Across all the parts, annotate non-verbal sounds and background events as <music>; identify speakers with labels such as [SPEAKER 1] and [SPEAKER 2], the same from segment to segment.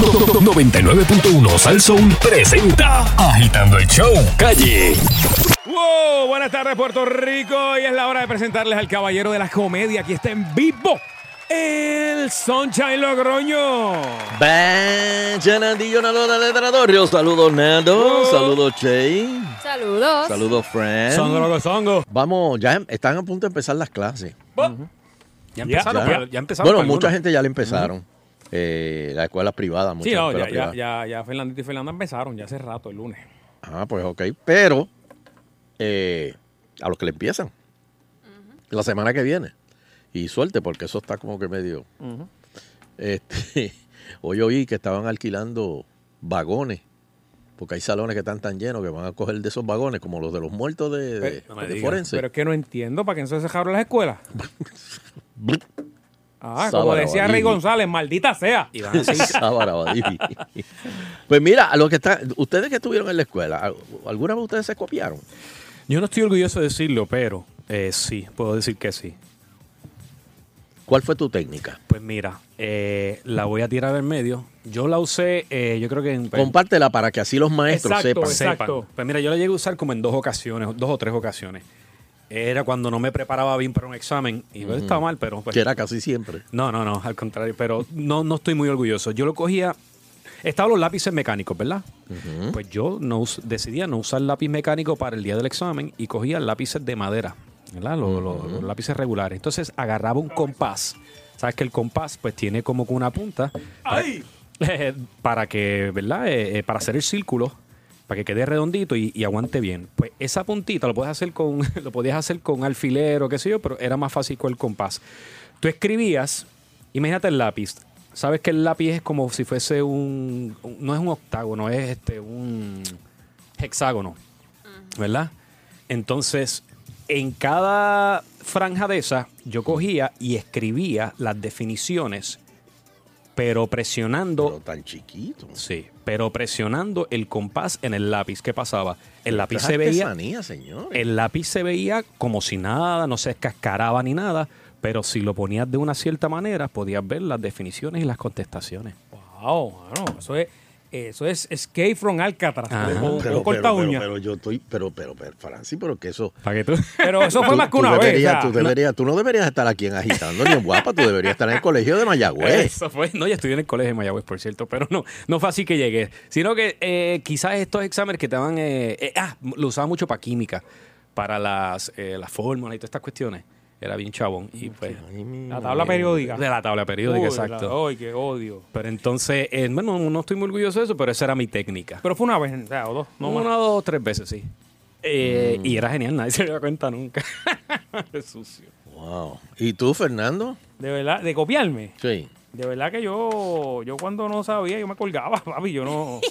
[SPEAKER 1] No, no, 99.1 Salsoul presenta Agitando el Show Calle.
[SPEAKER 2] ¡Wow! Buenas tardes, Puerto Rico. Y es la hora de presentarles al caballero de la comedia. Aquí está en vivo. El Sunshine Logroño.
[SPEAKER 3] Vaya, Nandillo, Nando, Nando, Saludos, Nando.
[SPEAKER 2] Oh.
[SPEAKER 3] Saludos, Che.
[SPEAKER 4] Oh,
[SPEAKER 5] Saludos.
[SPEAKER 3] Saludos,
[SPEAKER 2] Songo,
[SPEAKER 3] Friend.
[SPEAKER 2] loco, songo.
[SPEAKER 3] Vamos, ya em- están a punto de empezar las clases.
[SPEAKER 4] Ya
[SPEAKER 3] Ya,
[SPEAKER 4] empezaron, pero- ya, empezaron.
[SPEAKER 3] bueno,
[SPEAKER 4] para
[SPEAKER 3] mucha
[SPEAKER 4] algunos.
[SPEAKER 3] gente ya la empezaron. Eh, las escuelas privadas, muchas
[SPEAKER 2] Sí, no,
[SPEAKER 3] escuelas
[SPEAKER 2] ya, ya,
[SPEAKER 3] privadas.
[SPEAKER 2] ya, ya Fernandito y Fernanda empezaron ya hace rato, el lunes.
[SPEAKER 3] Ah, pues ok. Pero eh, a los que le empiezan. La semana que viene. Y suerte, porque eso está como que medio. Este, <laughs> hoy oí que estaban alquilando vagones. Porque hay salones que están tan llenos que van a coger de esos vagones, como los de los muertos de, de,
[SPEAKER 4] Pero- no me
[SPEAKER 3] de
[SPEAKER 4] digas,
[SPEAKER 3] Forense.
[SPEAKER 2] Pero es que no entiendo para qué entonces se abrieron las escuelas. Ah, como
[SPEAKER 3] Sábara,
[SPEAKER 2] decía Rey
[SPEAKER 3] Bolivia. <laughs>
[SPEAKER 2] González, maldita sea.
[SPEAKER 4] Y van a seguir-
[SPEAKER 2] <laughs>
[SPEAKER 3] Sabarabadivi. pues mira, a lo que está, ustedes que estuvieron en la escuela, ¿alguna vez ustedes se copiaron?
[SPEAKER 4] Yo no estoy orgulloso de decirlo, pero eh, sí, puedo decir que sí.
[SPEAKER 3] ¿Cuál fue tu técnica?
[SPEAKER 4] Pues mira, eh, la voy a tirar al medio. Yo la usé, eh, yo creo que en...
[SPEAKER 3] Compártela para que así los maestros
[SPEAKER 2] Exacto,
[SPEAKER 3] sepan.
[SPEAKER 4] sepan.
[SPEAKER 2] exacto.
[SPEAKER 4] Pues mira, yo la llegué a usar como en dos ocasiones, dos o tres ocasiones. Era cuando no me preparaba bien para un examen y pues, estaba mal, pero... pues,
[SPEAKER 3] Que era casi siempre.
[SPEAKER 4] No, no, no, al contrario, pero no, no estoy muy orgulloso. Yo lo cogía, estaban los lápices mecánicos, ¿verdad? Pues yo no us- decidía no usar lápiz mecánico para el día del examen y cogía lápices de madera, ¿verdad? Los, los- los lápices regulares. Entonces agarraba un compás. Sabes que el compás pues tiene como que una punta para, <laughs> para que, ¿verdad? Eh, eh, para hacer el círculo. Para que quede redondito y, y aguante bien. Pues esa puntita lo puedes hacer con, <laughs> lo podías hacer con alfilero, qué sé yo, pero era más fácil con el compás. Tú escribías, imagínate el lápiz. Sabes que el lápiz es como si fuese un, un- no es un octágono, es este un hexágono, ¿verdad? Entonces, en cada franja de esa yo cogía y escribía las definiciones, pero presionando
[SPEAKER 3] Pero tan chiquito.
[SPEAKER 4] Sí, pero presionando el compás en el lápiz. ¿Qué pasaba? El lápiz
[SPEAKER 3] Esto
[SPEAKER 4] se
[SPEAKER 3] es
[SPEAKER 4] veía
[SPEAKER 3] artesanía, señor.
[SPEAKER 4] el lápiz se veía como si nada, no se escascaraba ni nada, pero si lo ponías de una cierta manera, podías ver las definiciones y las contestaciones.
[SPEAKER 2] Wow, mano, eso es, eso es Escape from Alcatraz.
[SPEAKER 4] Ajá.
[SPEAKER 2] con- con
[SPEAKER 3] pero, pero,
[SPEAKER 2] corta
[SPEAKER 3] pero,
[SPEAKER 2] uña.
[SPEAKER 3] pero yo estoy, pero, pero, pero, Francis, pero que eso.
[SPEAKER 4] ¿Para que tú?
[SPEAKER 2] Pero eso fue
[SPEAKER 3] tú-
[SPEAKER 2] más que
[SPEAKER 3] tú
[SPEAKER 2] una vez.
[SPEAKER 3] deberías-
[SPEAKER 2] o sea,
[SPEAKER 3] tú, deberías- tú no deberías estar aquí en agitando ni en guapa, tú deberías estar en el colegio de Mayagüez.
[SPEAKER 4] Eso fue. No, yo estudié en el colegio de Mayagüez, por cierto, pero no, no fue así que llegué. Sino que eh, quizás estos exámenes que te van. eh, eh, ah, lo usaba mucho para química, para las, eh, las fórmulas y todas estas cuestiones. Era bien chabón. Y pues.
[SPEAKER 2] la tabla periódica.
[SPEAKER 4] De la tabla periódica,
[SPEAKER 2] Uy,
[SPEAKER 4] exacto.
[SPEAKER 2] la- Ay, qué odio.
[SPEAKER 4] Pero entonces, eh, bueno, no estoy muy orgulloso de eso, pero esa era mi técnica.
[SPEAKER 2] Pero fue una vez, o sea, o dos. No,
[SPEAKER 4] No,
[SPEAKER 2] más.
[SPEAKER 4] una, dos, tres veces, sí. Eh,
[SPEAKER 3] Mm.
[SPEAKER 4] Y era genial, nadie <laughs> se dio cuenta nunca. Qué sucio.
[SPEAKER 3] Wow. ¿Y tú, Fernando?
[SPEAKER 2] De verdad, de copiarme.
[SPEAKER 3] Sí.
[SPEAKER 2] De verdad que yo, yo cuando no sabía, yo me colgaba, <laughs> papi. Yo no,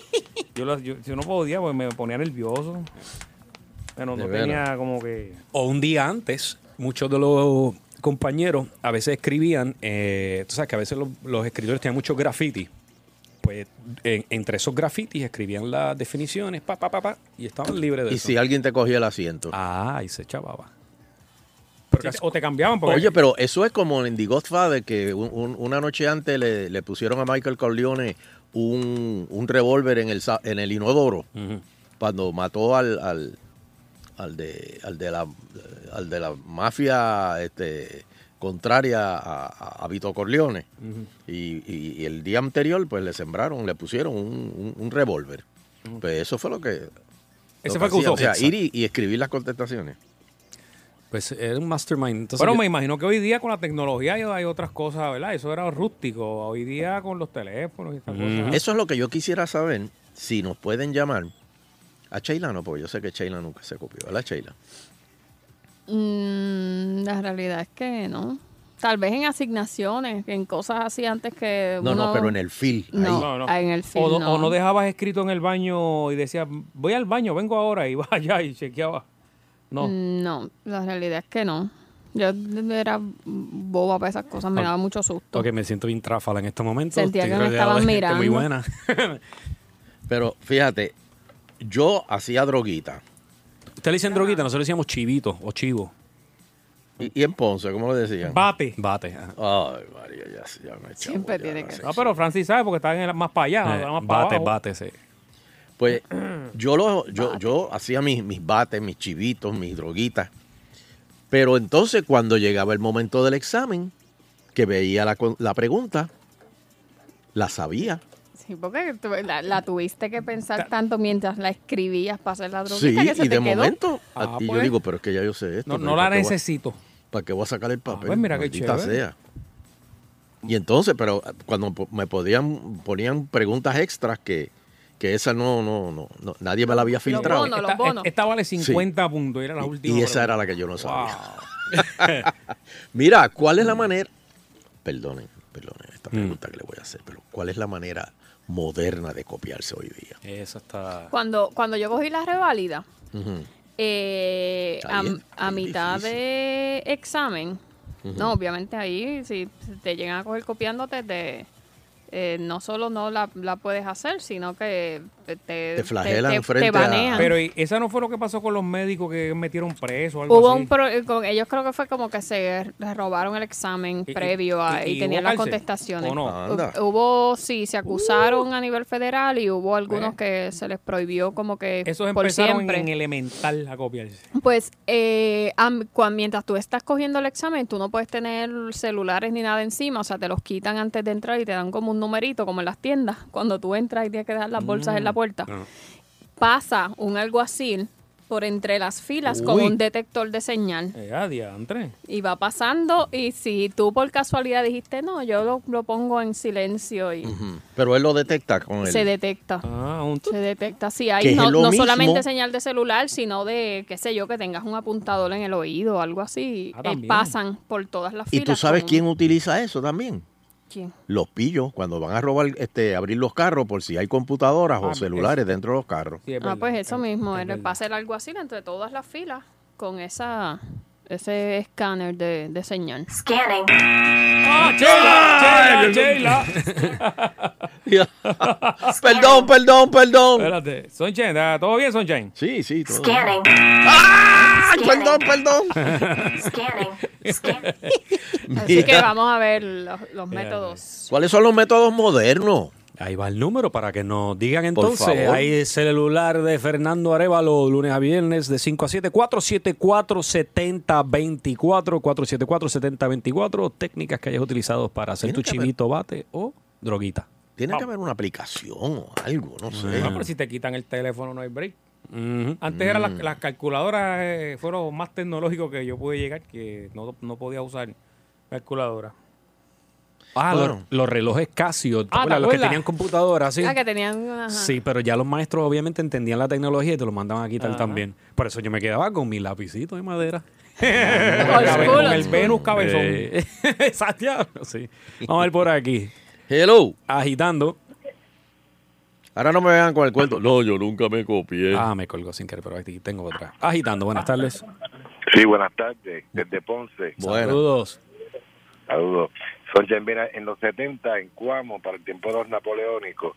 [SPEAKER 2] yo, la- yo- yo no podía, pues me ponía nervioso. Pero no
[SPEAKER 3] De veras.
[SPEAKER 2] tenía como que.
[SPEAKER 4] O un día antes, muchos de los compañeros a veces escribían, eh, tú sabes que a veces los, los escritores tienen muchos graffiti. Pues en- entre esos grafitis escribían las definiciones, pa, pa, pa, pa, y estaban libres de
[SPEAKER 3] ¿Y
[SPEAKER 4] eso.
[SPEAKER 3] si alguien te cogía el asiento?
[SPEAKER 4] Ah, y se chavaba.
[SPEAKER 2] Sí, te- o te cambiaban porque.
[SPEAKER 3] Oye, pero eso es como en The Godfather, que un- un- una noche antes le, le pusieron a Michael Corleone un, un revólver en el, sa- en el inodoro cuando mató al, al, al de, al, de la, al de la mafia este, contraria a, a- a Vito Corleone. y, y- y el día anterior, pues le sembraron, le pusieron un, un- un revólver. Pues eso fue lo que... lo
[SPEAKER 2] Ese fue el
[SPEAKER 3] hacía.
[SPEAKER 2] que usó.
[SPEAKER 3] O sea,
[SPEAKER 2] Exacto.
[SPEAKER 3] ir y, y escribir las contestaciones.
[SPEAKER 4] Pues era un mastermind. Entonces
[SPEAKER 2] Bueno,
[SPEAKER 4] yo-
[SPEAKER 2] me imagino que hoy día con la tecnología hay- hay otras cosas, ¿verdad? Eso era rústico. Hoy día con los teléfonos y estas cosas.
[SPEAKER 3] Eso es lo que yo quisiera saber, si nos pueden llamar. A Sheila no, porque yo sé que Sheila nunca se copió, ¿verdad, Sheila?
[SPEAKER 5] Mm, la realidad es que no. Tal vez en asignaciones, en cosas así antes que.
[SPEAKER 3] No, no,
[SPEAKER 5] uno-
[SPEAKER 3] pero en el feel.
[SPEAKER 5] No.
[SPEAKER 3] ahí.
[SPEAKER 5] ah, en el
[SPEAKER 2] o,
[SPEAKER 5] film,
[SPEAKER 2] no,
[SPEAKER 5] no.
[SPEAKER 2] o no dejabas escrito en el baño y decías, voy al baño, vengo ahora, y <laughs> vaya y chequeaba. No.
[SPEAKER 5] Mm, No, la realidad es que no. Yo era boba para esas cosas, Ah, me
[SPEAKER 4] Ok.
[SPEAKER 5] daba mucho susto.
[SPEAKER 4] Ah, Ok, me siento bien tráfala en estos momentos.
[SPEAKER 5] Sentía
[SPEAKER 4] Estoy
[SPEAKER 5] que me
[SPEAKER 4] rodeado de
[SPEAKER 5] estaban
[SPEAKER 4] gente Muy
[SPEAKER 5] mirando.
[SPEAKER 4] buena.
[SPEAKER 3] Pero fíjate, yo hacía droguita.
[SPEAKER 4] Usted le dicen droguita, nosotros le decíamos chivito o chivo.
[SPEAKER 3] ¿Y, y en Ponce, cómo le decían?
[SPEAKER 2] Bate.
[SPEAKER 4] Bate. ajá.
[SPEAKER 3] Ay, María, ya, se- ya me echamos,
[SPEAKER 5] Siempre
[SPEAKER 3] ya
[SPEAKER 5] tiene
[SPEAKER 3] la
[SPEAKER 5] que-
[SPEAKER 3] sección.
[SPEAKER 2] No, pero Francis sabe porque está en el- más para allá,
[SPEAKER 4] Eh,
[SPEAKER 2] más para
[SPEAKER 4] bate,
[SPEAKER 2] abajo.
[SPEAKER 4] bate, sí.
[SPEAKER 3] Pues yo, lo, yo, yo hacía mis, mis bates, mis chivitos, mis droguitas. Pero entonces cuando llegaba el momento del examen, que veía la, con- la pregunta, la sabía.
[SPEAKER 5] Sí, porque tú- la, la tuviste que pensar tanto mientras la escribías para hacer la
[SPEAKER 3] Sí,
[SPEAKER 5] droguita que se
[SPEAKER 3] y
[SPEAKER 5] te
[SPEAKER 3] de
[SPEAKER 5] quedó.
[SPEAKER 3] momento,
[SPEAKER 2] Ah,
[SPEAKER 3] y yo
[SPEAKER 2] pues.
[SPEAKER 3] digo, pero es que ya yo sé esto.
[SPEAKER 2] No,
[SPEAKER 3] pero
[SPEAKER 2] no la
[SPEAKER 3] ¿para qué voy a-
[SPEAKER 2] necesito.
[SPEAKER 3] ¿Para qué voy a sacar el papel?
[SPEAKER 2] pues mira qué
[SPEAKER 3] Maldita
[SPEAKER 2] chévere.
[SPEAKER 3] sea. Y entonces, pero eh, cuando po- me podían, ponían preguntas extras que, que esa no, no, no, no, nadie me la había filtrado.
[SPEAKER 5] bonos, los
[SPEAKER 2] Esta,
[SPEAKER 5] bonos.
[SPEAKER 2] esta vale 50 puntos, era la
[SPEAKER 3] Y-
[SPEAKER 2] última.
[SPEAKER 3] y esa
[SPEAKER 2] pregunta.
[SPEAKER 3] era la que yo no sabía.
[SPEAKER 2] Wow.
[SPEAKER 3] <laughs> Mira, ¿cuál
[SPEAKER 2] Mm.
[SPEAKER 3] es la manera? Perdonen, perdonen esta pregunta que le voy a hacer, pero ¿cuál es la manera moderna de copiarse hoy día?
[SPEAKER 4] Eso está.
[SPEAKER 5] Cuando, cuando yo cogí la reválida,
[SPEAKER 3] Ujú.
[SPEAKER 5] eh, a,
[SPEAKER 3] Ahí es-
[SPEAKER 5] a
[SPEAKER 3] ahí es
[SPEAKER 5] mitad
[SPEAKER 3] difícil.
[SPEAKER 5] de examen, no, obviamente ahí si te llegan a coger copiándote, te, eh, no solo no la, la puedes hacer, sino que te, te,
[SPEAKER 3] flagelan
[SPEAKER 5] te-
[SPEAKER 3] frente
[SPEAKER 5] te
[SPEAKER 3] a-
[SPEAKER 5] banean.
[SPEAKER 2] Pero ¿y esa no fue lo que pasó con los médicos que metieron preso o algo
[SPEAKER 5] Hubo
[SPEAKER 2] así?
[SPEAKER 5] un pro- eh, con ellos creo que fue como que se robaron el examen
[SPEAKER 2] Y- y-
[SPEAKER 5] previo a,
[SPEAKER 2] y-
[SPEAKER 5] y,
[SPEAKER 2] y
[SPEAKER 5] tenían
[SPEAKER 2] hubo
[SPEAKER 5] las
[SPEAKER 2] cárcel,
[SPEAKER 5] contestaciones.
[SPEAKER 2] ¿o no?
[SPEAKER 3] Anda. Uh.
[SPEAKER 5] Hu- Hubo, sí, se acusaron a nivel federal y hubo algunos
[SPEAKER 2] Ve.
[SPEAKER 5] que se les prohibió como que
[SPEAKER 2] Esos
[SPEAKER 5] por
[SPEAKER 2] empezaron en,
[SPEAKER 5] siempre.
[SPEAKER 2] en elemental a copiarse.
[SPEAKER 5] Pues eh, am- cuan- mientras tú estás cogiendo el examen, tú no puedes tener celulares ni nada encima, o sea, te los quitan antes de entrar y te dan como un numerito, como en las tiendas, cuando tú entras y tienes que dejar las bolsas en la
[SPEAKER 2] Mm,
[SPEAKER 5] puerta. Pasa un alguacil por entre las filas con
[SPEAKER 2] Uy.
[SPEAKER 5] un detector de señal.
[SPEAKER 2] Eh, ah, diantre. <laughs>
[SPEAKER 5] Y va pasando y si tú por casualidad dijiste, no, yo lo, lo pongo en silencio y
[SPEAKER 2] Mm,
[SPEAKER 3] Ujú. Pero él lo detecta con el...
[SPEAKER 5] se detecta.
[SPEAKER 2] Ah, un
[SPEAKER 5] Se detecta, sí,
[SPEAKER 3] Que
[SPEAKER 5] hay
[SPEAKER 3] es
[SPEAKER 5] no,
[SPEAKER 3] lo
[SPEAKER 5] no
[SPEAKER 3] mismo.
[SPEAKER 5] solamente señal de celular, sino de, qué sé yo, que tengas un apuntador en el oído o algo así.
[SPEAKER 2] Ah,
[SPEAKER 5] Eh,
[SPEAKER 2] también.
[SPEAKER 5] pasan por todas las
[SPEAKER 3] y
[SPEAKER 5] filas.
[SPEAKER 3] tú sabes
[SPEAKER 5] con- Ah,
[SPEAKER 3] quién utiliza eso también.
[SPEAKER 5] ¿Quién?
[SPEAKER 3] Los pillos, cuando van a robar, este, abrir los carros por si hay computadoras
[SPEAKER 2] Ah,
[SPEAKER 3] o celulares dentro de los carros.
[SPEAKER 2] Sí, es
[SPEAKER 5] Ah,
[SPEAKER 2] verdad.
[SPEAKER 5] pues eso
[SPEAKER 2] Es-
[SPEAKER 5] mismo,
[SPEAKER 2] es
[SPEAKER 5] él
[SPEAKER 2] verdad.
[SPEAKER 5] pasa el alguacil entre todas las filas con esa ese escáner de, de señal.
[SPEAKER 6] Scanning.
[SPEAKER 2] ¡Ah, Sheila! ¡Sheila! Sheila!
[SPEAKER 3] <laughs> perdón, perdón, perdón.
[SPEAKER 2] Espérate. Sunshine, ¿está ¿todo bien, Sunshine?
[SPEAKER 3] Sí, sí. todo.
[SPEAKER 6] Scanning.
[SPEAKER 4] ¡Ah!
[SPEAKER 3] Ay, perdón, perdón.
[SPEAKER 6] Scanning. Scanning.
[SPEAKER 5] Así que vamos a ver los, los métodos.
[SPEAKER 3] ¿Cuáles son los métodos modernos?
[SPEAKER 4] Ahí va el número para que nos digan
[SPEAKER 3] Por
[SPEAKER 4] entonces.
[SPEAKER 3] favor.
[SPEAKER 4] Hay celular de Fernando Arevalo, lunes a viernes de 5 a 7, 474-7024, 474-7024, técnicas que hayas utilizado para hacer
[SPEAKER 3] Tiene
[SPEAKER 4] tu
[SPEAKER 3] que haber-
[SPEAKER 4] chivito bate o droguita.
[SPEAKER 3] Tiene que haber una aplicación o algo, no sé.
[SPEAKER 2] No, Ah, pero si te quitan el teléfono no hay break. Antes eran las,
[SPEAKER 4] Mm.
[SPEAKER 2] las calculadoras, eh, fueron más tecnológicos que yo pude llegar, que no, no podía usar calculadora.
[SPEAKER 4] Ah,
[SPEAKER 3] Bueno.
[SPEAKER 4] los, los relojes Casio, ¿te
[SPEAKER 2] Ah, ¿te
[SPEAKER 4] acuerdas? Los que
[SPEAKER 2] acuerdas?
[SPEAKER 4] tenían computadora, sí.
[SPEAKER 5] Ah, que tenían una- ajá.
[SPEAKER 4] Sí, pero ya los maestros obviamente entendían la tecnología y te lo mandaban a quitar también. Por eso yo me quedaba con mi lapicito de madera.
[SPEAKER 2] Con el cabe-
[SPEAKER 5] school,
[SPEAKER 2] con
[SPEAKER 5] <laughs> old
[SPEAKER 2] el Venus
[SPEAKER 3] <laughs>
[SPEAKER 2] cabezón.
[SPEAKER 4] Eh, <laughs> Exacto, sí. Vamos a ver por aquí.
[SPEAKER 3] Hello.
[SPEAKER 4] Agitando.
[SPEAKER 3] Ahora no me vean con el cuento. No, yo nunca me copié.
[SPEAKER 4] Ah, me colgó sin querer, pero aquí tengo otra. Agitando, buenas tardes.
[SPEAKER 7] Sí, buenas tardes, desde Ponce.
[SPEAKER 3] bueno,
[SPEAKER 4] Saludos.
[SPEAKER 7] Saludos. Sonja, mira, en los 70, en Cuamo, para el tiempo de los napoleónicos,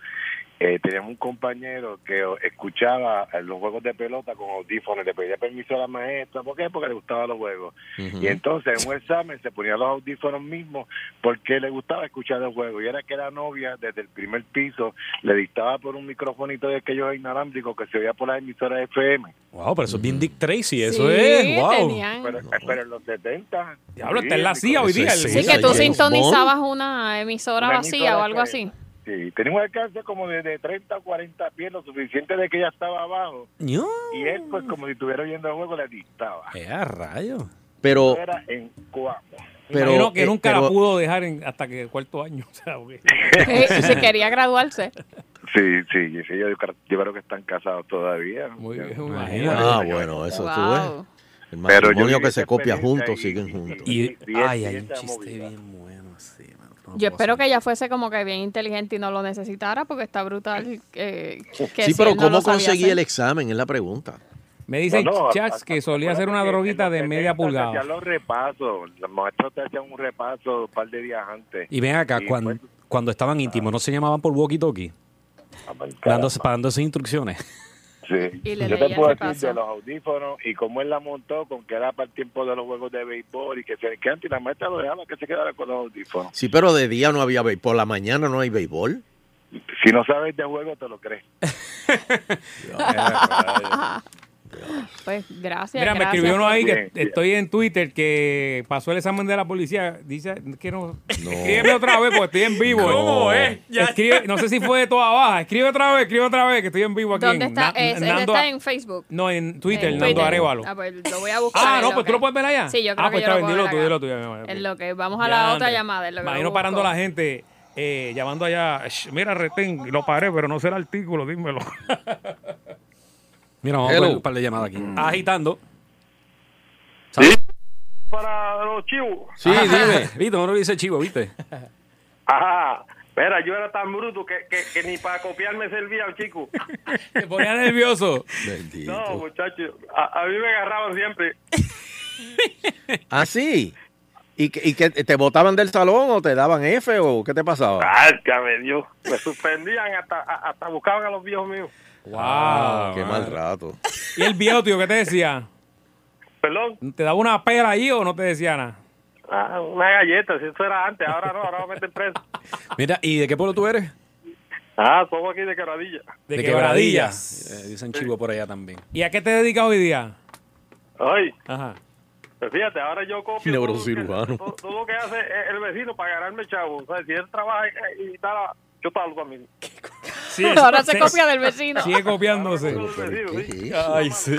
[SPEAKER 7] eh, teníamos un compañero que o- escuchaba eh, los juegos de pelota con audífonos, le pedía permiso a la maestra, ¿por qué? Porque le gustaban los juegos. Y entonces en un examen se ponía los audífonos mismos porque le gustaba escuchar los juegos. Y era que la novia, desde el primer piso, le dictaba por un microfonito de aquellos inalámbricos que se oía por las emisoras FM.
[SPEAKER 4] Wow, pero eso es bien Dick Tracy, eso
[SPEAKER 5] Mm. Sí,
[SPEAKER 4] es. Wow.
[SPEAKER 5] tenían-
[SPEAKER 7] Pero, pero en los 70...
[SPEAKER 2] Diablo,
[SPEAKER 7] sí,
[SPEAKER 2] está en la
[SPEAKER 7] el
[SPEAKER 2] CIA hoy
[SPEAKER 3] Eso
[SPEAKER 2] día.
[SPEAKER 3] es
[SPEAKER 2] el-
[SPEAKER 5] Sí, que
[SPEAKER 3] Esa
[SPEAKER 5] tú
[SPEAKER 3] James
[SPEAKER 5] sintonizabas una emisora
[SPEAKER 7] Una
[SPEAKER 5] vacía
[SPEAKER 7] emisora
[SPEAKER 5] o algo
[SPEAKER 7] que-
[SPEAKER 2] <laughs>
[SPEAKER 5] así.
[SPEAKER 7] Sí, tenía un alcance como de, de 30 o 40 pies, lo suficiente de que ella estaba abajo.
[SPEAKER 4] Ño.
[SPEAKER 7] Y él, pues, como si estuviera oyendo el juego, le dictaba.
[SPEAKER 4] Eh, a rayo.
[SPEAKER 3] pero,
[SPEAKER 7] Era en Cuamo.
[SPEAKER 3] pero,
[SPEAKER 2] Imagino que
[SPEAKER 3] eh,
[SPEAKER 2] nunca la
[SPEAKER 3] pero-
[SPEAKER 2] pudo dejar en- hasta que cuarto año. <laughs> o sea, porque-
[SPEAKER 5] Eh, si quería
[SPEAKER 3] <laughs>
[SPEAKER 5] graduarse.
[SPEAKER 7] Sí, sí, sí, yo, creo- yo creo que están casados todavía.
[SPEAKER 2] Muy
[SPEAKER 7] Ya.
[SPEAKER 2] bien,
[SPEAKER 4] Imagínate.
[SPEAKER 3] Ah, bueno, eso tú
[SPEAKER 5] Wow.
[SPEAKER 3] ves. El
[SPEAKER 7] Pero yo
[SPEAKER 3] matrimonio
[SPEAKER 7] viví
[SPEAKER 3] que
[SPEAKER 7] esa
[SPEAKER 3] se copia
[SPEAKER 7] experiencia
[SPEAKER 3] juntos,
[SPEAKER 7] y-
[SPEAKER 3] siguen
[SPEAKER 7] y-
[SPEAKER 3] juntos.
[SPEAKER 4] Y,
[SPEAKER 7] Sí, sí,
[SPEAKER 4] ay,
[SPEAKER 7] sí,
[SPEAKER 4] hay un
[SPEAKER 7] esa
[SPEAKER 4] chiste
[SPEAKER 7] movida.
[SPEAKER 4] bien bueno, sí, mano, no
[SPEAKER 5] Yo
[SPEAKER 4] puedo
[SPEAKER 5] espero
[SPEAKER 4] hacer.
[SPEAKER 5] que ella fuese como que bien inteligente y no lo necesitara porque está brutal. eh, que
[SPEAKER 3] sí,
[SPEAKER 5] si
[SPEAKER 3] pero
[SPEAKER 5] él no
[SPEAKER 3] ¿cómo
[SPEAKER 5] lo sabía
[SPEAKER 3] conseguí
[SPEAKER 5] hacer.
[SPEAKER 2] <laughs>
[SPEAKER 3] el examen? Es la pregunta.
[SPEAKER 2] Me dicen
[SPEAKER 7] No, no,
[SPEAKER 2] chats que
[SPEAKER 7] acu-
[SPEAKER 2] solía ser una
[SPEAKER 7] acuérdate que
[SPEAKER 2] droguita
[SPEAKER 7] en los
[SPEAKER 2] de
[SPEAKER 7] 70
[SPEAKER 2] media
[SPEAKER 7] se
[SPEAKER 2] pulgada.
[SPEAKER 7] Hacían los repasos, los maestros te hacían un repaso un par de días antes.
[SPEAKER 4] Y ven acá,
[SPEAKER 7] Y
[SPEAKER 4] cuando,
[SPEAKER 7] pues-
[SPEAKER 4] cuando estaban íntimos, ¿no se llamaban por walkie-talkie?
[SPEAKER 7] Ah, mal
[SPEAKER 4] Dándose,
[SPEAKER 7] caramba.
[SPEAKER 4] para dándose instrucciones.
[SPEAKER 7] Sí.
[SPEAKER 5] Y le
[SPEAKER 7] Yo
[SPEAKER 5] leía
[SPEAKER 7] te puedo
[SPEAKER 5] el
[SPEAKER 7] decir
[SPEAKER 5] repaso.
[SPEAKER 7] de los audífonos y cómo él la montó, con que era para el tiempo de los juegos de béisbol y que se que antes la maestra lo dejaba que se quedara con los audífonos.
[SPEAKER 3] Sí, pero de día no había béisbol. Por la mañana no hay béisbol.
[SPEAKER 7] Si no sabes de juego, te lo crees.
[SPEAKER 5] <laughs> Pues gracias.
[SPEAKER 2] Mira, me
[SPEAKER 5] gracias.
[SPEAKER 2] escribió uno ahí que
[SPEAKER 7] Bien, bien.
[SPEAKER 2] estoy en Twitter que pasó el examen de la policía. Dice que no. Escríbeme otra vez porque estoy en vivo.
[SPEAKER 3] ¿Cómo
[SPEAKER 2] No.
[SPEAKER 3] es?
[SPEAKER 2] Escribe, no sé si fue de toda baja. Escribe otra vez, escribe otra vez que estoy en vivo aquí.
[SPEAKER 5] ¿Dónde
[SPEAKER 2] en
[SPEAKER 5] está?
[SPEAKER 2] Na-
[SPEAKER 5] Es- él
[SPEAKER 2] Nando-
[SPEAKER 5] está en Facebook.
[SPEAKER 2] No, en Twitter,
[SPEAKER 5] En
[SPEAKER 2] Nando
[SPEAKER 5] Twitter.
[SPEAKER 2] Arevalo.
[SPEAKER 5] Ah, pues lo voy a buscar.
[SPEAKER 2] Ah,
[SPEAKER 5] en
[SPEAKER 2] no, pues tú
[SPEAKER 5] que-
[SPEAKER 2] lo puedes ver allá.
[SPEAKER 5] Sí, yo creo
[SPEAKER 2] ah,
[SPEAKER 5] que
[SPEAKER 2] pues
[SPEAKER 5] yo lo
[SPEAKER 2] bien,
[SPEAKER 5] puedo
[SPEAKER 2] dilo
[SPEAKER 5] ver
[SPEAKER 2] tú,
[SPEAKER 5] acá.
[SPEAKER 2] dilo tú. ya, ya, ya.
[SPEAKER 5] En lo que vamos a la
[SPEAKER 2] Ya,
[SPEAKER 5] otra
[SPEAKER 2] André.
[SPEAKER 5] llamada. en lo que
[SPEAKER 2] Imagino
[SPEAKER 5] busco.
[SPEAKER 2] parando a la gente, eh, llamando allá. "Sh, Mira, retén, lo paré, pero no sé el artículo, dímelo.
[SPEAKER 4] Mira, vamos
[SPEAKER 3] Hello.
[SPEAKER 4] a poner un par de llamadas aquí.
[SPEAKER 7] Mm.
[SPEAKER 4] Agitando.
[SPEAKER 7] Para los chivos.
[SPEAKER 3] Sí,
[SPEAKER 4] <laughs>
[SPEAKER 3] dime.
[SPEAKER 4] Viste, no lo dice chivo, ¿viste?
[SPEAKER 7] <laughs> Ajá. Mira, yo era tan bruto que, que, que ni para copiarme servía, chico.
[SPEAKER 2] <laughs> Te
[SPEAKER 7] <laughs>
[SPEAKER 2] ponía nervioso.
[SPEAKER 3] Bendito.
[SPEAKER 7] No, muchachos, a, a mí me agarraban siempre.
[SPEAKER 3] Ah, sí. ¿Y que, y que te botaban del salón o te daban F o qué te pasaba?
[SPEAKER 7] Válgame Dios. Me suspendían hasta, a- hasta buscaban a los viejos míos.
[SPEAKER 2] Wow.
[SPEAKER 3] qué mal rato.
[SPEAKER 2] ¿Y el viejo tío qué te decía?
[SPEAKER 7] Perdón.
[SPEAKER 2] ¿Te daba una pera ahí o no te decía nada?
[SPEAKER 7] Ah, una galleta, si eso era antes, ahora no, ahora me meten preso.
[SPEAKER 4] Mira, ¿y de qué pueblo tú eres?
[SPEAKER 7] Ah, somos aquí de Quebradilla.
[SPEAKER 2] De,
[SPEAKER 4] Eh, dicen chivo por allá también.
[SPEAKER 2] ¿Y a qué te dedicas hoy día?
[SPEAKER 7] Ay,
[SPEAKER 2] Ajá.
[SPEAKER 7] pues fíjate, ahora yo copio.
[SPEAKER 3] Neurocirujano.
[SPEAKER 7] Todo, lo que- todo- todo lo que hace e, el- el vecino para ganarme chavo. O sea, si él trabaja y, y tal, yo tal también.
[SPEAKER 2] Sí,
[SPEAKER 5] Ahora se copia del vecino.
[SPEAKER 2] Sigue copiándose.
[SPEAKER 7] Pero, pero,
[SPEAKER 3] ¿qué
[SPEAKER 7] sí.
[SPEAKER 3] es eso?
[SPEAKER 4] Ay, sí.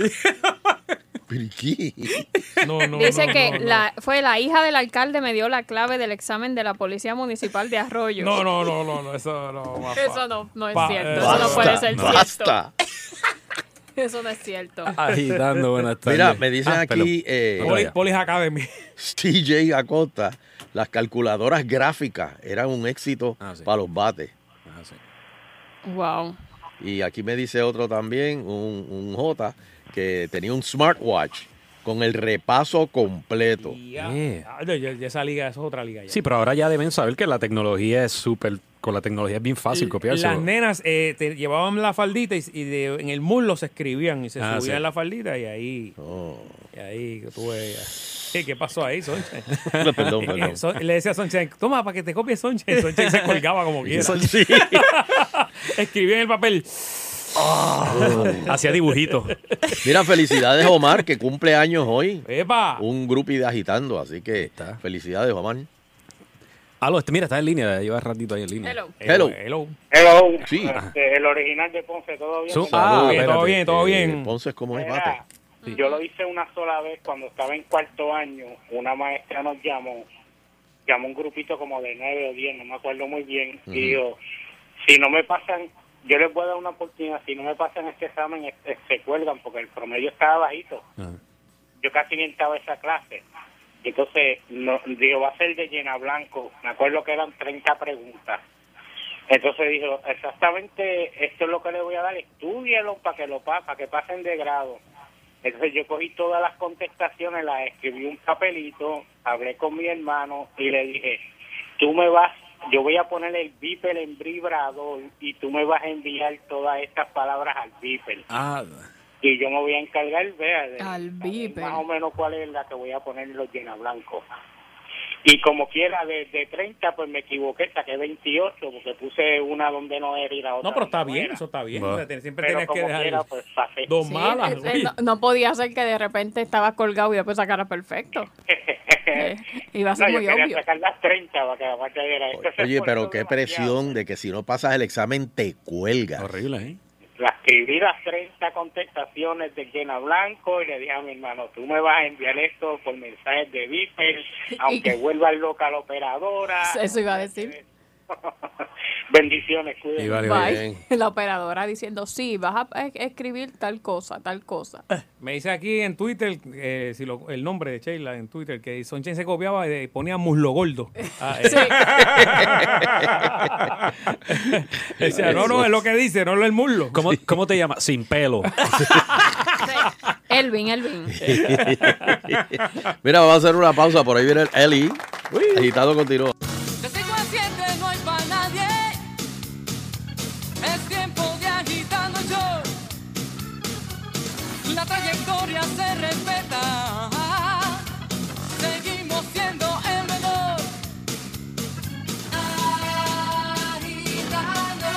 [SPEAKER 3] ¿Pero qué?
[SPEAKER 2] No, no,
[SPEAKER 5] Dice
[SPEAKER 2] no,
[SPEAKER 5] que
[SPEAKER 2] no, no.
[SPEAKER 5] La, fue la hija del alcalde me dio la clave del examen de la Policía Municipal de Arroyo.
[SPEAKER 2] No, no, no, no, no,
[SPEAKER 5] <laughs>
[SPEAKER 2] eso no. va, va.
[SPEAKER 5] Eso no, no es
[SPEAKER 2] Pa-
[SPEAKER 5] cierto.
[SPEAKER 2] eh,
[SPEAKER 5] Eso no
[SPEAKER 2] basta,
[SPEAKER 5] puede ser cierto.
[SPEAKER 3] Basta.
[SPEAKER 5] Eso no es cierto.
[SPEAKER 2] Ah, <laughs>
[SPEAKER 4] Agitando, buenas tardes.
[SPEAKER 3] Mira, me dicen
[SPEAKER 4] Ah,
[SPEAKER 3] aquí eh,
[SPEAKER 4] Hola.
[SPEAKER 2] Poli- Polis Academy.
[SPEAKER 3] TJ Acosta, las calculadoras gráficas eran un éxito
[SPEAKER 4] Ah, sí.
[SPEAKER 3] para los bates.
[SPEAKER 4] perdón. Ah, sí.
[SPEAKER 5] Wow.
[SPEAKER 3] Y aquí me dice otro también, un, un J, que tenía un smartwatch con el repaso completo.
[SPEAKER 4] Yeah.
[SPEAKER 2] Ah, ya, ya- ya esa liga es otra liga. Ya.
[SPEAKER 4] Sí, pero ahora ya deben saber que la tecnología es súper. Con la tecnología es bien fácil copiarse.
[SPEAKER 2] Las nenas eh, te llevaban la faldita y, y de- en el muslo se escribían y se
[SPEAKER 4] Ah,
[SPEAKER 2] subían
[SPEAKER 4] sí.
[SPEAKER 2] la faldita y ahí,
[SPEAKER 3] Oh,
[SPEAKER 2] y ahí que tú veías. Eh, ¿Qué pasó ahí, Sonche?
[SPEAKER 3] perdón,
[SPEAKER 2] <laughs>
[SPEAKER 3] perdón.
[SPEAKER 2] Eh, Son- le decía a Sonche, toma, para que te copies Sonche. Sonche se colgaba como quiera.
[SPEAKER 3] Sí.
[SPEAKER 2] <laughs> Escribía en el papel.
[SPEAKER 4] Hacía dibujitos.
[SPEAKER 3] Mira, felicidades Omar, que cumple años hoy.
[SPEAKER 2] ¡Epa!
[SPEAKER 3] Un grupo de agitando, así que felicidades Omar.
[SPEAKER 4] Aló, este, mira, está en línea. Lleva ratito ahí en línea.
[SPEAKER 5] Hello.
[SPEAKER 3] Hello.
[SPEAKER 2] Hello.
[SPEAKER 8] Hello.
[SPEAKER 3] Sí.
[SPEAKER 8] Este, el original de Ponce, todo bien.
[SPEAKER 4] Su-
[SPEAKER 8] Mira,
[SPEAKER 2] bien,
[SPEAKER 4] ah,
[SPEAKER 2] todo
[SPEAKER 4] espérate.
[SPEAKER 2] bien, todo bien.
[SPEAKER 3] Entonces, ¿cómo es bate?
[SPEAKER 8] yo lo hice una sola vez cuando estaba en cuarto año. Una maestra nos llamó, llamó un grupito como de nueve o diez, no me acuerdo muy bien, y dijo, si no me pasan, yo les voy a dar una oportunidad, si no me pasan este examen, este, se cuelgan porque el promedio estaba bajito.
[SPEAKER 4] Ajá.
[SPEAKER 8] Yo casi ni entraba a esa clase. Entonces, no, digo, va a ser de llena blanco. Me acuerdo que eran 30 preguntas. Entonces dijo, exactamente esto es lo que le voy a dar, estudialo para que lo pa- para que pasen de grado. Entonces yo cogí todas las contestaciones, las escribí en un papelito, hablé con mi hermano y le dije, tú me vas, yo voy a poner el bíper en vibrador y tú me vas a enviar todas estas palabras al bíper.
[SPEAKER 4] Ah,
[SPEAKER 8] Y yo me voy a encargar, vea, de
[SPEAKER 5] Al
[SPEAKER 8] saber
[SPEAKER 5] Viper.
[SPEAKER 8] más o menos cuál es la que voy a poner en los llena blancos. Y como quiera, de, de 30, pues me equivoqué, saqué 28, porque puse una donde no era y la otra.
[SPEAKER 2] No, pero está
[SPEAKER 8] donde
[SPEAKER 2] bien,
[SPEAKER 8] era.
[SPEAKER 2] eso está bien.
[SPEAKER 4] Va.
[SPEAKER 2] O sea, te- siempre
[SPEAKER 8] Pero
[SPEAKER 2] tienes que
[SPEAKER 8] como
[SPEAKER 2] dejar
[SPEAKER 8] quiera, pues pasé.
[SPEAKER 2] dos
[SPEAKER 5] Sí,
[SPEAKER 2] malas.
[SPEAKER 5] eh,
[SPEAKER 2] oye.
[SPEAKER 5] no, no podía ser que de repente estabas colgado y después
[SPEAKER 8] <laughs>
[SPEAKER 5] sacara perfecto. Eh, iba a
[SPEAKER 8] No,
[SPEAKER 5] ser
[SPEAKER 8] yo
[SPEAKER 5] muy
[SPEAKER 8] quería
[SPEAKER 5] obvio.
[SPEAKER 8] sacar las 30 para que la Este parte era. Entonces,
[SPEAKER 3] Oye,
[SPEAKER 8] por
[SPEAKER 3] pero
[SPEAKER 8] eso
[SPEAKER 3] qué
[SPEAKER 8] demasiado.
[SPEAKER 3] presión de que si no pasas el examen te cuelga.
[SPEAKER 4] horrible, ¿eh?
[SPEAKER 8] La escribí las 30 contestaciones de llena blanco y le dije a mi hermano, tú me vas a enviar esto por mensajes de
[SPEAKER 5] <laughs>
[SPEAKER 8] Viper, aunque vuelva loca la operadora.
[SPEAKER 5] Eso iba a decir.
[SPEAKER 8] Bendiciones, cuídense.
[SPEAKER 4] Y vale, vale.
[SPEAKER 5] Bye. La operadora diciendo, sí, vas a es- escribir tal cosa, tal cosa.
[SPEAKER 2] Me dice aquí en Twitter, eh, si lo- el nombre de Sheila en Twitter, que Sonchen se copiaba y ponía
[SPEAKER 5] <laughs>
[SPEAKER 2] muslo gordo. Ah, eh.
[SPEAKER 5] Sí.
[SPEAKER 2] eh. <laughs> Decía, no, no, es lo que dice, no es el muslo.
[SPEAKER 4] ¿Cómo, ¿Cómo te llamas? Sin pelo.
[SPEAKER 5] Sí. Elvin,
[SPEAKER 2] <laughs>
[SPEAKER 5] Elvin.
[SPEAKER 2] ¿eh?
[SPEAKER 3] <laughs> Mira, vamos a hacer una pausa, por ahí viene el Eli. Agitado continúa.
[SPEAKER 1] De 5 a 7 no hay para nadie. Es tiempo de agitando el show. trayectoria se respeta. Seguimos siendo el mejor. Agitando.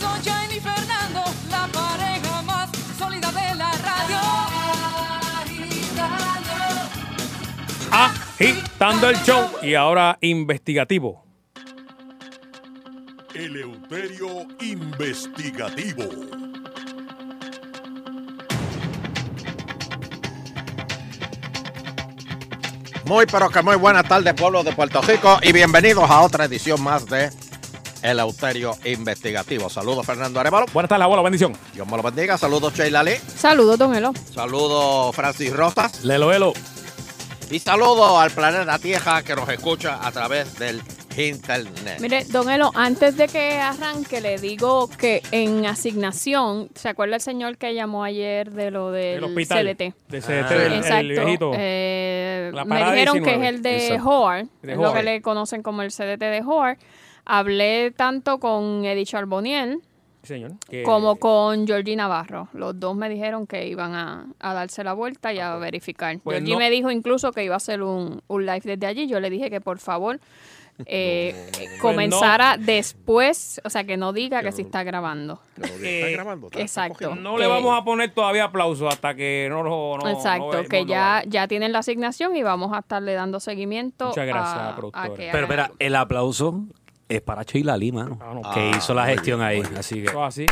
[SPEAKER 1] Sunshine y Fernando, la pareja más sólida de la radio. Agitando.
[SPEAKER 2] Agitando el show. Y ahora investigativo.
[SPEAKER 9] Eleuterio Investigativo.
[SPEAKER 3] Muy pero que muy buenas tardes, pueblo de Puerto Rico, y bienvenidos a otra edición más de El Auterio Investigativo. Saludos, Fernando Arevalo.
[SPEAKER 2] Buenas tardes, abuelo. Bendición.
[SPEAKER 3] Dios me lo bendiga. Saludos, Sheila Lee.
[SPEAKER 5] Saludos, don Elo.
[SPEAKER 3] Saludos, Francis Rosas.
[SPEAKER 2] Lelo, Lelo.
[SPEAKER 3] Y saludos al planeta Tierra que nos escucha a través del internet.
[SPEAKER 5] Mire, don Elo, antes de que arranque, le digo que en asignación, ¿se acuerda el señor que llamó ayer de lo del
[SPEAKER 2] El hospital.
[SPEAKER 5] CDT?
[SPEAKER 2] De
[SPEAKER 3] Ah.
[SPEAKER 2] CDT, el- el
[SPEAKER 5] Exacto.
[SPEAKER 2] viejito.
[SPEAKER 5] Eh,
[SPEAKER 2] La
[SPEAKER 5] me
[SPEAKER 2] parada
[SPEAKER 5] dijeron
[SPEAKER 2] 19.
[SPEAKER 5] que es el de
[SPEAKER 2] Exacto.
[SPEAKER 5] Howard,
[SPEAKER 2] De
[SPEAKER 5] es lo que
[SPEAKER 2] Howard.
[SPEAKER 5] le conocen como el CDT de Howard. Hablé tanto con Eddie Charboniel
[SPEAKER 2] Señor. que-
[SPEAKER 5] como con Georgina Navarro. Los dos me dijeron que iban a, a darse la vuelta y a verificar.
[SPEAKER 2] Pues
[SPEAKER 5] Georgie
[SPEAKER 2] no.
[SPEAKER 5] me dijo incluso que iba a hacer un, un live desde allí. Yo le dije que por
[SPEAKER 3] <laughs>
[SPEAKER 5] favor eh, eh,
[SPEAKER 3] Pues
[SPEAKER 5] comenzara después, o sea, que no diga que se está grabando.
[SPEAKER 3] ¿Está grabando? ¿Está- está
[SPEAKER 5] exacto.
[SPEAKER 3] cogiendo?
[SPEAKER 2] Eh, No le
[SPEAKER 5] que-
[SPEAKER 2] vamos a poner todavía aplauso hasta que no lo. no-
[SPEAKER 5] Exacto,
[SPEAKER 2] no-
[SPEAKER 5] que
[SPEAKER 2] no-
[SPEAKER 5] ya, ya tienen la asignación y vamos a estarle dando seguimiento
[SPEAKER 2] Muchas gracias,
[SPEAKER 5] a,
[SPEAKER 2] productora.
[SPEAKER 5] que
[SPEAKER 4] Pero
[SPEAKER 5] hagan
[SPEAKER 4] espera, el aplauso es para Sheila Lee, mano,
[SPEAKER 2] Ah, no.
[SPEAKER 4] que hizo la gestión ahí. Así que
[SPEAKER 2] Eso así.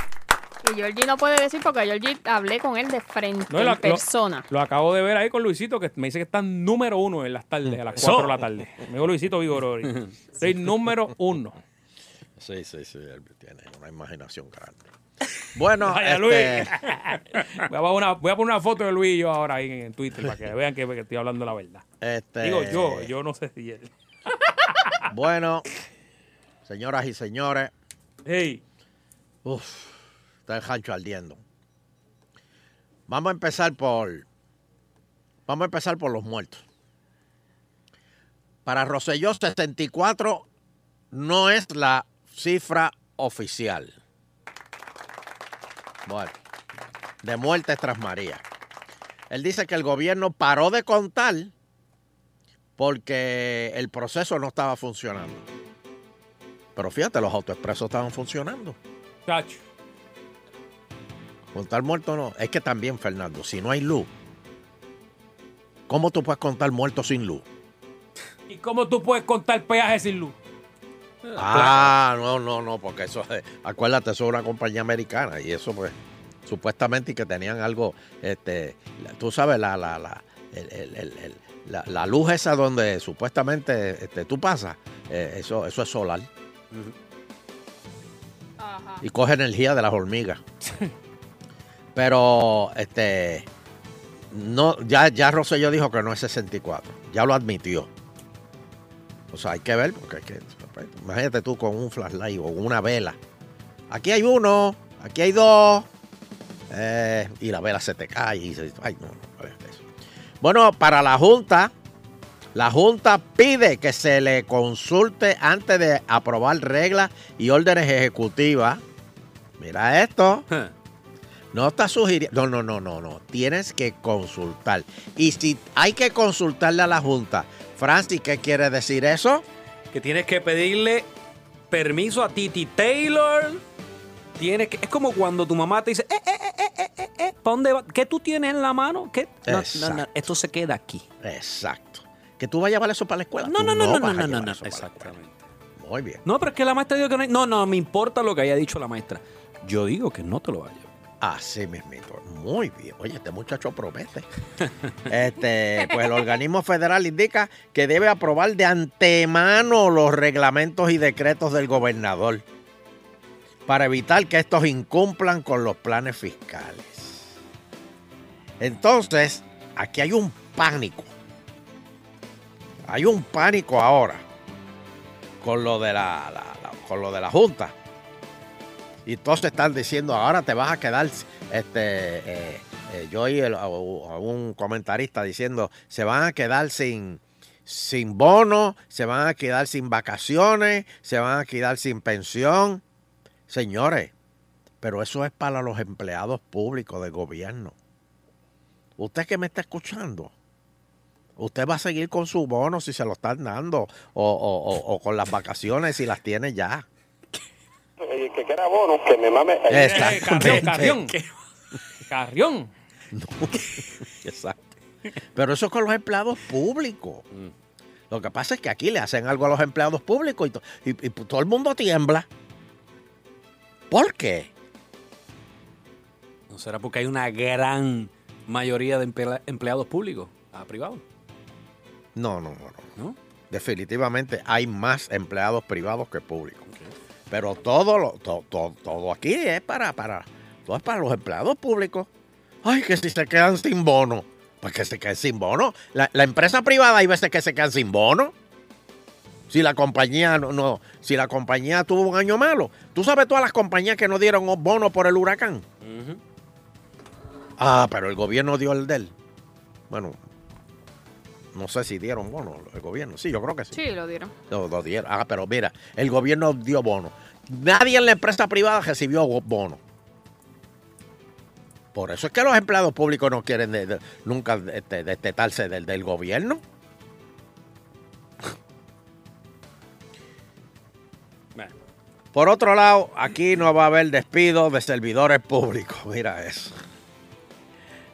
[SPEAKER 5] Y Georgie no puede decir porque Georgie hablé con él de frente,
[SPEAKER 2] No,
[SPEAKER 5] en
[SPEAKER 2] la- lo-
[SPEAKER 5] persona.
[SPEAKER 2] Lo acabo de ver ahí con Luisito, que me dice que está número uno en las tardes, a las
[SPEAKER 4] Eso.
[SPEAKER 2] 4 de la tarde. Me dijo Luisito Vigorori. Soy número uno.
[SPEAKER 3] Sí, sí, sí. Él tiene una imaginación grande. Bueno,
[SPEAKER 2] Vaya,
[SPEAKER 3] este,
[SPEAKER 2] <laughs> Voy a, poner una, voy a poner una foto de Luis y yo ahora ahí en Twitter para que vean que, que estoy hablando la verdad.
[SPEAKER 3] este,
[SPEAKER 2] Digo yo, yo no sé si él.
[SPEAKER 3] Bueno, señoras y señores,
[SPEAKER 2] Hey,
[SPEAKER 3] uf, está el rancho ardiendo. Vamos a empezar por. Vamos a empezar por los muertos. Para Rosselló, 74 no es la cifra oficial. Bueno, de muertes tras María. Él dice que el gobierno paró de contar porque el proceso no estaba funcionando. Pero fíjate, los autoexpresos estaban funcionando.
[SPEAKER 2] chacho.
[SPEAKER 3] Contar muerto no. Es que también, Fernando, si no hay luz, ¿cómo tú puedes contar muerto sin luz?
[SPEAKER 2] ¿Y cómo tú puedes contar peaje sin luz?
[SPEAKER 3] Ah, no, no, no, porque eso, es- acuérdate, eso es una compañía americana y eso, pues, supuestamente que tenían algo, este, la- tú sabes, la, la, la, el- el- el- el- la, la luz esa donde supuestamente este, tú pasas, eh, eso, eso es solar y coge energía de las hormigas. <laughs> Pero, este, no, ya, ya Rosselló dijo que no es 64, ya lo admitió. O sea, hay que ver, porque es que, pues, imagínate tú con un flashlight o una vela. Aquí hay uno, aquí hay dos. eh, y la vela se te cae. Y se- ay, no, no, es eso. Bueno, para la Junta, la Junta pide que se le consulte antes de aprobar reglas y órdenes ejecutivas. Mira esto. No está sugiriendo. No, no, no, no, no. Tienes que consultar. Y si hay que consultarle a la Junta, Francis, ¿qué quiere decir eso?
[SPEAKER 4] que tienes que pedirle permiso a Titi Taylor. Tienes que, es como cuando tu mamá te dice, eh, eh, eh, eh, eh, eh, eh, ¿pa' dónde va? ¿Qué tú tienes en la mano? ¿Qué? No, No, no,
[SPEAKER 3] Exacto.
[SPEAKER 4] esto se queda aquí.
[SPEAKER 3] Exacto. Que tú vas a llevar eso para la escuela.
[SPEAKER 4] No,
[SPEAKER 3] Tú
[SPEAKER 4] no, no, no,
[SPEAKER 3] vas
[SPEAKER 4] no,
[SPEAKER 3] a
[SPEAKER 4] no, no,
[SPEAKER 3] llevar
[SPEAKER 4] no,
[SPEAKER 3] eso para la escuela.
[SPEAKER 4] exactamente.
[SPEAKER 3] Muy bien.
[SPEAKER 4] No, pero es que la maestra dijo que no hay- No, no, me importa lo que haya dicho la maestra. Yo digo que no te lo vaya.
[SPEAKER 3] Así mismito. Muy bien. Oye, este muchacho promete. <laughs> Este, pues el organismo federal indica que debe aprobar de antemano los reglamentos y decretos del gobernador para evitar que estos incumplan con los planes fiscales. Entonces, aquí hay un pánico. Hay un pánico ahora con lo de la- la- la- con lo de la Junta. Y todos te están diciendo, ahora te vas a quedar, este, eh, eh, yo oí el- a, a un comentarista diciendo, se van a quedar sin, sin bono, se van a quedar sin vacaciones, se van a quedar sin pensión. Señores, pero eso es para los empleados públicos del gobierno. usted que me está escuchando, usted va a seguir con su bono si se lo están dando, o, o- o- o con las vacaciones si las tiene ya.
[SPEAKER 10] eh,
[SPEAKER 11] El que quiera bono, que me mame.
[SPEAKER 10] <laughs>
[SPEAKER 3] Exactamente.
[SPEAKER 2] Carrión,
[SPEAKER 3] <laughs>
[SPEAKER 2] Carrión.
[SPEAKER 3] Exacto. Pero eso es con los empleados públicos. Lo que pasa es que aquí le hacen algo a los empleados públicos y, to- y- y todo el mundo tiembla. ¿Por qué?
[SPEAKER 4] ¿No será porque hay una gran mayoría de empela- empleados públicos a privados?
[SPEAKER 3] No, no, no. no. Definitivamente hay más empleados privados que públicos. Pero todo, lo, to- to- todo aquí es para, para, todo es para los empleados públicos. Ay, que si se quedan sin bono. Pues que se queden sin bono. La, la empresa privada hay veces que se quedan sin bono. Si la compañía no, no, si la compañía tuvo un año malo. ¿Tú sabes todas las compañías que no dieron bono por el huracán? Ah, pero el gobierno dio el del. Bueno, no sé si dieron bono el gobierno. Sí, yo creo que Ah, sí.
[SPEAKER 5] Sí, lo dieron.
[SPEAKER 3] Lo, lo dieron. Ah, pero mira, el gobierno dio bono. Nadie en la empresa privada recibió bo- bono. Por eso es que los empleados públicos no quieren de- de- nunca este, destetarse del, del gobierno. Por otro lado, aquí no va a haber despido de servidores públicos. <laughs> Mira eso.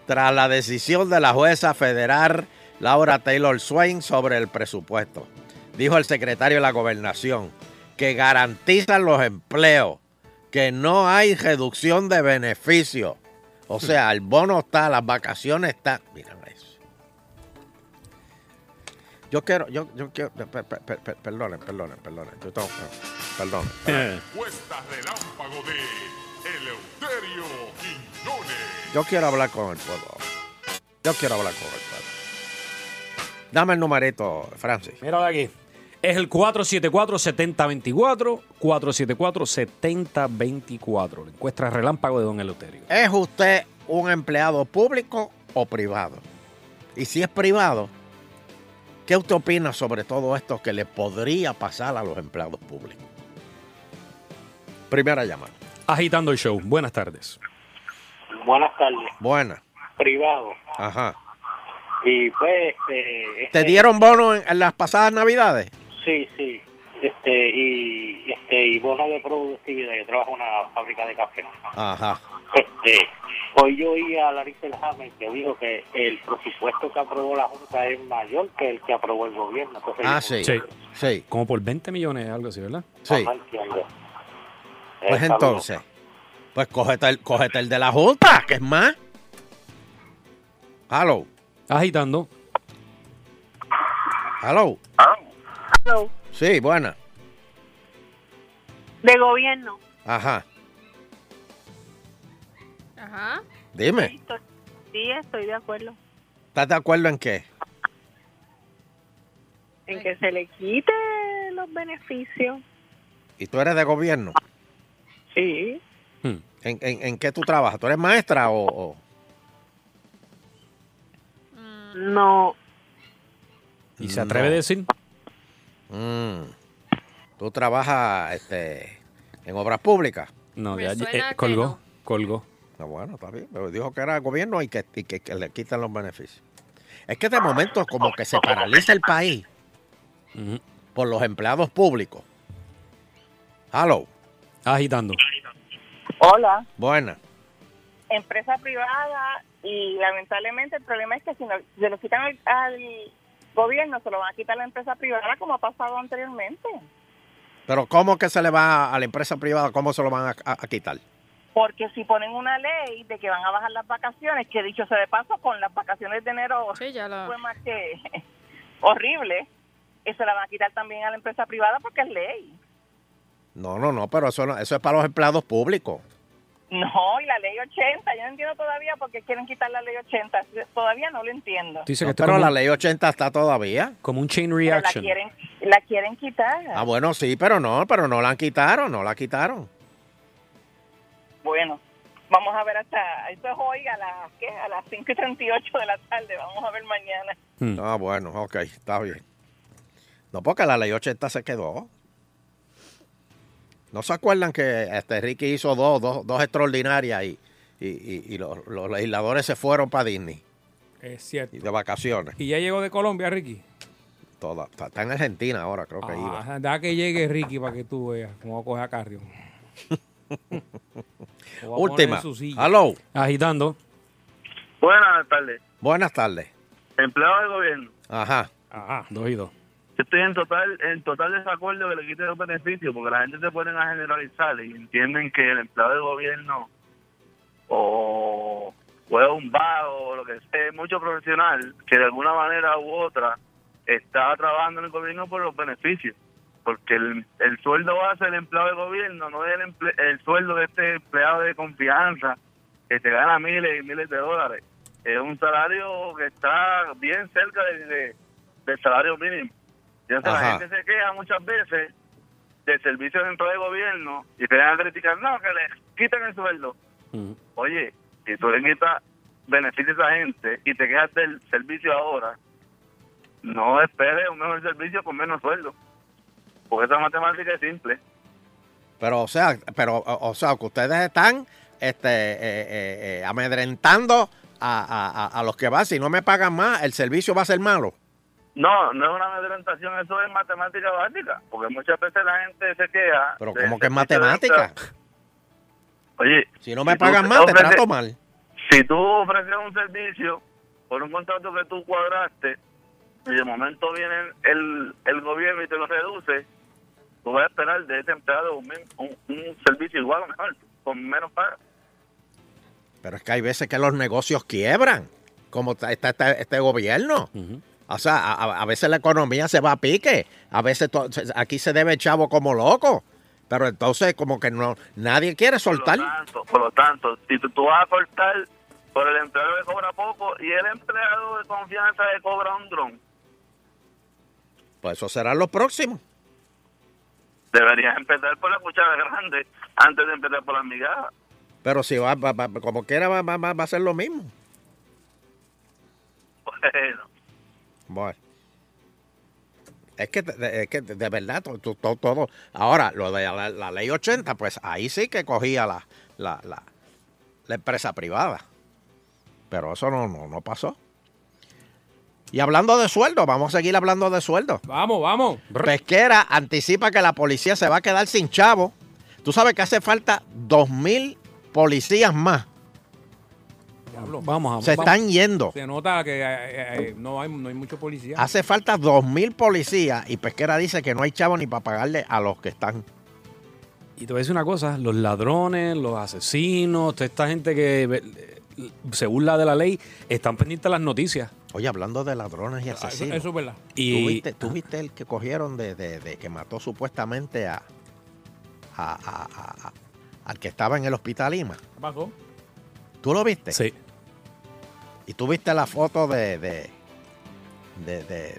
[SPEAKER 3] Tras la decisión de la jueza federal Laura Taylor Swain sobre el presupuesto, dijo el secretario de la gobernación que garantizan los empleos, que no hay reducción de beneficios. O sea, el bono está, las vacaciones están. Mira eso. Yo quiero, yo, yo quiero, per- per- per- per- perdonen, perdonen, perdonen. Yo tengo, perdonen.
[SPEAKER 1] Eh.
[SPEAKER 3] perdonen.
[SPEAKER 9] Cuesta relámpago de Eleuterio Quiñones.
[SPEAKER 3] Yo quiero hablar con el pueblo. Yo quiero hablar con el pueblo. Dame el numerito, Francis.
[SPEAKER 4] Míralo aquí. Es el 474-7024, 474-7024. La encuesta relámpago de Don Eleuterio.
[SPEAKER 3] ¿Es usted un empleado público o privado? Y si es privado, ¿qué usted opina sobre todo esto que le podría pasar a los empleados públicos? Primera llamada.
[SPEAKER 4] Agitando el show. Buenas tardes.
[SPEAKER 8] Buenas tardes.
[SPEAKER 3] Buena.
[SPEAKER 8] Privado.
[SPEAKER 3] Ajá.
[SPEAKER 8] Y pues, este...
[SPEAKER 3] ¿Te
[SPEAKER 8] este,
[SPEAKER 3] dieron bono en, en las pasadas navidades?
[SPEAKER 8] Sí, sí. Este, y, este, y bono de productividad. Yo trabajo en una fábrica de café.
[SPEAKER 3] Ajá.
[SPEAKER 8] Este, hoy yo oí a Larissa Elhamen que dijo que el presupuesto que aprobó la Junta es mayor que el que aprobó el gobierno. Entonces,
[SPEAKER 4] Ah,
[SPEAKER 8] yo-
[SPEAKER 4] sí. Sí.
[SPEAKER 3] Sí.
[SPEAKER 4] Como por 20 millones, algo así, ¿verdad?
[SPEAKER 8] No entiendo.
[SPEAKER 3] Pues entonces, pues cógete el, cógete el de la Junta, que es más. Hello.
[SPEAKER 4] Agitando.
[SPEAKER 3] Hello.
[SPEAKER 12] Hello.
[SPEAKER 3] Sí, buena.
[SPEAKER 12] De gobierno.
[SPEAKER 3] Ajá.
[SPEAKER 5] Ajá.
[SPEAKER 3] Dime,
[SPEAKER 12] Sí, estoy de acuerdo.
[SPEAKER 3] ¿estás de acuerdo en qué?
[SPEAKER 12] En que se le quite los beneficios.
[SPEAKER 3] ¿Y tú eres de gobierno?
[SPEAKER 12] Sí.
[SPEAKER 4] ¿En,
[SPEAKER 3] en, en qué tú trabajas? ¿Tú eres maestra o...? o-
[SPEAKER 12] No.
[SPEAKER 4] ¿Y se atreve a decir?
[SPEAKER 3] Mm. ¿Tú trabajas este, en obras públicas?
[SPEAKER 4] No,
[SPEAKER 3] Me
[SPEAKER 4] ya ya-
[SPEAKER 3] suena
[SPEAKER 4] eh,
[SPEAKER 3] que
[SPEAKER 4] colgó,
[SPEAKER 3] no.
[SPEAKER 4] colgó.
[SPEAKER 3] No, bueno, está bien. Pero dijo que era gobierno y que, y que- que le quitan los beneficios. Es que de momento como que se paraliza el país por los empleados públicos. Hello.
[SPEAKER 4] Agitando.
[SPEAKER 12] Hola.
[SPEAKER 3] Buena.
[SPEAKER 12] Empresa privada y lamentablemente el problema es que si no, se lo quitan al, al gobierno, se lo van a quitar a la empresa privada como ha pasado anteriormente.
[SPEAKER 3] Pero ¿cómo que se le va a la empresa privada? ¿Cómo se lo van a, a- a quitar?
[SPEAKER 12] Porque si ponen una ley de que van a bajar las vacaciones, que dicho sea de paso, con las vacaciones de enero fue más que <laughs> horrible, eso la van a quitar también a la empresa privada porque es ley.
[SPEAKER 3] No, no, no, pero eso, no- eso es para los empleados públicos.
[SPEAKER 12] No, y la ley 80, yo no entiendo todavía por qué quieren quitar la ley 80, todavía no lo entiendo.
[SPEAKER 3] No, pero la ley 80 está todavía.
[SPEAKER 4] Como un chain
[SPEAKER 12] Pero la quieren, la quieren quitar.
[SPEAKER 3] Ah, bueno, sí, pero no, pero no la han quitaron, no la quitaron.
[SPEAKER 12] Bueno, vamos a ver hasta, esto es hoy a las, ¿qué? a las 5 y 38 de la tarde, vamos a ver mañana.
[SPEAKER 4] Hmm.
[SPEAKER 3] Ah, bueno, ok, está bien. No, porque la ley 80 se quedó. ¿No se acuerdan que este Ricky hizo dos, dos, dos extraordinarias y, y- y- y los, los legisladores se fueron para Disney?
[SPEAKER 2] Es cierto.
[SPEAKER 3] Y de vacaciones.
[SPEAKER 2] ¿Y ya llegó de Colombia, Ricky?
[SPEAKER 3] Toda. Está, está en Argentina ahora, creo que iba.
[SPEAKER 2] Ah, da que llegue Ricky para que tú veas cómo va a coger
[SPEAKER 3] <laughs>
[SPEAKER 2] a Carrión. Lo va a poner
[SPEAKER 3] Última.
[SPEAKER 2] en su silla.
[SPEAKER 3] Hello.
[SPEAKER 4] Agitando.
[SPEAKER 13] Buenas tardes.
[SPEAKER 3] Buenas tardes.
[SPEAKER 13] Empleado del gobierno.
[SPEAKER 3] Ajá.
[SPEAKER 2] Ajá.
[SPEAKER 4] Ah, Dos y dos.
[SPEAKER 13] Yo estoy en total en total desacuerdo que le quiten los beneficios porque la gente se pone a generalizar y entienden que el empleado del gobierno o, o es un vago o lo que sea, es mucho profesional que de alguna manera u otra está trabajando en el gobierno por los beneficios. Porque el, el sueldo base del empleado del gobierno no es el, emple- el sueldo de este empleado de confianza que te gana miles y miles de dólares. Es un salario que está bien cerca de- de- del salario mínimo. Ya sea,
[SPEAKER 14] Ajá.
[SPEAKER 13] la gente se queja muchas veces del servicio dentro del gobierno y te van a criticar, no, que le quitan el sueldo. Oye, si tú le quitas beneficios a esa gente y te quejas del servicio ahora, no esperes un mejor servicio con menos sueldo. Porque esa matemática es simple.
[SPEAKER 3] Pero, o sea, pero, o o sea, que ustedes están este, eh, eh, eh, amedrentando a, a- a- a los que van. Si no me pagan más, el servicio va a ser malo.
[SPEAKER 13] No, no es una amedrentación, eso es matemática básica. Porque muchas veces la gente se queja.
[SPEAKER 3] Pero,
[SPEAKER 13] de-
[SPEAKER 3] como que es matemática?
[SPEAKER 13] Oye.
[SPEAKER 3] Si no me
[SPEAKER 13] si tú
[SPEAKER 3] pagan más, te
[SPEAKER 13] ofreces-
[SPEAKER 3] trato mal.
[SPEAKER 13] Si tú ofreces un servicio por un contrato que tú cuadraste y de momento viene el, el gobierno y te lo reduce, tú vas a esperar de ese empleado un, min- un- un servicio igual o mejor, con menos paga.
[SPEAKER 3] Pero es que hay veces que los negocios quiebran, como está, está- está este gobierno. O sea, a- a, a veces la economía se va a pique, a veces to- se- aquí se debe chavo como loco, pero entonces como que no nadie quiere soltar.
[SPEAKER 13] tanto, por lo tanto, si tú, tú vas a cortar por el empleado que cobra poco y el empleado de confianza que cobra un dron,
[SPEAKER 3] Pues eso serán los próximos.
[SPEAKER 13] deberías empezar por la cuchara grande antes de empezar por la migaja. <laughs>
[SPEAKER 3] Pero si va, va- va- como quiera va, va- va- va a ser lo mismo.
[SPEAKER 13] Bueno,
[SPEAKER 3] Bueno. Es que, de, es que de- de verdad, to- to- to- todo. Ahora, lo de la, la ley 80, pues ahí sí que cogía la, la, la, la empresa privada. Pero eso no, no, no pasó. Y hablando de sueldo, vamos a seguir hablando de sueldo.
[SPEAKER 2] Vamos, vamos.
[SPEAKER 3] Pesquera anticipa que la policía se va a quedar sin chavo. Tú sabes que hace falta 2.000 policías más.
[SPEAKER 2] Diablo.
[SPEAKER 4] Vamos,
[SPEAKER 3] Se están yendo.
[SPEAKER 2] Se nota que eh, eh, no, hay, no hay mucho policía.
[SPEAKER 3] Hace falta 2.000 policías y Pesquera dice que no hay chavo ni para pagarle a los que están.
[SPEAKER 4] Ah, Y te voy a decir una cosa, los ladrones, los asesinos, toda esta gente que ve- se burla de la ley, están pendientes a las noticias.
[SPEAKER 3] Oye, hablando de ladrones y asesinos.
[SPEAKER 2] Ah, eso es verdad.
[SPEAKER 4] Y-
[SPEAKER 3] ¿Tú viste, tú viste el que cogieron de, de- de que mató supuestamente a, a- a- a- a- al que estaba en el hospital Lima?
[SPEAKER 2] ¿Qué pasó?
[SPEAKER 3] ¿Tú lo viste?
[SPEAKER 4] Sí.
[SPEAKER 3] ¿Y tú viste la foto de, de, de, de- de- de-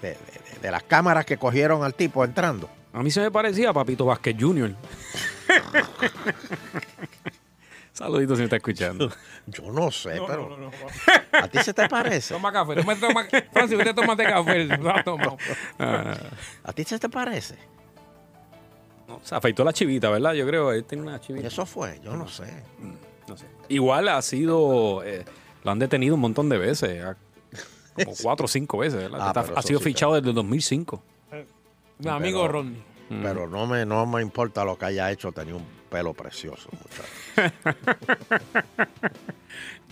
[SPEAKER 3] de- de- de las cámaras que cogieron al tipo entrando?
[SPEAKER 4] A mí se me parecía a Papito Vázquez
[SPEAKER 3] <laughs>
[SPEAKER 4] Jr. Saludito si me está escuchando.
[SPEAKER 3] Yo no sé,
[SPEAKER 2] No,
[SPEAKER 3] pero
[SPEAKER 2] no, no, no.
[SPEAKER 3] <laughs> ¿a ti se te parece?
[SPEAKER 2] Toma café. Toma, toma, Francis, usted toma café. <laughs> No, toma.
[SPEAKER 4] Ah.
[SPEAKER 3] ¿A ti se te parece?
[SPEAKER 4] Se afeitó la chivita, ¿verdad? Yo creo, él tiene una chivita.
[SPEAKER 3] Eso fue, yo no sé.
[SPEAKER 4] No sé. Igual ha sido, eh, lo han detenido un montón de veces, ha-
[SPEAKER 3] <laughs>
[SPEAKER 4] como cuatro o cinco veces, ¿verdad?
[SPEAKER 3] Ah,
[SPEAKER 4] Está-
[SPEAKER 3] pero
[SPEAKER 4] ha
[SPEAKER 3] eso
[SPEAKER 4] sido
[SPEAKER 3] sí,
[SPEAKER 4] fichado desde el 2005.
[SPEAKER 2] <laughs> Mi amigo
[SPEAKER 3] Pero-
[SPEAKER 2] Rodney.
[SPEAKER 4] Mm.
[SPEAKER 3] Pero no me, no me importa lo que haya hecho, tenía un pelo precioso, muchacho.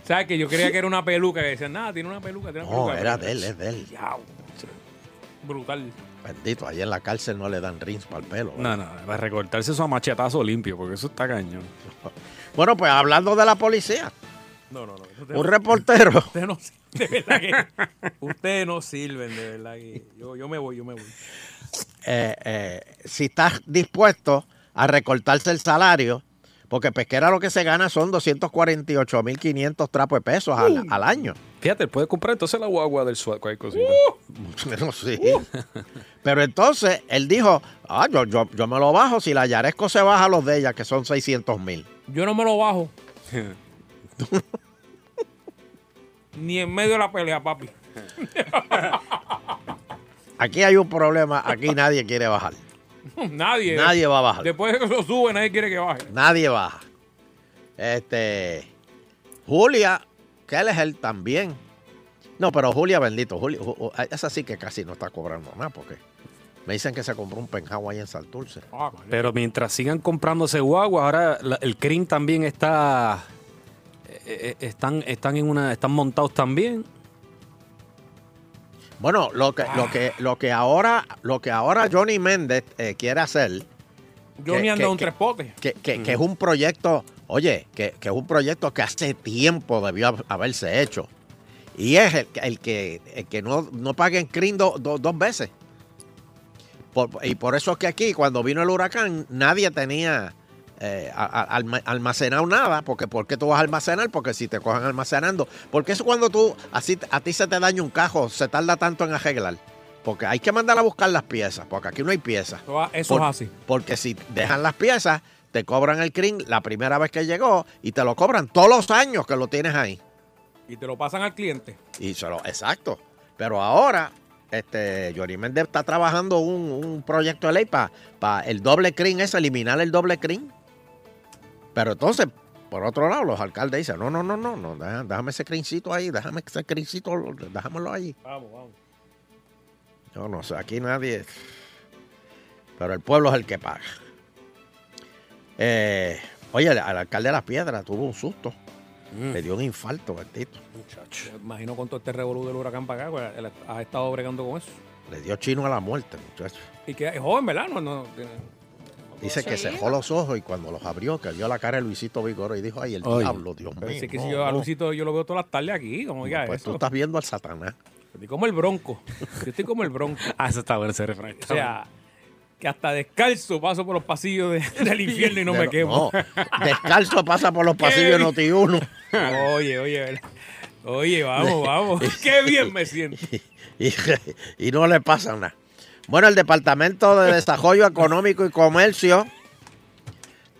[SPEAKER 2] ¿Sabes que Yo creía que era una peluca. Que decían, nada, tiene una peluca. Tiene una
[SPEAKER 3] No,
[SPEAKER 2] peluca.
[SPEAKER 3] era de él, es de él.
[SPEAKER 2] Diablo. Brutal.
[SPEAKER 3] Bendito, ahí en la cárcel no le dan rins para el pelo.
[SPEAKER 4] No, no, va a recortarse eso a machetazo limpio, porque eso está cañón.
[SPEAKER 3] <laughs> Bueno, pues hablando de la policía,
[SPEAKER 2] No, no, no. Eso te-
[SPEAKER 3] un reportero.
[SPEAKER 2] <laughs> Ustedes no, de verdad que, <laughs> ustedes no sirven, de verdad que. Yo, yo me voy, yo me voy.
[SPEAKER 3] eh, eh, si estás dispuesto a recortarse el salario, porque Pesquera lo que se gana son 248.500 trapos de pesos al, al año.
[SPEAKER 4] Fíjate, puedes comprar entonces la guagua del SWAT, cualquier cosita.
[SPEAKER 3] <laughs> Bueno, sí. Pero entonces él dijo, ah, yo, yo, yo me lo bajo, si la Yaresco se baja los de ella, que son 600 mil.
[SPEAKER 2] Yo no me lo bajo. Ni en medio de la pelea, papi. <laughs>
[SPEAKER 3] Aquí hay un problema, aquí nadie quiere bajar.
[SPEAKER 2] Nadie.
[SPEAKER 3] Nadie va a bajar.
[SPEAKER 2] Después de que lo sube, nadie quiere que baje.
[SPEAKER 3] Nadie baja. Este, Julia Kelleher también No, pero Julia, bendito, Julia, ju- ju- esa sí que casi no está cobrando nada, porque me dicen que se compró un penthouse ahí en Santurce.
[SPEAKER 4] <laughs>
[SPEAKER 2] Ah.
[SPEAKER 4] Pero mientras sigan comprándose guaguas, ahora la- el CRIM también está. eh, eh, están, están en una. están montados también.
[SPEAKER 3] Bueno, lo que, lo que, lo que ahora, lo que ahora Johnny Méndez eh, quiere hacer.
[SPEAKER 2] Johnny
[SPEAKER 3] que-
[SPEAKER 2] anda
[SPEAKER 3] que-
[SPEAKER 2] un
[SPEAKER 3] que-
[SPEAKER 2] tres potes.
[SPEAKER 3] Que, que- que es un proyecto, oye, que, que es un proyecto que hace tiempo debió hab- haberse hecho. Y es el, el que, el que no, no paguen CRIM do- do- dos veces. Por- y por eso es que aquí, cuando vino el huracán, nadie tenía eh, a- a- alma- almacenado nada. Porque ¿por qué tú vas a almacenar? Porque si te cojan almacenando. Porque eso cuando tú, así, a ti se te daña un cajo, se tarda tanto en arreglar. Porque hay que mandar a buscar las piezas, porque aquí no hay piezas.
[SPEAKER 2] Eso- eso es así.
[SPEAKER 3] Porque si dejan las piezas, te cobran el crin la primera vez que llegó y te lo cobran todos los años que lo tienes ahí.
[SPEAKER 2] Y te lo pasan al cliente.
[SPEAKER 3] Y se lo- exacto. Pero ahora, este, Johnny Méndez está trabajando un, un proyecto de ley para el doble crin, es eliminar el doble crin. Pero entonces, por otro lado, los alcaldes dicen, no, no, no, no, no deja- déjame ese crincito ahí, déjame ese crincito, déjamelo ahí.
[SPEAKER 2] Vamos, vamos.
[SPEAKER 3] Yo no sé, aquí nadie. Pero el pueblo es el que paga. Eh, oye, al al alcalde de Las Piedras tuvo un susto. Le dio un infarto, bendito.
[SPEAKER 2] Mm. Muchacho. Me imagino con todo este revolú del huracán para acá, pues, él ha estado bregando con eso.
[SPEAKER 3] Le dio chino a la muerte, muchacho.
[SPEAKER 2] Y que es joven, ¿verdad? No, no, tiene-
[SPEAKER 3] Dice que
[SPEAKER 2] Sí.
[SPEAKER 3] cerró los ojos y cuando los abrió, que vio la cara de Luisito Vigoro y dijo, ay, el
[SPEAKER 2] Ay.
[SPEAKER 3] diablo, Dios mío.
[SPEAKER 2] Pero Pues sí que si
[SPEAKER 3] no,
[SPEAKER 2] yo a
[SPEAKER 3] no".
[SPEAKER 2] Luisito yo lo veo todas las tardes aquí, como diga
[SPEAKER 3] Pues
[SPEAKER 2] eso.
[SPEAKER 3] tú estás viendo al Satanás.
[SPEAKER 2] Estoy como el bronco. Yo estoy como el bronco.
[SPEAKER 4] <laughs> Ah, eso está bueno ese refrán.
[SPEAKER 2] o sea, que hasta descalzo paso por los pasillos
[SPEAKER 3] <laughs>
[SPEAKER 2] de- del infierno <laughs> y no
[SPEAKER 3] De-
[SPEAKER 2] me quemo.
[SPEAKER 3] no, descalzo pasa
[SPEAKER 2] <laughs>
[SPEAKER 3] por los pasillos de Noti Uno.
[SPEAKER 2] oye, oye, ¿verdad? oye,
[SPEAKER 3] <laughs>
[SPEAKER 2] vamos, vamos. <laughs> Qué bien me siento.
[SPEAKER 3] y, y no le pasa nada. Bueno, el Departamento de Desarrollo Económico y Comercio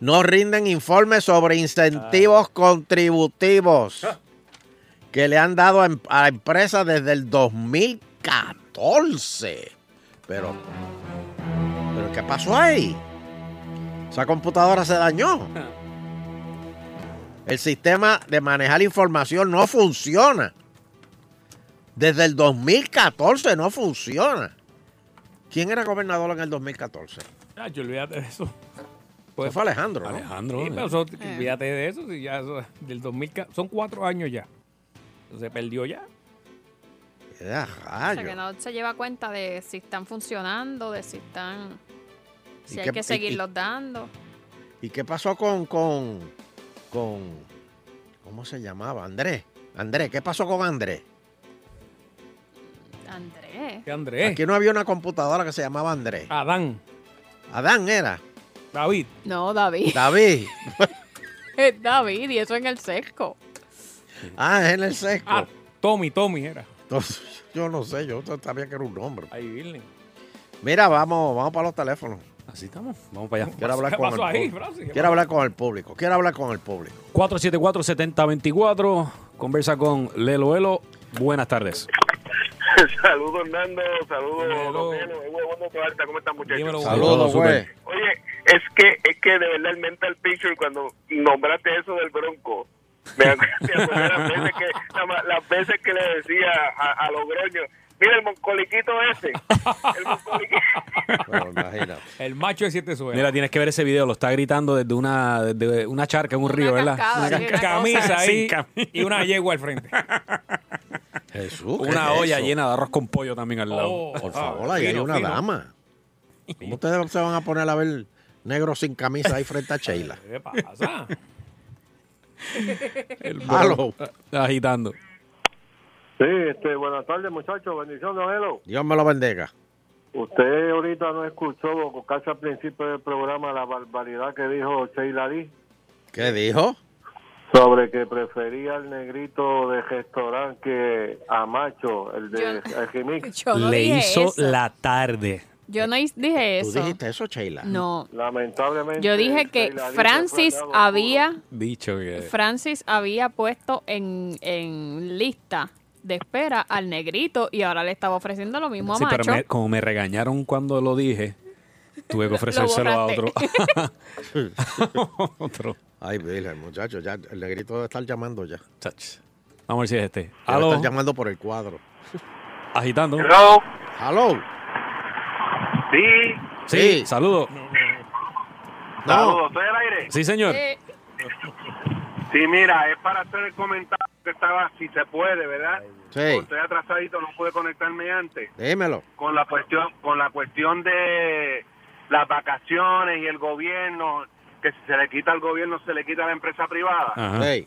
[SPEAKER 3] no rinden informes sobre incentivos contributivos que le han dado a em- a empresas desde el 2014. Pero, pero ¿qué pasó ahí? Esa computadora se dañó. El sistema de manejar información no funciona. Desde el 2014 no funciona. ¿Quién era gobernador en el 2014?
[SPEAKER 2] Chacho, olvídate de eso.
[SPEAKER 3] Eso fue Alejandro, ¿no?
[SPEAKER 4] Alejandro.
[SPEAKER 2] Sí, pero eso-
[SPEAKER 5] Eh.
[SPEAKER 2] olvídate de eso. Si ya eso- del 2000, ca- son cuatro años ya. Se perdió ya.
[SPEAKER 3] Era
[SPEAKER 5] O sea, que no se lleva cuenta de si están funcionando, de si están. Si
[SPEAKER 3] ¿Y
[SPEAKER 5] hay
[SPEAKER 3] qué-
[SPEAKER 5] que
[SPEAKER 3] y-
[SPEAKER 5] seguirlos dando.
[SPEAKER 3] ¿Y qué pasó con, con, con, ¿cómo se llamaba? Andrés. Andrés, ¿qué pasó con Andrés?
[SPEAKER 5] Andrés.
[SPEAKER 2] Andrés?
[SPEAKER 3] Aquí no había una computadora que se llamaba Andrés.
[SPEAKER 2] Adán.
[SPEAKER 3] Adán era.
[SPEAKER 2] David.
[SPEAKER 5] No, David.
[SPEAKER 2] <laughs>
[SPEAKER 3] David.
[SPEAKER 5] <laughs> Es David, y eso en el sesco.
[SPEAKER 3] Ah, es en el sesco.
[SPEAKER 2] Ah, Tommy, Tommy era.
[SPEAKER 3] Entonces, yo no sé, yo sabía que era un nombre.
[SPEAKER 2] Ahí, Virgen.
[SPEAKER 3] Mira, vamos, vamos para los teléfonos.
[SPEAKER 4] Así estamos. Vamos para allá.
[SPEAKER 3] Quiero hablar
[SPEAKER 4] ¿Qué
[SPEAKER 3] con el
[SPEAKER 4] pasó ahí,
[SPEAKER 3] público.
[SPEAKER 4] Francis? ¿Qué
[SPEAKER 3] Quiero hablar con el público. Quiero hablar con el público.
[SPEAKER 4] 474-7024. Conversa con Lelo Elo. Buenas tardes.
[SPEAKER 11] Saludos, Hernando. Saludos, Daniel. Es huevón de tu alta. ¿Cómo están, muchachos?
[SPEAKER 4] Saludos, güey.
[SPEAKER 11] Oye, es que, es que de verdad el mental picture cuando nombraste eso del bronco, me ac- me acordé las veces que, nada más, las veces que le decía a, a Logroño, mira el moncoliquito ese. El moncoliquito.
[SPEAKER 2] El macho de siete suelas.
[SPEAKER 4] Mira, tienes que ver ese video. Lo está gritando desde una, desde una charca en un río, ¿verdad?
[SPEAKER 2] cascada, sí, una Camisa cosa. ahí y una yegua al frente.
[SPEAKER 3] <laughs> Jesús. ¿qué
[SPEAKER 4] Una
[SPEAKER 3] es
[SPEAKER 4] olla
[SPEAKER 3] eso?
[SPEAKER 4] llena de arroz con pollo también al lado.
[SPEAKER 2] Oh.
[SPEAKER 3] Por
[SPEAKER 2] Ah,
[SPEAKER 3] favor, ahí hay una dama. ¿Cómo ustedes se van a poner a ver negros sin camisa ahí frente a Sheila?
[SPEAKER 5] <laughs>
[SPEAKER 2] ¿Qué pasa?
[SPEAKER 4] El
[SPEAKER 3] Aló.
[SPEAKER 4] Agitando.
[SPEAKER 14] Sí, este, buenas tardes, muchachos. Bendición, don Elo.
[SPEAKER 3] Dios me lo bendiga.
[SPEAKER 14] Usted ahorita no escuchó, o casi al principio del programa, la barbaridad que dijo Sheila Lee
[SPEAKER 3] ¿Qué dijo?
[SPEAKER 14] sobre que prefería al negrito de restaurante que a Macho, el de el Jimmy.
[SPEAKER 5] <laughs> Yo no
[SPEAKER 4] Le
[SPEAKER 5] dije
[SPEAKER 4] hizo
[SPEAKER 5] eso.
[SPEAKER 4] la tarde.
[SPEAKER 5] Yo no hi- dije eso.
[SPEAKER 3] eso, Sheila?
[SPEAKER 5] No.
[SPEAKER 14] Lamentablemente.
[SPEAKER 5] Yo dije que
[SPEAKER 14] Sheila Lee fue
[SPEAKER 5] Francis
[SPEAKER 14] flagrado.
[SPEAKER 5] había,
[SPEAKER 4] Dicho
[SPEAKER 3] Eh.
[SPEAKER 4] que.
[SPEAKER 5] Francis había puesto en, en lista de espera al negrito y ahora le estaba ofreciendo lo mismo a
[SPEAKER 4] Sí, pero
[SPEAKER 5] Macho.
[SPEAKER 4] me- como me regañaron cuando lo dije, tuve que ofrecérselo a otro. Otro.
[SPEAKER 3] Ay, virgen, muchachos, ya el negrito debe estar llamando ya.
[SPEAKER 4] <laughs> Vamos a ver si es este.
[SPEAKER 3] Ya me
[SPEAKER 4] Aló.
[SPEAKER 3] están llamando por el cuadro.
[SPEAKER 4] Agitando.
[SPEAKER 11] Hello.
[SPEAKER 3] Hello.
[SPEAKER 11] Sí.
[SPEAKER 4] Sí, saludo.
[SPEAKER 11] Saludos, ¿estoy al aire?
[SPEAKER 4] Sí, señor.
[SPEAKER 11] Sí, mira, es para hacer el comentario que estaba, si se puede, ¿verdad?
[SPEAKER 3] Sí.
[SPEAKER 11] Estoy atrasadito, no pude conectarme antes.
[SPEAKER 3] Dímelo.
[SPEAKER 11] con la cuestión con la cuestión de las vacaciones y el gobierno que si se le quita al gobierno se le quita a la empresa privada
[SPEAKER 3] Hey.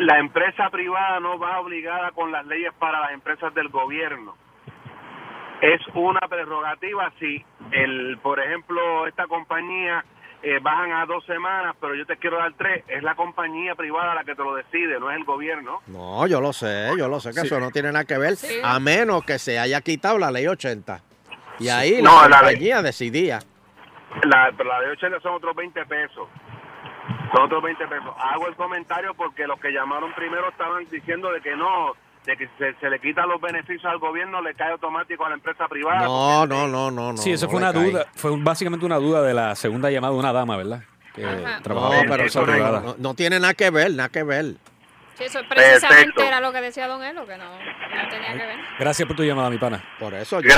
[SPEAKER 11] la empresa privada no va obligada con las leyes para las empresas del gobierno es una prerrogativa si el por ejemplo esta compañía eh, bajan a dos semanas pero yo te quiero dar tres es la compañía privada la que te lo decide no es el gobierno
[SPEAKER 3] No, yo lo sé, yo lo sé que
[SPEAKER 11] Sí.
[SPEAKER 3] eso no tiene nada que ver, a menos que se haya quitado la ley 80. Y ahí
[SPEAKER 11] No,
[SPEAKER 3] la
[SPEAKER 11] la ley-
[SPEAKER 3] compañía decidía.
[SPEAKER 11] La, pero la de 80 son otros 20 pesos. Son otros 20 pesos. Hago el comentario porque los que llamaron primero estaban diciendo de que no, de que se, se le quitan los beneficios al gobierno, le cae automático a la empresa privada.
[SPEAKER 3] No, no, no, no, no.
[SPEAKER 4] sí, eso
[SPEAKER 3] no
[SPEAKER 4] fue
[SPEAKER 3] le
[SPEAKER 4] una
[SPEAKER 3] caiga.
[SPEAKER 4] duda. Fue un- básicamente una duda de la segunda llamada de una dama, ¿verdad? Que trabajaba
[SPEAKER 3] No,
[SPEAKER 4] en
[SPEAKER 3] pero
[SPEAKER 4] empresa
[SPEAKER 3] eso no,
[SPEAKER 4] privada.
[SPEAKER 3] no- no tiene nada que ver, nada que ver.
[SPEAKER 5] Sí, eso precisamente
[SPEAKER 3] Perfecto.
[SPEAKER 5] era lo que decía Don Elo, que no, no tenía que ver.
[SPEAKER 4] Gracias por tu llamada, mi pana.
[SPEAKER 3] Por eso yo.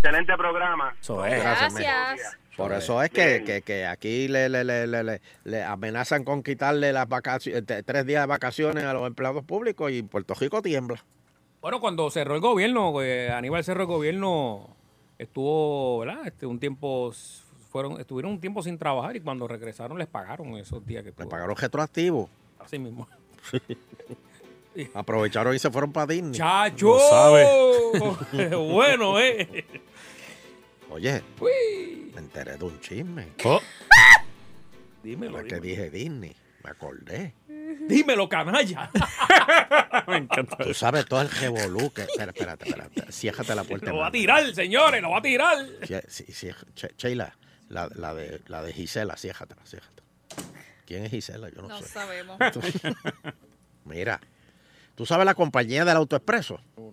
[SPEAKER 11] Excelente programa.
[SPEAKER 4] Eso es.
[SPEAKER 5] Gracias.
[SPEAKER 3] Por eso es que, que, que aquí le, le, le, le, le- le amenazan con quitarle las vacaciones, tres días de vacaciones a los empleados públicos y Puerto Rico tiembla.
[SPEAKER 2] Bueno, cuando cerró el gobierno, eh, Aníbal cerró el gobierno, estuvo, ¿verdad? Este, un tiempo, s- fueron, estuvieron un tiempo sin trabajar y cuando regresaron les pagaron esos días que
[SPEAKER 3] Le pagaron retroactivo.
[SPEAKER 2] Así mismo. <laughs>
[SPEAKER 3] <laughs> Aprovecharon y se fueron para Disney.
[SPEAKER 2] ¡Chacho!
[SPEAKER 3] Lo
[SPEAKER 2] Qué <laughs> bueno, ¿eh?
[SPEAKER 3] Oye, me enteré de un chisme.
[SPEAKER 2] Dímelo,
[SPEAKER 3] Ahora que dije Disney, me acordé. <laughs>
[SPEAKER 2] Dímelo, canalla. <laughs> Me encanta.
[SPEAKER 3] Tú sabes todo el revolú que... Espera, espérate, espérate. Ciérrate la puerta.
[SPEAKER 2] Lo va a
[SPEAKER 3] hermano.
[SPEAKER 2] tirar, señores, lo va a tirar.
[SPEAKER 3] Cie- sí, sí, Che- Sheila, la, la de, la de Gisela, ciérratela, ciérratela. ¿Quién es Gisela? Yo no,
[SPEAKER 5] No
[SPEAKER 3] sé.
[SPEAKER 5] sabemos.
[SPEAKER 3] Tú-
[SPEAKER 2] <laughs>
[SPEAKER 3] Mira, ¿tú sabes la compañía del autoexpreso? ¿Tú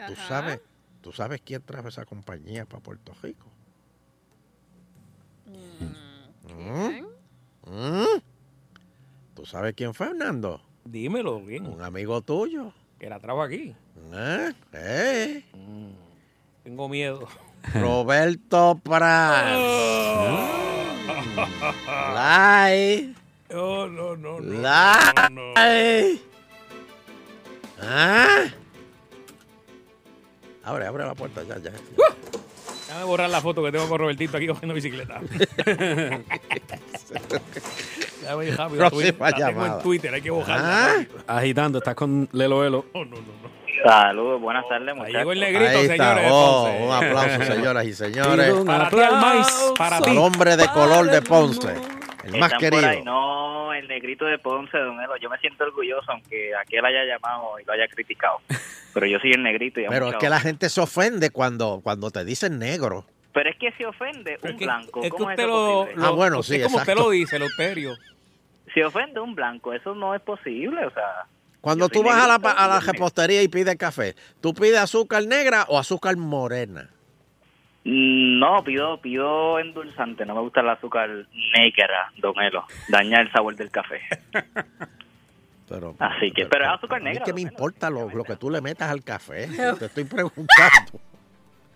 [SPEAKER 5] Ajá.
[SPEAKER 3] sabes, ¿Tú sabes quién trajo esa compañía para Puerto Rico? ¿Mm? ¿Mm? ¿Tú sabes quién fue, Hernando?
[SPEAKER 2] Dímelo bien.
[SPEAKER 3] Un amigo tuyo.
[SPEAKER 2] Que la trajo aquí.
[SPEAKER 3] ¿Eh? ¿Eh?
[SPEAKER 2] Tengo miedo.
[SPEAKER 3] Roberto
[SPEAKER 2] <laughs>
[SPEAKER 3] Prat. Lai.
[SPEAKER 2] No, no, no. no,
[SPEAKER 3] Lai. ¿Eh?
[SPEAKER 2] no, no.
[SPEAKER 3] ¿Ah? Abre, abre la puerta ya, ya.
[SPEAKER 2] Déjame borrar la foto que tengo con Robertito aquí cogiendo
[SPEAKER 3] <laughs>
[SPEAKER 2] bicicleta. Déjame ir rápido. Ah, pues
[SPEAKER 4] Próxima
[SPEAKER 2] la tengo en
[SPEAKER 4] llamada.
[SPEAKER 2] Twitter, hay que
[SPEAKER 3] Ah.
[SPEAKER 2] Oh, borrarla.
[SPEAKER 4] Agitando, estás con Lelo Elo.
[SPEAKER 15] Saludos, buenas tardes, muchachos.
[SPEAKER 2] llegó el
[SPEAKER 3] Ahí está. Oh, un aplauso, señoras y señores.
[SPEAKER 15] Pido un Para ti, al maíz, para
[SPEAKER 3] Al
[SPEAKER 15] ti.
[SPEAKER 3] hombre de color de Ponce. El más
[SPEAKER 15] Están por ahí.
[SPEAKER 3] querido.
[SPEAKER 15] No, el negrito de Ponce, don Elo. Yo me siento orgulloso, aunque aquel haya llamado y lo
[SPEAKER 10] <laughs>
[SPEAKER 15] haya criticado. Pero yo soy el negrito. Y a
[SPEAKER 3] Pero es
[SPEAKER 15] mucha
[SPEAKER 3] que la
[SPEAKER 15] honra.
[SPEAKER 3] gente se ofende cuando, cuando te dicen negro.
[SPEAKER 15] Pero es que se ofende un blanco.
[SPEAKER 2] Es que
[SPEAKER 15] ¿Cómo es
[SPEAKER 2] usted
[SPEAKER 15] eso
[SPEAKER 2] lo,
[SPEAKER 15] posible?
[SPEAKER 2] lo-
[SPEAKER 3] Ah, bueno,
[SPEAKER 2] usted
[SPEAKER 3] sí,
[SPEAKER 2] como usted
[SPEAKER 3] exacto.
[SPEAKER 2] lo dice, el Euterio.
[SPEAKER 15] Se ofende un blanco. Eso no es posible, o sea.
[SPEAKER 3] Cuando
[SPEAKER 15] yo soy
[SPEAKER 3] tú vas a la,
[SPEAKER 15] negrito,
[SPEAKER 3] pa- a la
[SPEAKER 15] yo soy
[SPEAKER 3] repostería y pides café, ¿tú pides azúcar negra o azúcar morena?
[SPEAKER 15] No, pido, pido endulzante. No me gusta el azúcar negra, don Elo. Daña el sabor del café.
[SPEAKER 3] Pero,
[SPEAKER 15] Así que, pero es azúcar
[SPEAKER 3] A mí
[SPEAKER 15] negra.
[SPEAKER 3] que
[SPEAKER 15] don
[SPEAKER 3] me
[SPEAKER 15] Elo.
[SPEAKER 3] importa lo, lo que tú le metas al
[SPEAKER 15] <laughs>
[SPEAKER 3] café. Te estoy preguntando.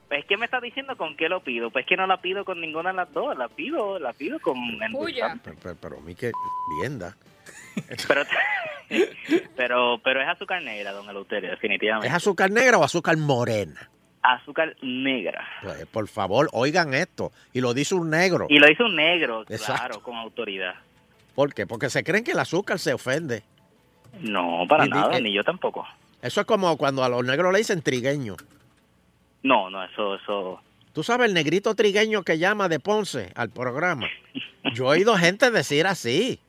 [SPEAKER 15] Pues, ¿qué me está diciendo con qué lo pido? Pues que no la pido con ninguna de las dos. La pido, la pido con endulzante.
[SPEAKER 3] <laughs> Pero, pero- pero a mí que vienda.
[SPEAKER 15] Pero, <laughs> pero, pero es azúcar negra, don Eleuterio, definitivamente.
[SPEAKER 3] ¿Es azúcar negra o azúcar morena?
[SPEAKER 15] azúcar negra.
[SPEAKER 3] Pues, por favor, oigan esto. Y lo dice un negro.
[SPEAKER 15] Y lo hizo un negro,
[SPEAKER 3] Exacto.
[SPEAKER 15] claro, con autoridad.
[SPEAKER 3] ¿Por qué? Porque se creen que el azúcar se ofende.
[SPEAKER 15] No, para
[SPEAKER 3] Y di-
[SPEAKER 15] nada,
[SPEAKER 3] eh,
[SPEAKER 15] ni yo tampoco.
[SPEAKER 3] Eso es como cuando a los negros le dicen trigueño.
[SPEAKER 15] No, no, eso, eso.
[SPEAKER 3] Tú sabes el negrito trigueño que llama de Ponce al programa. Yo he oído gente decir así.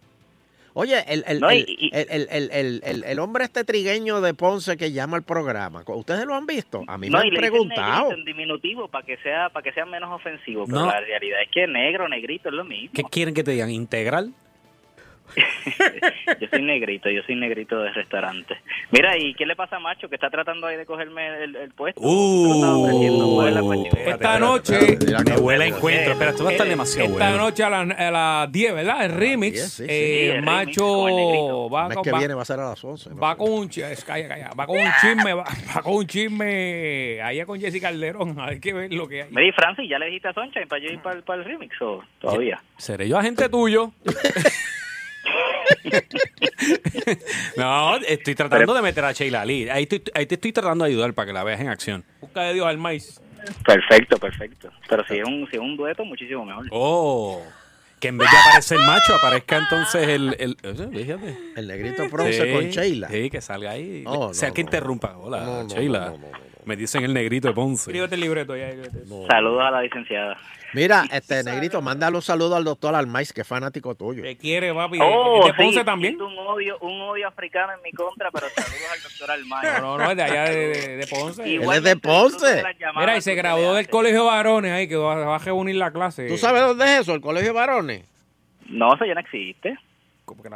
[SPEAKER 3] Oye, el, el,
[SPEAKER 15] No, y-
[SPEAKER 3] el- el- el- el- el- el- el hombre este trigueño de Ponce que llama al programa, ¿ustedes lo han visto? A mí
[SPEAKER 15] no,
[SPEAKER 3] me
[SPEAKER 15] y
[SPEAKER 3] han
[SPEAKER 15] le dicen
[SPEAKER 3] preguntado.
[SPEAKER 15] negrito en diminutivo para que sea, para que sea menos ofensivo. Pero
[SPEAKER 4] No.
[SPEAKER 15] la realidad es que negro, negrito es lo mismo.
[SPEAKER 4] ¿Qué quieren que te digan? ¿Integral?
[SPEAKER 15] yo soy negrito, yo soy negrito de restaurante. Mira, ¿y qué le pasa a Macho que está tratando ahí de cogerme el, el puesto?
[SPEAKER 4] Uh.
[SPEAKER 2] Esta noche.
[SPEAKER 4] Mi abuela encuentro. Espera, esto va a estar demasiado
[SPEAKER 2] Eh, Esta
[SPEAKER 4] bueno.
[SPEAKER 2] noche a las a las 10, ¿verdad? El remix. eh,
[SPEAKER 3] Sí, el remix con el
[SPEAKER 2] macho
[SPEAKER 3] negrito.
[SPEAKER 2] va,
[SPEAKER 3] El mes
[SPEAKER 2] con-
[SPEAKER 3] que
[SPEAKER 2] va-
[SPEAKER 3] viene va a ser a las 11. ¿no?
[SPEAKER 2] va con un chisme. Calla, calla. Va con un chisme. Va, <laughs> va con un chisme. Allá con Jessy Calderón. Hay que ver lo que hay.
[SPEAKER 15] Mira, y Francis, ¿ya le dijiste a Sunshine para yo ir para, el- para el remix o todavía?
[SPEAKER 4] Seré yo agente tuyo. <laughs> no, estoy tratando de meter a Sheila Lee. Ahí, estoy- ahí te estoy tratando de ayudar para que la veas en acción.
[SPEAKER 2] Busca de Dios al maíz.
[SPEAKER 15] Perfecto, perfecto. Pero si es un, si es un dueto, muchísimo mejor.
[SPEAKER 4] Oh, que en vez de aparecer macho, aparezca entonces el. El, eh, fíjate.
[SPEAKER 3] El negrito bronce con Sheila.
[SPEAKER 4] Sí, que salga ahí.
[SPEAKER 3] No,
[SPEAKER 4] o sea,
[SPEAKER 3] no,
[SPEAKER 4] que
[SPEAKER 3] no.
[SPEAKER 4] interrumpa. Hola,
[SPEAKER 3] No, no,
[SPEAKER 4] Sheila.
[SPEAKER 3] no,
[SPEAKER 4] Me dicen el negrito de Ponce.
[SPEAKER 2] <laughs> Escríbete el libreto ya.
[SPEAKER 15] Saludos a la licenciada.
[SPEAKER 3] Mira, este negrito, mándale un saludo al doctor Almais, que es fanático tuyo.
[SPEAKER 2] Te quiere, papi.
[SPEAKER 15] Oh,
[SPEAKER 2] ¿Y te Ponce
[SPEAKER 15] sí,
[SPEAKER 2] también?
[SPEAKER 15] siento Un odio, un odio africano en mi contra, pero saludos al doctor Almay.
[SPEAKER 2] No, no, no, es de allá de, de- de Ponce.
[SPEAKER 15] Él es de Ponce.
[SPEAKER 2] Mira, y se graduó del colegio de varones ahí, que va, va a reunir la clase.
[SPEAKER 3] ¿Tú sabes dónde es eso? ¿El colegio de varones?
[SPEAKER 15] No, eso ya no existe.
[SPEAKER 2] Ah,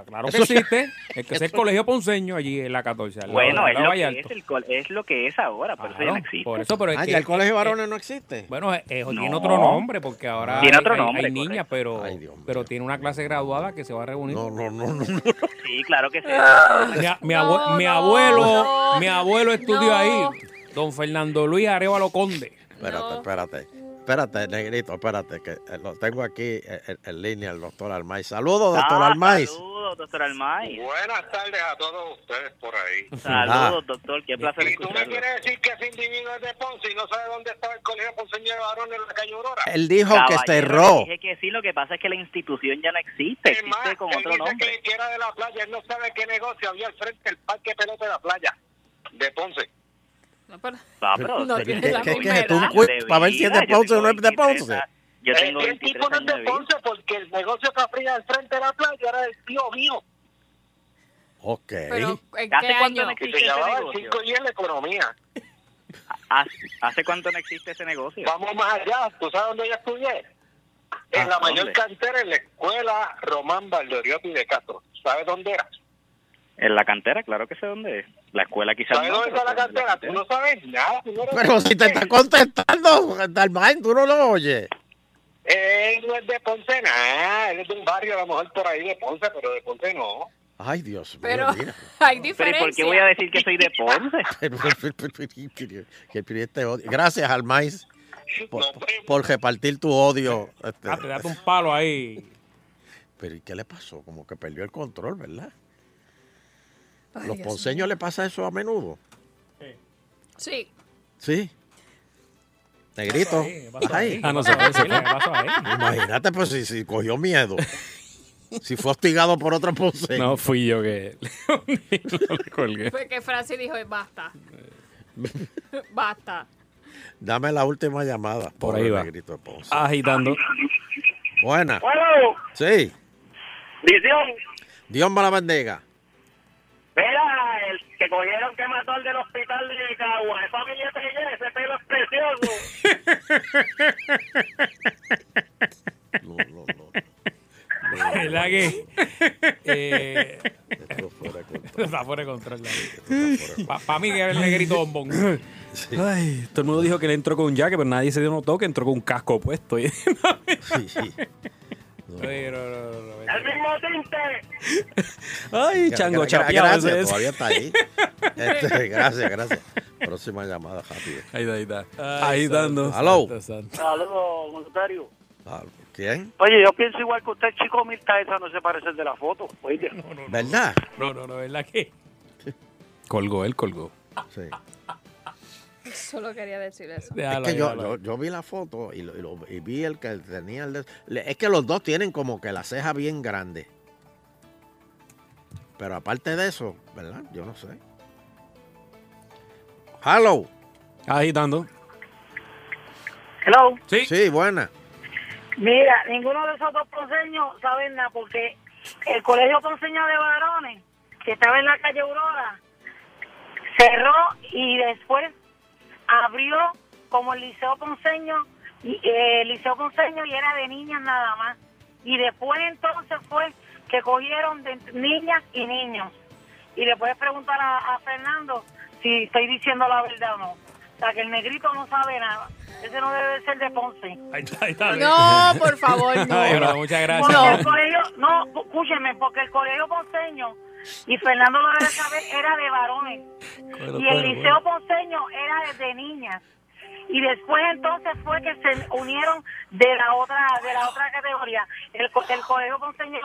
[SPEAKER 2] Claro que
[SPEAKER 3] <laughs>
[SPEAKER 2] existe. Es que es el colegio ponceño allí en la 14. al lado
[SPEAKER 15] Bueno,
[SPEAKER 2] de
[SPEAKER 15] es
[SPEAKER 2] la
[SPEAKER 15] lo, que
[SPEAKER 2] Vallarta.
[SPEAKER 15] es, el col- es lo que es ahora, por eso ya no
[SPEAKER 2] Claro,
[SPEAKER 15] existe.
[SPEAKER 2] Por eso, pero es
[SPEAKER 3] Ah,
[SPEAKER 2] que-
[SPEAKER 3] ya el colegio de varones no existe.
[SPEAKER 2] Bueno, eh, eh, tiene
[SPEAKER 3] No.
[SPEAKER 2] otro nombre porque ahora
[SPEAKER 3] Tiene
[SPEAKER 2] hay-
[SPEAKER 3] otro
[SPEAKER 2] hay,
[SPEAKER 3] nombre,
[SPEAKER 2] hay niñas, pero, pero tiene una clase graduada que se va a reunir. No,
[SPEAKER 3] no, no, no.
[SPEAKER 15] Sí, claro que sí.
[SPEAKER 2] Mi, a-
[SPEAKER 15] <laughs>
[SPEAKER 2] mi abue- mi abuelo, mi
[SPEAKER 15] Ah,
[SPEAKER 2] abuelo estudió ahí. Don Fernando Luis Arevalo Conde.
[SPEAKER 3] Espérate, espérate. Espérate, negrito, espérate, que eh, lo tengo aquí eh, en, en línea el doctor Almais. Saludos, doctor
[SPEAKER 15] Ah,
[SPEAKER 3] Almais.
[SPEAKER 15] Saludos, doctor Almay.
[SPEAKER 11] Buenas tardes a todos ustedes por ahí.
[SPEAKER 15] Saludos, doctor. Qué placer
[SPEAKER 11] ¿Y tú me
[SPEAKER 15] escucharlo.
[SPEAKER 11] quieres decir que ese individuo es de Ponce y no sabe dónde estaba el colegio ponceño de varones en la calle Aurora?
[SPEAKER 3] Él dijo que
[SPEAKER 15] Caballero,
[SPEAKER 3] cerró.
[SPEAKER 15] Dije que sí, lo que pasa es que la institución ya no existe. Existe con otro nombre.
[SPEAKER 11] Que era de la playa, él no sabe qué negocio había al frente del parque pelota de la playa de Ponce.
[SPEAKER 15] Ah, pero-
[SPEAKER 3] No
[SPEAKER 15] pero-
[SPEAKER 3] tiene
[SPEAKER 15] pero-
[SPEAKER 3] la
[SPEAKER 15] pero-
[SPEAKER 3] misma
[SPEAKER 15] pero-
[SPEAKER 3] edad.
[SPEAKER 15] pero-
[SPEAKER 3] Tú, para ver si es de
[SPEAKER 15] yo tengo
[SPEAKER 3] Ponce o no es de
[SPEAKER 15] 23
[SPEAKER 3] Ponce.
[SPEAKER 15] a- Yo tengo
[SPEAKER 10] Eh,
[SPEAKER 11] el tipo
[SPEAKER 15] 23
[SPEAKER 11] no es
[SPEAKER 15] años de
[SPEAKER 11] de
[SPEAKER 15] vida.
[SPEAKER 11] Ponce porque el negocio que abría al frente de la playa era del tío mío.
[SPEAKER 3] Ok.
[SPEAKER 5] ¿en
[SPEAKER 15] ¿Hace
[SPEAKER 5] qué
[SPEAKER 15] cuánto
[SPEAKER 5] año?
[SPEAKER 15] no
[SPEAKER 11] Que
[SPEAKER 15] existe
[SPEAKER 11] se
[SPEAKER 15] ese
[SPEAKER 11] llamaba el
[SPEAKER 15] negocio?
[SPEAKER 11] 5 y en la economía.
[SPEAKER 15] ¿Hace, hace cuánto no existe ese negocio?
[SPEAKER 11] Vamos más allá. ¿Tú sabes dónde yo estudié? En la
[SPEAKER 15] Ah,
[SPEAKER 11] mayor
[SPEAKER 15] ¿dónde?
[SPEAKER 11] cantera, en la escuela Román Valdoriotti de Castro. ¿Sabes dónde era?
[SPEAKER 15] En la cantera, claro que sé dónde es. La escuela quizás
[SPEAKER 11] ¿Sabes
[SPEAKER 15] no,
[SPEAKER 11] dónde
[SPEAKER 15] pero
[SPEAKER 11] está la
[SPEAKER 15] sé dónde es
[SPEAKER 11] cantera? Tú no sabes nada. tú no eres-
[SPEAKER 3] Pero si te está contestando, Almais, tú no lo oyes.
[SPEAKER 11] Él Eh, no es de Ponce, nada. Él es de un barrio, a lo mejor por ahí de Ponce, pero de Ponce no.
[SPEAKER 3] Ay, Dios mío.
[SPEAKER 5] Pero
[SPEAKER 3] mira.
[SPEAKER 5] hay
[SPEAKER 15] Pero ¿y
[SPEAKER 5] diferencia.
[SPEAKER 15] por qué voy a decir que soy
[SPEAKER 5] <laughs>
[SPEAKER 15] de Ponce?
[SPEAKER 3] Que el este odio. Gracias, Almais, por, por repartir tu odio. este.
[SPEAKER 2] Ah, te date
[SPEAKER 3] <laughs>
[SPEAKER 2] un palo ahí.
[SPEAKER 3] Pero ¿y qué le pasó? Como que perdió el control, ¿verdad?
[SPEAKER 5] Ay,
[SPEAKER 3] ¿Los
[SPEAKER 5] Dios
[SPEAKER 3] ponceños le pasa eso a menudo?
[SPEAKER 5] Sí. <laughs>
[SPEAKER 3] Sí. Negrito.
[SPEAKER 5] pasó
[SPEAKER 3] Ay.
[SPEAKER 5] ahí. Ah, no, se fue, se fue.
[SPEAKER 2] Pasó ahí.
[SPEAKER 3] Imagínate, pues, si, si cogió miedo. Si fue hostigado por otro ponceño.
[SPEAKER 4] No fui yo que le
[SPEAKER 5] <laughs>
[SPEAKER 4] colgué.
[SPEAKER 5] Fue que Francis dijo, "Eh, basta, <laughs> basta.
[SPEAKER 3] Dame la última llamada.
[SPEAKER 4] Por
[SPEAKER 3] pobre
[SPEAKER 4] ahí va.
[SPEAKER 3] Negrito de Ponce.
[SPEAKER 4] Agitando.
[SPEAKER 3] Buena.
[SPEAKER 16] Bueno,
[SPEAKER 3] Sí.
[SPEAKER 16] visión.
[SPEAKER 3] Dios me la bendiga.
[SPEAKER 16] Mira, el que cogieron que mató al del hospital de Cagua. Esa familia Trillé, ese pelo es precioso.
[SPEAKER 3] No, no, no.
[SPEAKER 2] <laughs> ¿Verdad que? Eh,
[SPEAKER 3] Esto fuera de control.
[SPEAKER 2] <laughs> está fuera de control. Para mí que era el negrito bombón.
[SPEAKER 4] Ay, todo el mundo dijo que le entró con un jaque, pero nadie se dio notó que entró con un casco puesto. <laughs> Y-
[SPEAKER 2] Ay, no, no, no, no,
[SPEAKER 16] El mismo tinte.
[SPEAKER 4] Ay,
[SPEAKER 3] Gra-
[SPEAKER 4] chango
[SPEAKER 3] gra-
[SPEAKER 4] chapeado
[SPEAKER 3] Gracias,
[SPEAKER 4] ese es.
[SPEAKER 3] todavía está
[SPEAKER 4] <laughs>
[SPEAKER 3] ahí. Este, gracias, gracias. Próxima llamada, rápido.
[SPEAKER 4] Ahí está, ahí está.
[SPEAKER 2] Ay,
[SPEAKER 4] ahí dando.
[SPEAKER 3] Aló.
[SPEAKER 16] Saludos, voluntario.
[SPEAKER 3] Ah, ¿Quién?
[SPEAKER 16] Oye, yo pienso igual que usted, chico, Mirta, esa no se parece al de la foto. Oye,
[SPEAKER 3] ¿Verdad?
[SPEAKER 2] No, no, no, ¿verdad que?
[SPEAKER 4] Colgó, él colgó.
[SPEAKER 3] Sí.
[SPEAKER 5] Solo quería decir eso.
[SPEAKER 2] Déjalo
[SPEAKER 3] es
[SPEAKER 2] ahí,
[SPEAKER 3] que yo,
[SPEAKER 2] déjalo
[SPEAKER 3] yo, yo vi la foto y, lo- y lo- y vi el que tenía el... de- le- es que los dos tienen como que la ceja bien grande. Pero aparte de eso, ¿verdad? Yo no sé. Hello.
[SPEAKER 4] Agitando.
[SPEAKER 16] Hello.
[SPEAKER 3] Sí. Sí, buena.
[SPEAKER 17] Mira, ninguno de esos dos ponceños sabe nada porque el colegio ponceño de varones, que estaba en la calle Aurora, cerró y después abrió como el liceo ponceño, y, eh, el liceo ponceño y era de niñas nada más. Y después entonces fue que cogieron de entre niñas y niños. Y le puedes preguntar a, a Fernando si estoy diciendo la verdad o no. O sea, que el negrito no sabe nada. Ese no debe ser de Ponce.
[SPEAKER 2] Ahí está, ahí está.
[SPEAKER 5] No, por
[SPEAKER 2] <laughs>
[SPEAKER 5] favor, no.
[SPEAKER 2] Ay, bueno, muchas
[SPEAKER 17] Porque el
[SPEAKER 2] gracias.
[SPEAKER 17] colegio, no, escúcheme, porque el colegio ponceño, y Fernando lo debe saber, era de varones. Y el liceo ponceño era de niñas. Y después entonces fue que se unieron de la otra de la otra categoría. El, co- el colegio ponceño,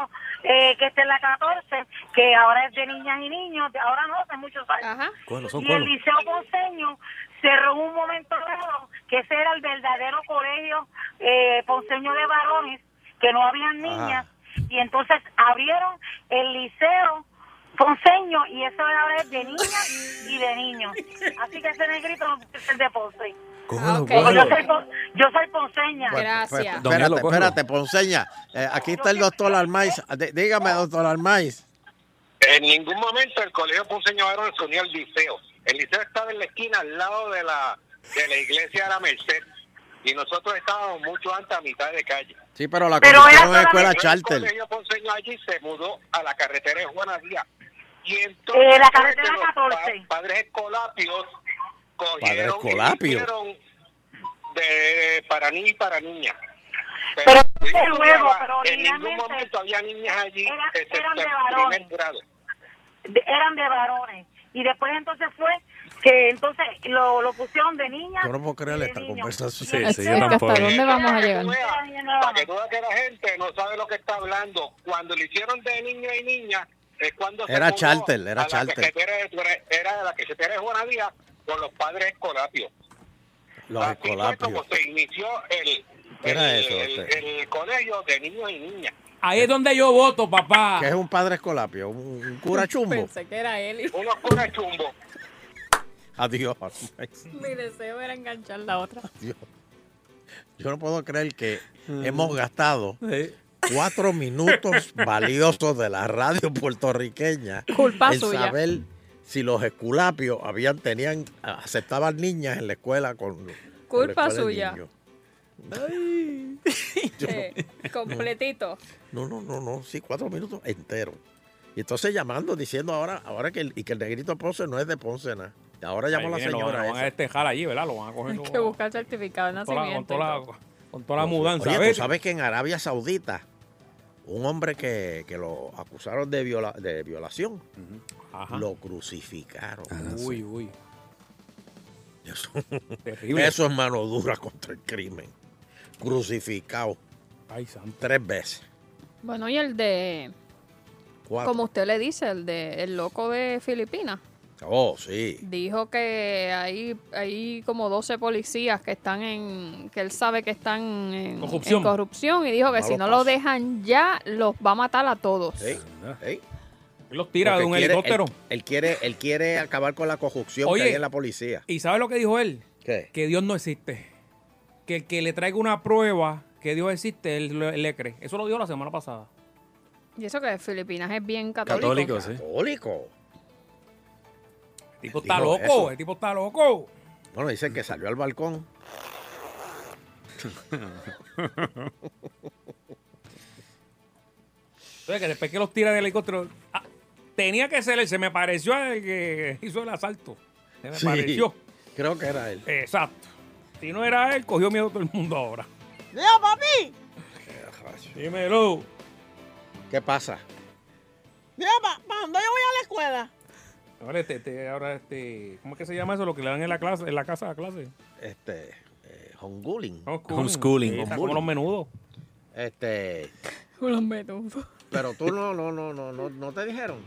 [SPEAKER 17] eh, que está en la 14, que ahora es de niñas y niños, de- ahora no, hace muchos años.
[SPEAKER 18] Cuelo, son
[SPEAKER 17] y el
[SPEAKER 18] cuelo.
[SPEAKER 17] liceo ponceño cerró en un momento dado que ese era el verdadero colegio eh, ponceño de varones, que no habían niñas. Y entonces abrieron el liceo ponceño y eso ahora es de niñas y de niños. Así que ese negrito no puede ser de Ponce.
[SPEAKER 3] Cógelo,
[SPEAKER 17] Porque
[SPEAKER 3] cógelo. pues,
[SPEAKER 17] Yo, soy, pon- yo soy ponceña.
[SPEAKER 3] Espérate, Espérate, espérate, Ponceña. Eh, aquí está el doctor Almaiz. D- dígame, doctor Almaiz.
[SPEAKER 10] En ningún momento el colegio Ponceño Barón se unió al liceo. El liceo estaba en la esquina al lado de la, de la iglesia de la Merced. Y nosotros estábamos mucho antes a mitad de calle.
[SPEAKER 3] Sí, pero la
[SPEAKER 10] Pero
[SPEAKER 3] convirtieron
[SPEAKER 10] era
[SPEAKER 3] en escuela
[SPEAKER 10] solamente- El
[SPEAKER 3] charter.
[SPEAKER 10] colegio Ponceño allí se mudó a la carretera de Juana Díaz. Y entonces
[SPEAKER 17] Eh, la
[SPEAKER 10] fue que
[SPEAKER 17] carretera
[SPEAKER 10] los
[SPEAKER 17] 14.
[SPEAKER 10] pa- padres escolapios
[SPEAKER 3] Padre
[SPEAKER 10] cogieron y
[SPEAKER 3] Escolapio.
[SPEAKER 10] hicieron de, para niños y para niñas.
[SPEAKER 17] Pero
[SPEAKER 10] sí,
[SPEAKER 17] de nuevo, pero
[SPEAKER 10] en ningún
[SPEAKER 17] originalmente
[SPEAKER 10] momento había niñas allí,
[SPEAKER 17] era-
[SPEAKER 10] excepto
[SPEAKER 17] eran de
[SPEAKER 10] en
[SPEAKER 17] varones.
[SPEAKER 10] primer grado.
[SPEAKER 17] de- eran de varones. Y después entonces fue que entonces lo, lo pusieron de niña.
[SPEAKER 3] Yo no puedo creer esta conversación.
[SPEAKER 5] Sí, sí, yo ¿Hasta tampoco. dónde vamos a llegar?
[SPEAKER 10] Para que toda que la gente no sabe lo que está hablando. Cuando lo hicieron de niño y niña, es cuando se
[SPEAKER 3] Era
[SPEAKER 10] mudó
[SPEAKER 3] charter, era
[SPEAKER 10] a la
[SPEAKER 3] charter.
[SPEAKER 10] carretera de- Era la que se tiene Juana Díaz con los padres escolapios.
[SPEAKER 3] Los escolapios.
[SPEAKER 10] Como se inició el,
[SPEAKER 3] Era
[SPEAKER 10] el-
[SPEAKER 3] eso, este?
[SPEAKER 10] el-
[SPEAKER 3] usted.
[SPEAKER 10] el colegio de niños y niñas.
[SPEAKER 2] Ahí es donde yo voto, papá.
[SPEAKER 3] ¿Qué es un padre escolapio? ¿Un, un
[SPEAKER 2] <laughs>
[SPEAKER 3] cura chumbo?
[SPEAKER 5] que era él.
[SPEAKER 10] Unos curas chumbo.
[SPEAKER 3] Adiós, <laughs> Almaiz.
[SPEAKER 5] Mi deseo era enganchar la <laughs> otra.
[SPEAKER 3] Dios. Yo no puedo creer que
[SPEAKER 2] Mm.
[SPEAKER 3] hemos gastado cuatro
[SPEAKER 2] <laughs>
[SPEAKER 3] minutos valiosos de la radio puertorriqueña
[SPEAKER 5] Culpa
[SPEAKER 3] en
[SPEAKER 5] suya.
[SPEAKER 3] saber si los esculapios habían tenían aceptaban niñas en la escuela con con la
[SPEAKER 5] Culpa
[SPEAKER 3] escuela de
[SPEAKER 5] suya.
[SPEAKER 3] niños.
[SPEAKER 5] Eh, completito.
[SPEAKER 3] No, no, no, no, sí, cuatro minutos enteros. Y entonces llamando, diciendo ahora, ahora que el, y que el negrito Ponce no es de Ponce, nada. Ahora llamó
[SPEAKER 2] Ahí
[SPEAKER 3] la
[SPEAKER 2] viene, lo-
[SPEAKER 3] señora
[SPEAKER 2] Lo van a
[SPEAKER 3] esa.
[SPEAKER 2] destejar allí, ¿verdad? Lo van a coger.
[SPEAKER 5] Hay que buscar certificado de
[SPEAKER 2] toda la- con
[SPEAKER 5] nacimiento.
[SPEAKER 2] toda
[SPEAKER 5] y todo.
[SPEAKER 2] la, con toda la mudanza.
[SPEAKER 3] Oye, tú
[SPEAKER 2] ¿ves?
[SPEAKER 3] sabes que en Arabia Saudita, un hombre que, que lo acusaron de, viola- de violación, lo crucificaron.
[SPEAKER 2] Uy, uy.
[SPEAKER 3] Eso,
[SPEAKER 2] Terrible.
[SPEAKER 3] eso es mano dura contra el crimen. Crucificado. Tres veces.
[SPEAKER 5] Bueno, y el de,
[SPEAKER 3] Cuatro.
[SPEAKER 5] como usted le dice, el de el loco de Filipinas.
[SPEAKER 3] Oh, sí.
[SPEAKER 5] Dijo que hay, hay como 12 policías que están en. que él sabe que están en
[SPEAKER 3] Corrupción.
[SPEAKER 5] en corrupción y dijo que
[SPEAKER 3] Malos
[SPEAKER 5] si no lo
[SPEAKER 3] pasos.
[SPEAKER 5] dejan ya, los va a matar a todos.
[SPEAKER 3] Ey, ey.
[SPEAKER 2] Los tira
[SPEAKER 3] Porque
[SPEAKER 2] de un
[SPEAKER 3] quiere-
[SPEAKER 2] helicóptero.
[SPEAKER 3] Él, él quiere, él quiere acabar con la corrupción
[SPEAKER 2] Oye.
[SPEAKER 3] que hay en la policía.
[SPEAKER 2] ¿Y sabes lo que dijo él?
[SPEAKER 3] ¿Qué?
[SPEAKER 2] Que Dios no existe. Que el que le traiga una prueba que Dios existe, él, lo- él le cree. Eso lo dijo la semana pasada.
[SPEAKER 5] Y eso que Filipinas es bien católico.
[SPEAKER 3] Católico.
[SPEAKER 2] El tipo está loco, eh. el tipo está loco.
[SPEAKER 3] Bueno, dice que salió al
[SPEAKER 2] <laughs>
[SPEAKER 3] balcón.
[SPEAKER 2] Entonces, que después que los tira del helicóptero. ah, tenía que ser él, se me pareció al que <laughs> hizo el asalto. Se me
[SPEAKER 3] Sí,
[SPEAKER 2] pareció.
[SPEAKER 3] Creo que era él.
[SPEAKER 2] Exacto. Si no era él, cogió miedo todo el mundo ahora.
[SPEAKER 19] ¡Leo, papi!
[SPEAKER 2] Dímelo.
[SPEAKER 3] ¿Qué pasa?
[SPEAKER 19] Mira, ¿para dónde yo voy a la escuela?
[SPEAKER 2] Ahora este, este- ahora este, ¿cómo es que se llama eso? Lo que le dan en la clase, en la casa a clase.
[SPEAKER 3] Este, eh, homeschooling.
[SPEAKER 2] Homeschooling. Sí, está como los menudos.
[SPEAKER 3] Este, pero tú no, no, no, no, no, no te dijeron.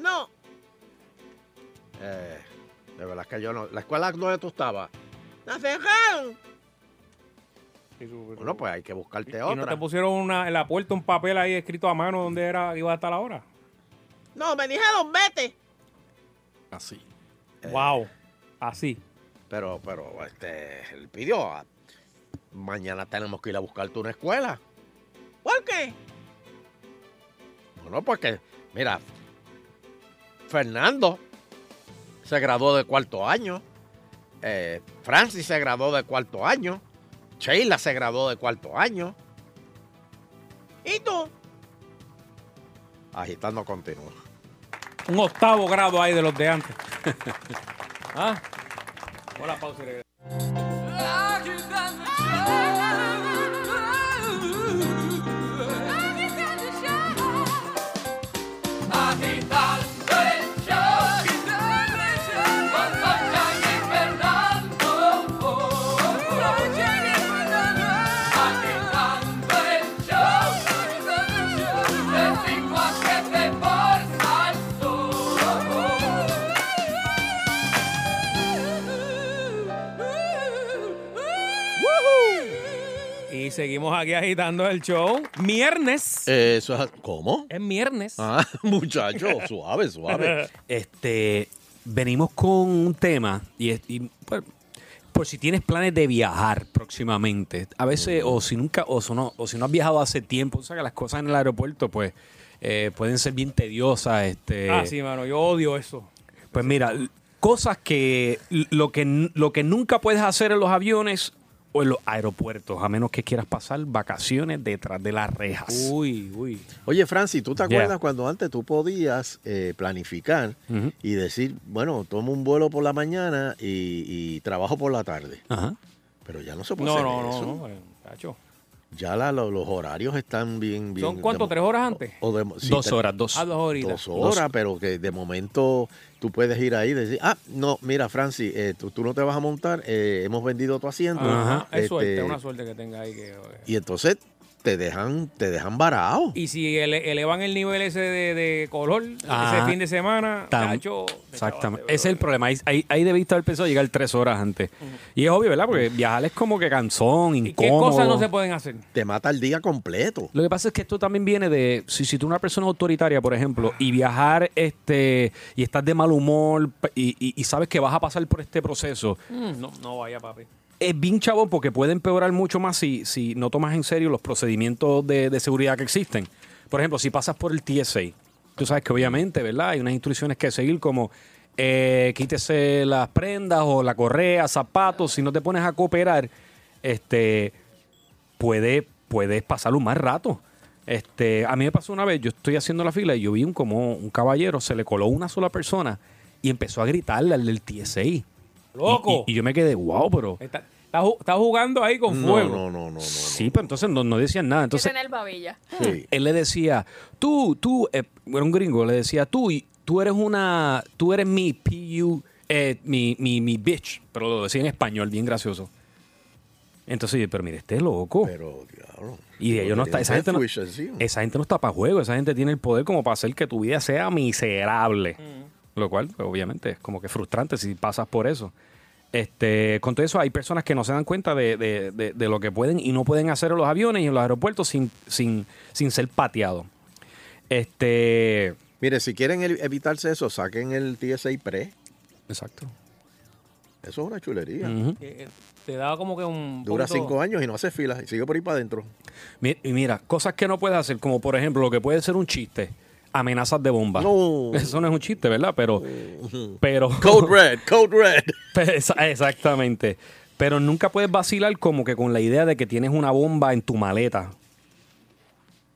[SPEAKER 3] No. Eh, de verdad que yo no. La escuela donde tú estabas. ¡La cerraron! Bueno, pues hay que buscarte
[SPEAKER 2] Y no te
[SPEAKER 3] otra.
[SPEAKER 2] pusieron una, en la puerta un papel ahí escrito a mano donde era, iba a estar la hora.
[SPEAKER 19] No, me dijeron, vete.
[SPEAKER 2] Así. wow. Así.
[SPEAKER 3] Eh, Pero, pero, este, él pidió. ah, Mañana tenemos que ir a buscarte una escuela.
[SPEAKER 19] ¿Por qué?
[SPEAKER 3] Bueno, porque, mira, Fernando se graduó de cuarto año, eh, Francis se graduó de cuarto año, Sheila se graduó de cuarto año.
[SPEAKER 19] ¿Y tú?
[SPEAKER 3] Agitando continúa.
[SPEAKER 2] Un octavo grado ahí de los
[SPEAKER 3] <laughs>
[SPEAKER 2] de antes. ¿Ah? Hola, pausa y regreso.
[SPEAKER 1] Agitando el show. Agitando el show. Agitando el show. Con Sunshine y Fernando. Sunshine y Fernando. Agitando el show. De cinco a siete por Salsón.
[SPEAKER 2] Y seguimos aquí agitando el show. Miernes.
[SPEAKER 3] Eso es- ¿Cómo?
[SPEAKER 2] Es viernes.
[SPEAKER 3] Ah, muchacho, suave, suave.
[SPEAKER 4] Este, venimos con un tema y, es- y, pues, por si tienes planes de viajar próximamente, a veces o si nunca o si no, o si no has viajado hace tiempo, o sea que las cosas en el aeropuerto pues eh, pueden ser bien tediosas, este
[SPEAKER 3] eh.
[SPEAKER 2] Ah, sí, mano, yo odio eso.
[SPEAKER 4] Pues mira, l- cosas que l- lo que n- lo que nunca puedes hacer en los aviones o en los aeropuertos, a menos que quieras pasar vacaciones detrás de las rejas.
[SPEAKER 2] Uy, uy.
[SPEAKER 3] Oye, Francis, ¿tú te
[SPEAKER 4] Yeah.
[SPEAKER 3] acuerdas cuando antes tú podías eh, planificar
[SPEAKER 4] Ujú.
[SPEAKER 3] y decir, bueno, tomo un vuelo por la mañana y, y trabajo por la tarde?
[SPEAKER 4] Ajá.
[SPEAKER 3] Pero ya no se puede
[SPEAKER 2] No,
[SPEAKER 3] hacer
[SPEAKER 2] no, no,
[SPEAKER 3] eso.
[SPEAKER 2] no, eh, tacho.
[SPEAKER 3] Ya la- lo- los horarios están bien, bien.
[SPEAKER 2] ¿Son cuánto?
[SPEAKER 3] demo-
[SPEAKER 2] ¿Tres horas antes?
[SPEAKER 3] o de- sí,
[SPEAKER 4] Dos
[SPEAKER 3] tre-
[SPEAKER 4] horas, dos. Ah, dos horitas.
[SPEAKER 3] Dos horas,
[SPEAKER 4] Dos.
[SPEAKER 3] pero que de momento tú puedes ir ahí y decir, ah, no, mira, Francis, eh, tú, tú no te vas a montar, eh, hemos vendido tu asiento.
[SPEAKER 2] Ajá. Ah, Es
[SPEAKER 3] Este,
[SPEAKER 2] suerte, una suerte que tenga ahí. Que, eh,
[SPEAKER 3] Y entonces te dejan, te dejan varado.
[SPEAKER 2] y si ele- elevan el nivel ese de, de color
[SPEAKER 4] Ah.
[SPEAKER 2] ese fin de semana,
[SPEAKER 4] Tam-
[SPEAKER 2] tacho.
[SPEAKER 4] Exactamente. Ese es el problema. Ahí, ahí, ahí debiste haber pensado llegar tres horas antes. Y es obvio, ¿verdad? Porque viajar es como que cansón,
[SPEAKER 2] ¿Qué
[SPEAKER 4] incómodo.
[SPEAKER 2] cosas no se pueden hacer?
[SPEAKER 3] Te mata el día completo.
[SPEAKER 4] Lo que pasa es que esto también viene de si, si tú eres una persona autoritaria, por ejemplo, y viajar este y estás de mal humor pa- y, y- y sabes que vas a pasar por este proceso,
[SPEAKER 2] Mm, no, no vaya, papi.
[SPEAKER 4] es bien chabón porque puede empeorar mucho más si, si no tomas en serio los procedimientos de, de seguridad que existen. Por ejemplo, si pasas por el TSA, tú sabes que obviamente, ¿verdad? Hay unas instrucciones que seguir como eh, quítese las prendas o la correa, zapatos. Si no te pones a cooperar, este, puede, puedes pasar un mal rato. Este, a mí me pasó una vez, yo estoy haciendo la fila y yo vi un, como un caballero, se le coló una sola persona y empezó a gritarle al del TSA. Y-
[SPEAKER 2] ¡Loco!
[SPEAKER 4] y- y yo me quedé, wow, pero...
[SPEAKER 2] Está, está ju- está jugando ahí con
[SPEAKER 4] No,
[SPEAKER 2] fuego.
[SPEAKER 4] no,
[SPEAKER 3] no, no.
[SPEAKER 4] Sí, pero entonces no, no decían nada.
[SPEAKER 5] Que
[SPEAKER 4] Entonces
[SPEAKER 5] tener babilla.
[SPEAKER 4] él le decía, tú, tú, eh, era un gringo, le decía, tú, y- tú eres una, tú eres mi PU, eh, mi, mi, mi bitch, pero lo decía en español, bien gracioso. Entonces, yo, pero mire, este es loco.
[SPEAKER 3] Pero, claro.
[SPEAKER 4] Y ellos no está, esa gente no, Eh. esa gente no está para juego, esa gente tiene el poder como para hacer que tu vida sea miserable. Lo cual, pues, obviamente, es como que frustrante si pasas por eso. Este, con todo eso, hay personas que no se dan cuenta de, de- de- de lo que pueden y no pueden hacer en los aviones y en los aeropuertos sin, sin, sin ser pateado. Este.
[SPEAKER 3] Mire, si quieren ev- evitarse eso, saquen el TSA pre.
[SPEAKER 4] Exacto.
[SPEAKER 3] Eso es una chulería.
[SPEAKER 2] Eh, eh, Te da como que un.
[SPEAKER 3] Dura
[SPEAKER 2] poquito-
[SPEAKER 3] cinco años y no hace filas y sigue por ahí para adentro.
[SPEAKER 4] Mi- Y mira, cosas que no puedes hacer, como por ejemplo lo que puede ser un chiste, amenazas de bomba. <laughs> Eso no es un chiste, ¿verdad? Pero. pero
[SPEAKER 3] <laughs> Code red, code red.
[SPEAKER 4] exactamente. Pero nunca puedes vacilar como que con la idea de que tienes una bomba en tu maleta.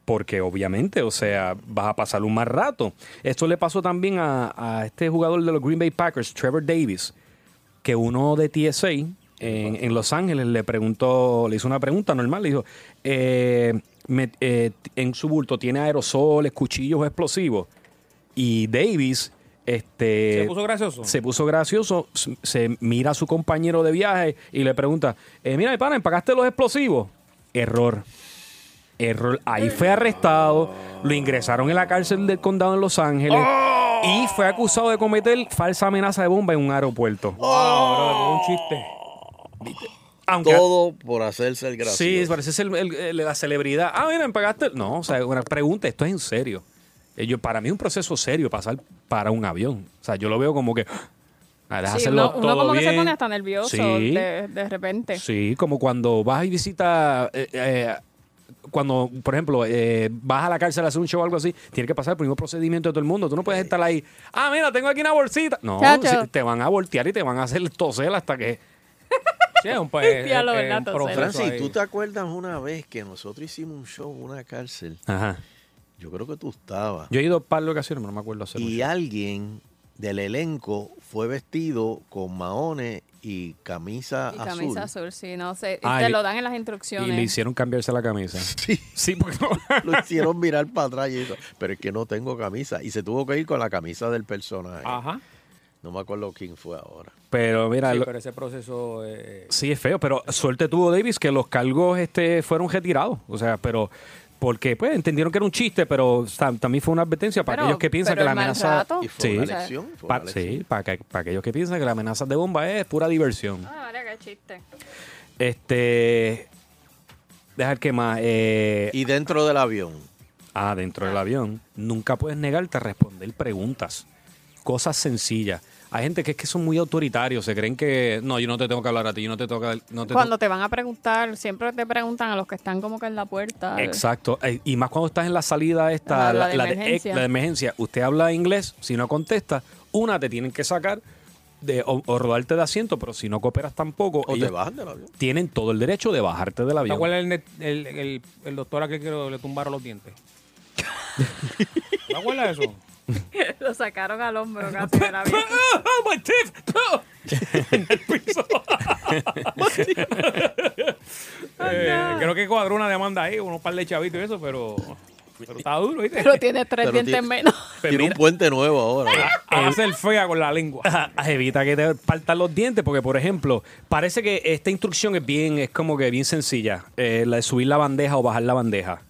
[SPEAKER 4] Porque obviamente, o sea, vas a pasar un mal rato. Esto le pasó también a, a este jugador de los Green Bay Packers, Trevor Davis, que uno de TSA en, en Los Ángeles le preguntó, le hizo una pregunta normal, le dijo, eh, me- eh, t- en su bulto tiene aerosoles, cuchillos, explosivos. Y Davis, este...
[SPEAKER 2] ¿Se puso gracioso?
[SPEAKER 4] Se puso gracioso, s- se mira a su compañero de viaje y le pregunta, eh, mira, mi pana, ¿empagaste los explosivos? Error. Error. Ahí fue arrestado, lo ingresaron en la cárcel del condado en Los Ángeles
[SPEAKER 2] ¡Oh!
[SPEAKER 4] y fue acusado de cometer falsa amenaza de bomba en un aeropuerto.
[SPEAKER 2] un chiste.
[SPEAKER 4] Aunque-
[SPEAKER 3] Todo por hacerse el gracioso.
[SPEAKER 4] Sí, parece ser el- el- la celebridad. Ah, mira, me pagaste. No, o sea, una pregunta, esto es en serio. Eh, yo- para mí es un proceso serio pasar para un avión. O sea, yo lo veo como que. Ah, deja
[SPEAKER 5] Sí,
[SPEAKER 4] hacerlo
[SPEAKER 5] uno, uno
[SPEAKER 4] todo
[SPEAKER 5] como que se
[SPEAKER 4] bien.
[SPEAKER 5] pone hasta nervioso
[SPEAKER 4] Sí.
[SPEAKER 5] de, de repente.
[SPEAKER 4] Sí, como cuando vas y visitas. eh, eh, cuando, por ejemplo, eh, vas a la cárcel a hacer un show o algo así, tiene que pasar el mismo procedimiento de todo el mundo. Tú no puedes estar ahí. Ah, mira, tengo aquí una bolsita. No,
[SPEAKER 5] Chacho.
[SPEAKER 4] si- te van a voltear y te van a hacer toser hasta que.
[SPEAKER 2] Sí, es un,
[SPEAKER 5] <laughs>
[SPEAKER 4] pues,
[SPEAKER 2] Ya lo es- es verdad, un entonces. proceso
[SPEAKER 3] Francis,
[SPEAKER 2] ahí.
[SPEAKER 3] ¿tú te acuerdas una vez que nosotros hicimos un show en una cárcel?
[SPEAKER 4] Ajá.
[SPEAKER 3] Yo creo que tú estabas.
[SPEAKER 4] Yo he ido a par de ocasiones, pero no me acuerdo hacer
[SPEAKER 3] Y alguien del elenco fue vestido con maones y camisa,
[SPEAKER 5] Y
[SPEAKER 3] azul.
[SPEAKER 5] camisa azul, sí, no sé.
[SPEAKER 4] Ah,
[SPEAKER 5] te
[SPEAKER 4] y-
[SPEAKER 5] lo dan en las
[SPEAKER 4] Y
[SPEAKER 5] instrucciones.
[SPEAKER 4] le hicieron cambiarse la camisa.
[SPEAKER 3] <laughs> Sí.
[SPEAKER 4] Sí, porque
[SPEAKER 3] <laughs> Lo hicieron mirar para atrás y eso. Pero es que no tengo camisa. Y se tuvo que ir con la camisa del personaje.
[SPEAKER 2] Ajá.
[SPEAKER 3] No me acuerdo quién fue ahora.
[SPEAKER 4] Pero mira,
[SPEAKER 2] Sí,
[SPEAKER 4] lo-
[SPEAKER 2] pero ese proceso. eh,
[SPEAKER 4] Sí, es feo, pero suerte tuvo Davis que los cargos este, fueron retirados. O sea, pero porque pues entendieron que era un chiste, pero o sea, también fue una advertencia para
[SPEAKER 5] Pero-
[SPEAKER 4] aquellos que piensan
[SPEAKER 5] pero
[SPEAKER 4] que la
[SPEAKER 5] el
[SPEAKER 4] amenaza.
[SPEAKER 5] maltrato. Y fue una
[SPEAKER 4] Sí.
[SPEAKER 5] lección,
[SPEAKER 3] fue
[SPEAKER 4] Pa-
[SPEAKER 3] una
[SPEAKER 4] sí, para, que- para aquellos que piensan que la amenaza de bomba es pura diversión.
[SPEAKER 5] Ah, vale, qué chiste.
[SPEAKER 4] Este. Dejar que más. eh,
[SPEAKER 3] y dentro del avión.
[SPEAKER 4] Ah, dentro del avión. Nunca puedes negarte a responder preguntas. Cosas sencillas. Hay gente que es que son muy autoritarios. Se creen que. No, yo no te tengo que hablar a ti. Yo no te tengo que. No te
[SPEAKER 5] Cuando te van a preguntar, siempre te preguntan a los que están como que en la puerta.
[SPEAKER 4] Exacto. Eh, Y más cuando estás en la salida esta,
[SPEAKER 5] Ajá,
[SPEAKER 4] la,
[SPEAKER 5] la de
[SPEAKER 4] la de ex-
[SPEAKER 5] emergencia.
[SPEAKER 4] la de emergencia. Usted habla inglés, si no contesta, una te tienen que sacar de, o, o rodarte de asiento, pero si no cooperas tampoco,
[SPEAKER 3] O te
[SPEAKER 4] ellos
[SPEAKER 3] bajan del avión.
[SPEAKER 4] tienen todo el derecho de bajarte del
[SPEAKER 2] ¿Te
[SPEAKER 4] avión.
[SPEAKER 2] acuerdas el, net- el, el, el doctor aquel que lo- le tumbaron los dientes? ¿Te acuerdas
[SPEAKER 5] <laughs>
[SPEAKER 2] de eso?
[SPEAKER 5] <laughs> lo sacaron al hombro casi de la vida.
[SPEAKER 4] <laughs> ¡Oh, my
[SPEAKER 2] Eh, creo que cuadró una demanda ahí, unos par de chavitos y eso, pero, pero está duro, ¿viste?
[SPEAKER 5] Pero tiene tres dientes menos.
[SPEAKER 3] Tiene un puente nuevo ahora.
[SPEAKER 4] Ah,
[SPEAKER 2] Hace el fea con la
[SPEAKER 4] <laughs>
[SPEAKER 2] lengua.
[SPEAKER 4] Evita que te partan los dientes, porque por ejemplo, parece que esta instrucción es bien, es como que bien sencilla. Eh, la de subir la bandeja o bajar la bandeja.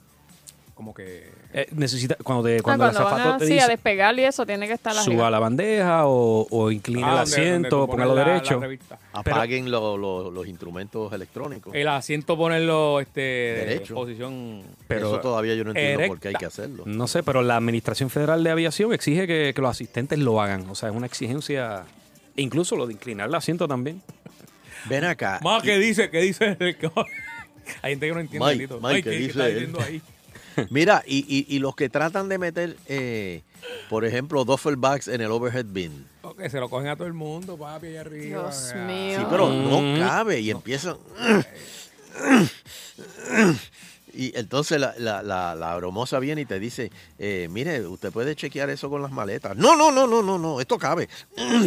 [SPEAKER 2] Como que.
[SPEAKER 4] Eh, necesita, cuando te,
[SPEAKER 5] Ah, <laughs>
[SPEAKER 4] cuando,
[SPEAKER 5] cuando
[SPEAKER 4] el
[SPEAKER 5] van
[SPEAKER 4] zapato te
[SPEAKER 5] así a
[SPEAKER 4] dice,
[SPEAKER 5] despegar y eso, tiene que estar la
[SPEAKER 4] suba la bandeja o, o incline
[SPEAKER 2] Ah,
[SPEAKER 4] el
[SPEAKER 2] donde- donde
[SPEAKER 4] asiento,
[SPEAKER 2] tú
[SPEAKER 4] póngalo
[SPEAKER 2] pones la- la
[SPEAKER 4] derecho.
[SPEAKER 2] revista.
[SPEAKER 3] Apaguen lo- lo- los instrumentos electrónicos.
[SPEAKER 2] El asiento ponerlo este, de
[SPEAKER 3] Derecho.
[SPEAKER 2] posición.
[SPEAKER 4] Pero-
[SPEAKER 3] Eso todavía yo no entiendo por qué hay
[SPEAKER 4] Erecta.
[SPEAKER 3] que hacerlo.
[SPEAKER 4] No sé, pero la Administración Federal de Aviación exige que, que los asistentes lo hagan. O sea, es una exigencia. e Incluso lo de inclinar el asiento también.
[SPEAKER 3] Ven acá.
[SPEAKER 2] Más, ¿qué dice? ¿Qué dice? el co- <laughs> Hay gente que no entiende,
[SPEAKER 3] Mike,
[SPEAKER 2] Lito.
[SPEAKER 3] Mike,
[SPEAKER 2] Ay,
[SPEAKER 3] ¿qué
[SPEAKER 2] ¿qué- qué
[SPEAKER 3] dice
[SPEAKER 2] está
[SPEAKER 3] él?
[SPEAKER 2] diciendo ahí?
[SPEAKER 3] <laughs> Mira, y, y- y los que tratan de meter, eh, por ejemplo, duffelbags en el overhead bin.
[SPEAKER 2] Que se lo cogen a todo el mundo, papi, allá arriba.
[SPEAKER 5] Dios
[SPEAKER 2] Ah,
[SPEAKER 5] mío.
[SPEAKER 3] Sí, pero
[SPEAKER 4] Mm.
[SPEAKER 3] no cabe y empiezan. Y entonces la, la, la, la bromosa viene y te dice, eh, mire, usted puede chequear eso con las maletas. No, no, no, no, no, no, esto
[SPEAKER 2] <laughs>
[SPEAKER 3] cabe.
[SPEAKER 2] No,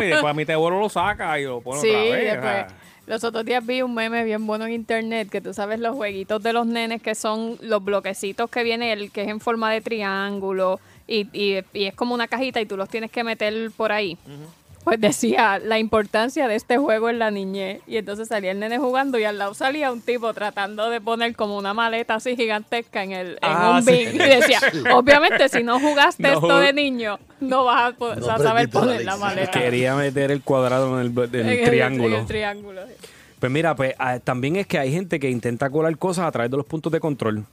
[SPEAKER 2] y después a mi te vuelo lo saca y lo pone
[SPEAKER 5] Sí,
[SPEAKER 2] otra vez.
[SPEAKER 5] después.
[SPEAKER 2] ah.
[SPEAKER 5] Los otros días vi un meme bien bueno en internet que tú sabes los jueguitos de los nenes que son los bloquecitos que viene el que es en forma de triángulo y, y- y es como una cajita y tú los tienes que meter por ahí. Pues decía la importancia de este juego en la niñez y entonces salía el nene jugando y al lado salía un tipo tratando de poner como una maleta así gigantesca en el en
[SPEAKER 4] Ah,
[SPEAKER 5] un
[SPEAKER 4] sí.
[SPEAKER 5] bin y decía
[SPEAKER 4] <laughs> Sí.
[SPEAKER 5] obviamente si no jugaste
[SPEAKER 4] No.
[SPEAKER 5] esto de niño no vas a, po-
[SPEAKER 4] No
[SPEAKER 5] a saber
[SPEAKER 4] aprendiste la
[SPEAKER 5] poner la maleta
[SPEAKER 4] Quería meter el cuadrado en el,
[SPEAKER 5] <laughs>
[SPEAKER 4] en el
[SPEAKER 5] En el- en el
[SPEAKER 4] triángulo.
[SPEAKER 5] triángulo.
[SPEAKER 4] Pues mira, pues ah, también es que hay gente que intenta colar cosas a través de los puntos de control.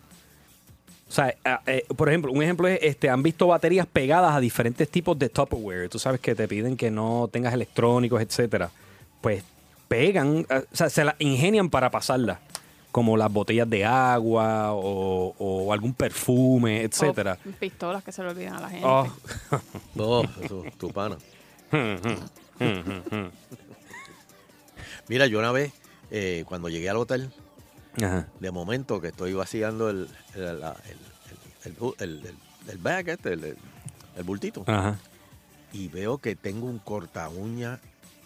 [SPEAKER 4] O sea, ah, eh, por ejemplo, un ejemplo es, este, han visto baterías pegadas a diferentes tipos de Tupperware. Tú sabes que te piden que no tengas electrónicos, etcétera. Pues pegan, ah, o sea, se las ingenian para pasarlas. Como las botellas de agua o, o algún perfume, etcétera.
[SPEAKER 5] O pistolas que se le olvidan a la gente.
[SPEAKER 4] Oh.
[SPEAKER 3] No, eso, tu
[SPEAKER 2] <laughs>
[SPEAKER 3] pana. Mira, yo una vez, eh, cuando llegué al hotel,
[SPEAKER 4] Oh. Ajá.
[SPEAKER 3] de momento que estoy vaciando el, el, la- el- el- el- el- el- el bag, este, el, el- el bultito,
[SPEAKER 4] Ajá.
[SPEAKER 3] y veo que tengo un corta uña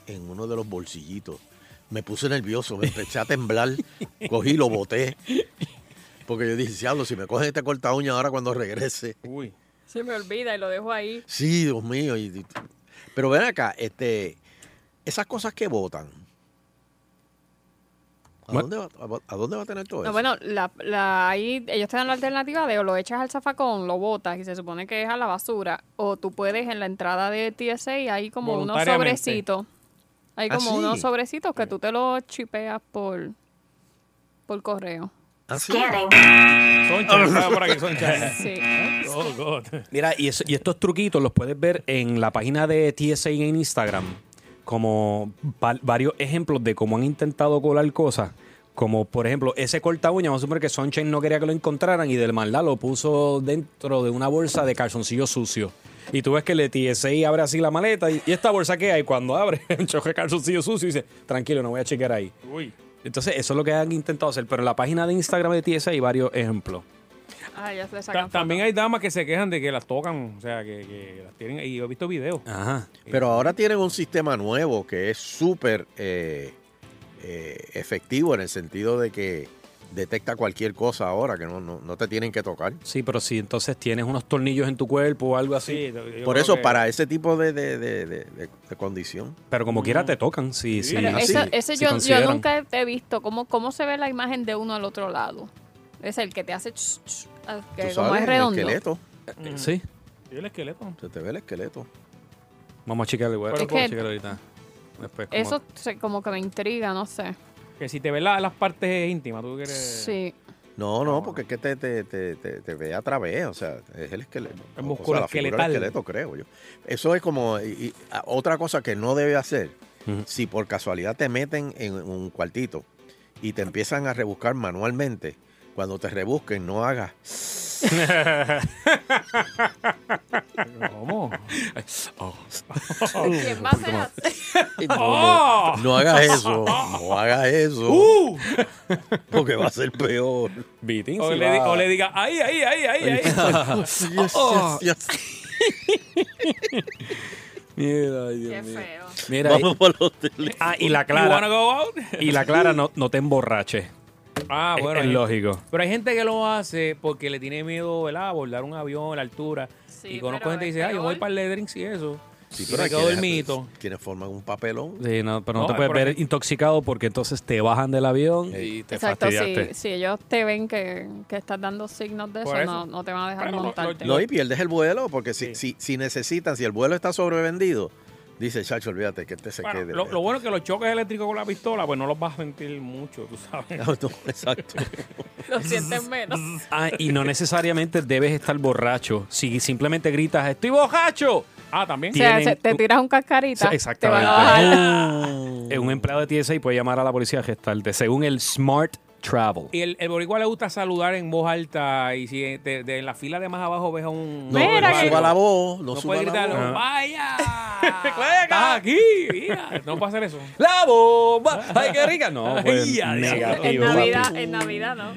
[SPEAKER 3] en uno de los bolsillitos. Me puse nervioso, me empecé a
[SPEAKER 4] <laughs>
[SPEAKER 3] temblar, cogí, lo boté. Porque yo dije, diablo, si me cogen este corta uña ahora cuando regrese.
[SPEAKER 2] Uy.
[SPEAKER 5] Se me olvida y lo dejo ahí.
[SPEAKER 3] Sí, Dios mío. y- y- pero ven acá, este, esas cosas que votan. ¿A
[SPEAKER 4] Bueno.
[SPEAKER 3] dónde, va, a, a dónde va a tener todo
[SPEAKER 5] No,
[SPEAKER 3] eso?
[SPEAKER 5] bueno, la, la- ahí ellos te dan la alternativa de o lo echas al zafacón, lo botas y se supone que es a la basura, o tú puedes en la entrada de TSA hay como unos
[SPEAKER 2] Voluntariamente.
[SPEAKER 5] sobrecitos. Hay
[SPEAKER 2] Ah,
[SPEAKER 5] como
[SPEAKER 2] sí.
[SPEAKER 5] unos sobrecitos que tú te los chipeas por, por correo.
[SPEAKER 2] Soncha, estaba por aquí, Soncha.
[SPEAKER 5] <laughs> Sí.
[SPEAKER 2] Oh, God.
[SPEAKER 4] Mira, y, eso- y estos truquitos los puedes ver en la página de TSA en Instagram, como va- varios ejemplos de cómo han intentado colar cosas. Como por ejemplo, ese corta uña, vamos a suponer que Sunshine no quería que lo encontraran y del maldad lo puso dentro de una bolsa de calzoncillo sucio. Y tú ves que el TSA abre así la maleta y, y esta bolsa que hay cuando abre <laughs> un choque de calzoncillo sucio y dice, tranquilo, no voy a chequear ahí.
[SPEAKER 2] Uy.
[SPEAKER 4] Entonces, eso es lo que han intentado hacer. Pero en la página de Instagram de TSA hay varios ejemplos.
[SPEAKER 5] Ah, ya se le
[SPEAKER 2] Ta-
[SPEAKER 5] sacan
[SPEAKER 2] también hay damas que se quejan de que las tocan, o sea, que, que las tienen. Y yo he visto videos.
[SPEAKER 3] Pero ahora tienen un sistema nuevo que es súper eh, eh, efectivo en el sentido de que detecta cualquier cosa ahora, que no, no- no te tienen que tocar.
[SPEAKER 4] Sí, pero si entonces tienes unos tornillos en tu cuerpo o algo así.
[SPEAKER 2] yo
[SPEAKER 3] Por eso, para ese tipo de, de- de- de- de- de condición.
[SPEAKER 4] Pero como quiera te tocan, si, si,
[SPEAKER 5] Pero
[SPEAKER 4] si-
[SPEAKER 5] eso, eh, eso
[SPEAKER 4] si
[SPEAKER 5] yo, yo
[SPEAKER 4] consideran.
[SPEAKER 5] nunca he visto cómo, cómo se ve la imagen de uno al otro lado. Es el que te hace ch, ch, al que
[SPEAKER 3] Tú
[SPEAKER 5] como
[SPEAKER 3] sabes,
[SPEAKER 5] es
[SPEAKER 3] el
[SPEAKER 5] redondo.
[SPEAKER 3] esqueleto.
[SPEAKER 2] Mm.
[SPEAKER 4] Eh, Sí,
[SPEAKER 2] Y el esqueleto.
[SPEAKER 3] Se te ve el esqueleto.
[SPEAKER 4] vamos a chequearlo igual.
[SPEAKER 5] Pero
[SPEAKER 4] vamos a
[SPEAKER 5] que-
[SPEAKER 4] chequearlo ahorita. Después, como-
[SPEAKER 5] Eso se- como que me intriga, no sé.
[SPEAKER 2] Que si te ves la- las partes íntimas, tú quieres.
[SPEAKER 5] Sí.
[SPEAKER 3] No, no, porque es que te, te, te- te- te ve a través, o sea, es el esqueleto.
[SPEAKER 2] El
[SPEAKER 3] O
[SPEAKER 2] músculo
[SPEAKER 3] sea, la figura del
[SPEAKER 2] esqueletal.
[SPEAKER 3] esqueleto, creo yo. Eso es como y- y, a- otra cosa que no debe hacer. Si por casualidad te meten en un cuartito y te empiezan a rebuscar manualmente, cuando te rebusquen, no hagas. <laughs>
[SPEAKER 2] ¿Cómo?
[SPEAKER 5] ¿Quién va a hacer así?
[SPEAKER 3] No, no hagas eso, no hagas eso. <laughs>
[SPEAKER 2] Uh.
[SPEAKER 3] Porque va a ser peor.
[SPEAKER 2] O, le, di- o le diga, ahí, ahí, ahí, ahí, ahí.
[SPEAKER 3] Oh, yes,
[SPEAKER 4] Mira, ay, Dios
[SPEAKER 2] Qué
[SPEAKER 4] mío.
[SPEAKER 2] feo.
[SPEAKER 4] Mira,
[SPEAKER 2] Vamos
[SPEAKER 4] y-
[SPEAKER 2] para los
[SPEAKER 4] Ah, y la
[SPEAKER 2] You wanna go
[SPEAKER 4] clara.
[SPEAKER 2] out?
[SPEAKER 4] Y la clara no, no te emborraches.
[SPEAKER 2] Ah,
[SPEAKER 4] Es-
[SPEAKER 2] bueno.
[SPEAKER 4] es
[SPEAKER 2] hay-
[SPEAKER 4] lógico.
[SPEAKER 2] Pero hay gente que lo hace porque le tiene miedo, ¿verdad? A Abordar un avión, la altura. y conozco gente que dice, ah, yo voy para el de drinks y eso.
[SPEAKER 3] Sí,
[SPEAKER 2] y
[SPEAKER 3] pero
[SPEAKER 2] me
[SPEAKER 3] hay
[SPEAKER 2] quedo
[SPEAKER 3] quienes-
[SPEAKER 2] dormito.
[SPEAKER 3] Quienes forman un papelón.
[SPEAKER 4] Sí, no, pero
[SPEAKER 3] No,
[SPEAKER 4] no, te
[SPEAKER 3] es
[SPEAKER 4] puedes
[SPEAKER 3] por
[SPEAKER 4] ver
[SPEAKER 3] aquí.
[SPEAKER 4] intoxicado porque entonces te bajan del avión y te
[SPEAKER 5] Exacto, si,
[SPEAKER 3] <laughs>
[SPEAKER 4] fastidiaste.
[SPEAKER 5] si ellos te ven que, que estás dando signos de eso,
[SPEAKER 3] Por eso.
[SPEAKER 5] No, no te van a dejar montarte.
[SPEAKER 3] No, y pierdes el vuelo, porque si, si, si necesitan, si el vuelo está sobrevendido, dice Chacho, olvídate que este se
[SPEAKER 2] Bueno,
[SPEAKER 3] quede.
[SPEAKER 2] lo, lo bueno es que los choques eléctricos con la pistola, pues no los vas a sentir mucho, tú
[SPEAKER 4] <laughs>
[SPEAKER 2] sabes.
[SPEAKER 3] No, no, exacto.
[SPEAKER 5] Lo sientes menos.
[SPEAKER 4] Ah, y no necesariamente debes estar borracho. Si simplemente gritas, estoy borracho.
[SPEAKER 2] Ah, también.
[SPEAKER 5] O sea, se- te tiras un cascarita.
[SPEAKER 4] Exactamente.
[SPEAKER 5] Te van a bajar.
[SPEAKER 4] <laughs> Eh, un empleado de TSA puede llamar a la policía a gestarte, según el Smart Travel.
[SPEAKER 2] Y el, el boricua le gusta saludar en voz alta y si te- de- en la fila de más abajo ves a un...
[SPEAKER 3] No, Mira no que- suba la voz, no
[SPEAKER 2] puede
[SPEAKER 3] suba la
[SPEAKER 2] gritar,
[SPEAKER 3] voz.
[SPEAKER 2] ¡Vaya! ¡Estás aquí! mira". No puede hacer eso.
[SPEAKER 4] ¡La bomba! ¡Ay, qué
[SPEAKER 2] <laughs>
[SPEAKER 4] rica! No, pues,
[SPEAKER 2] Ay, ya, ya.
[SPEAKER 4] negativo.
[SPEAKER 5] En Navidad,
[SPEAKER 4] papi.
[SPEAKER 5] en Navidad no.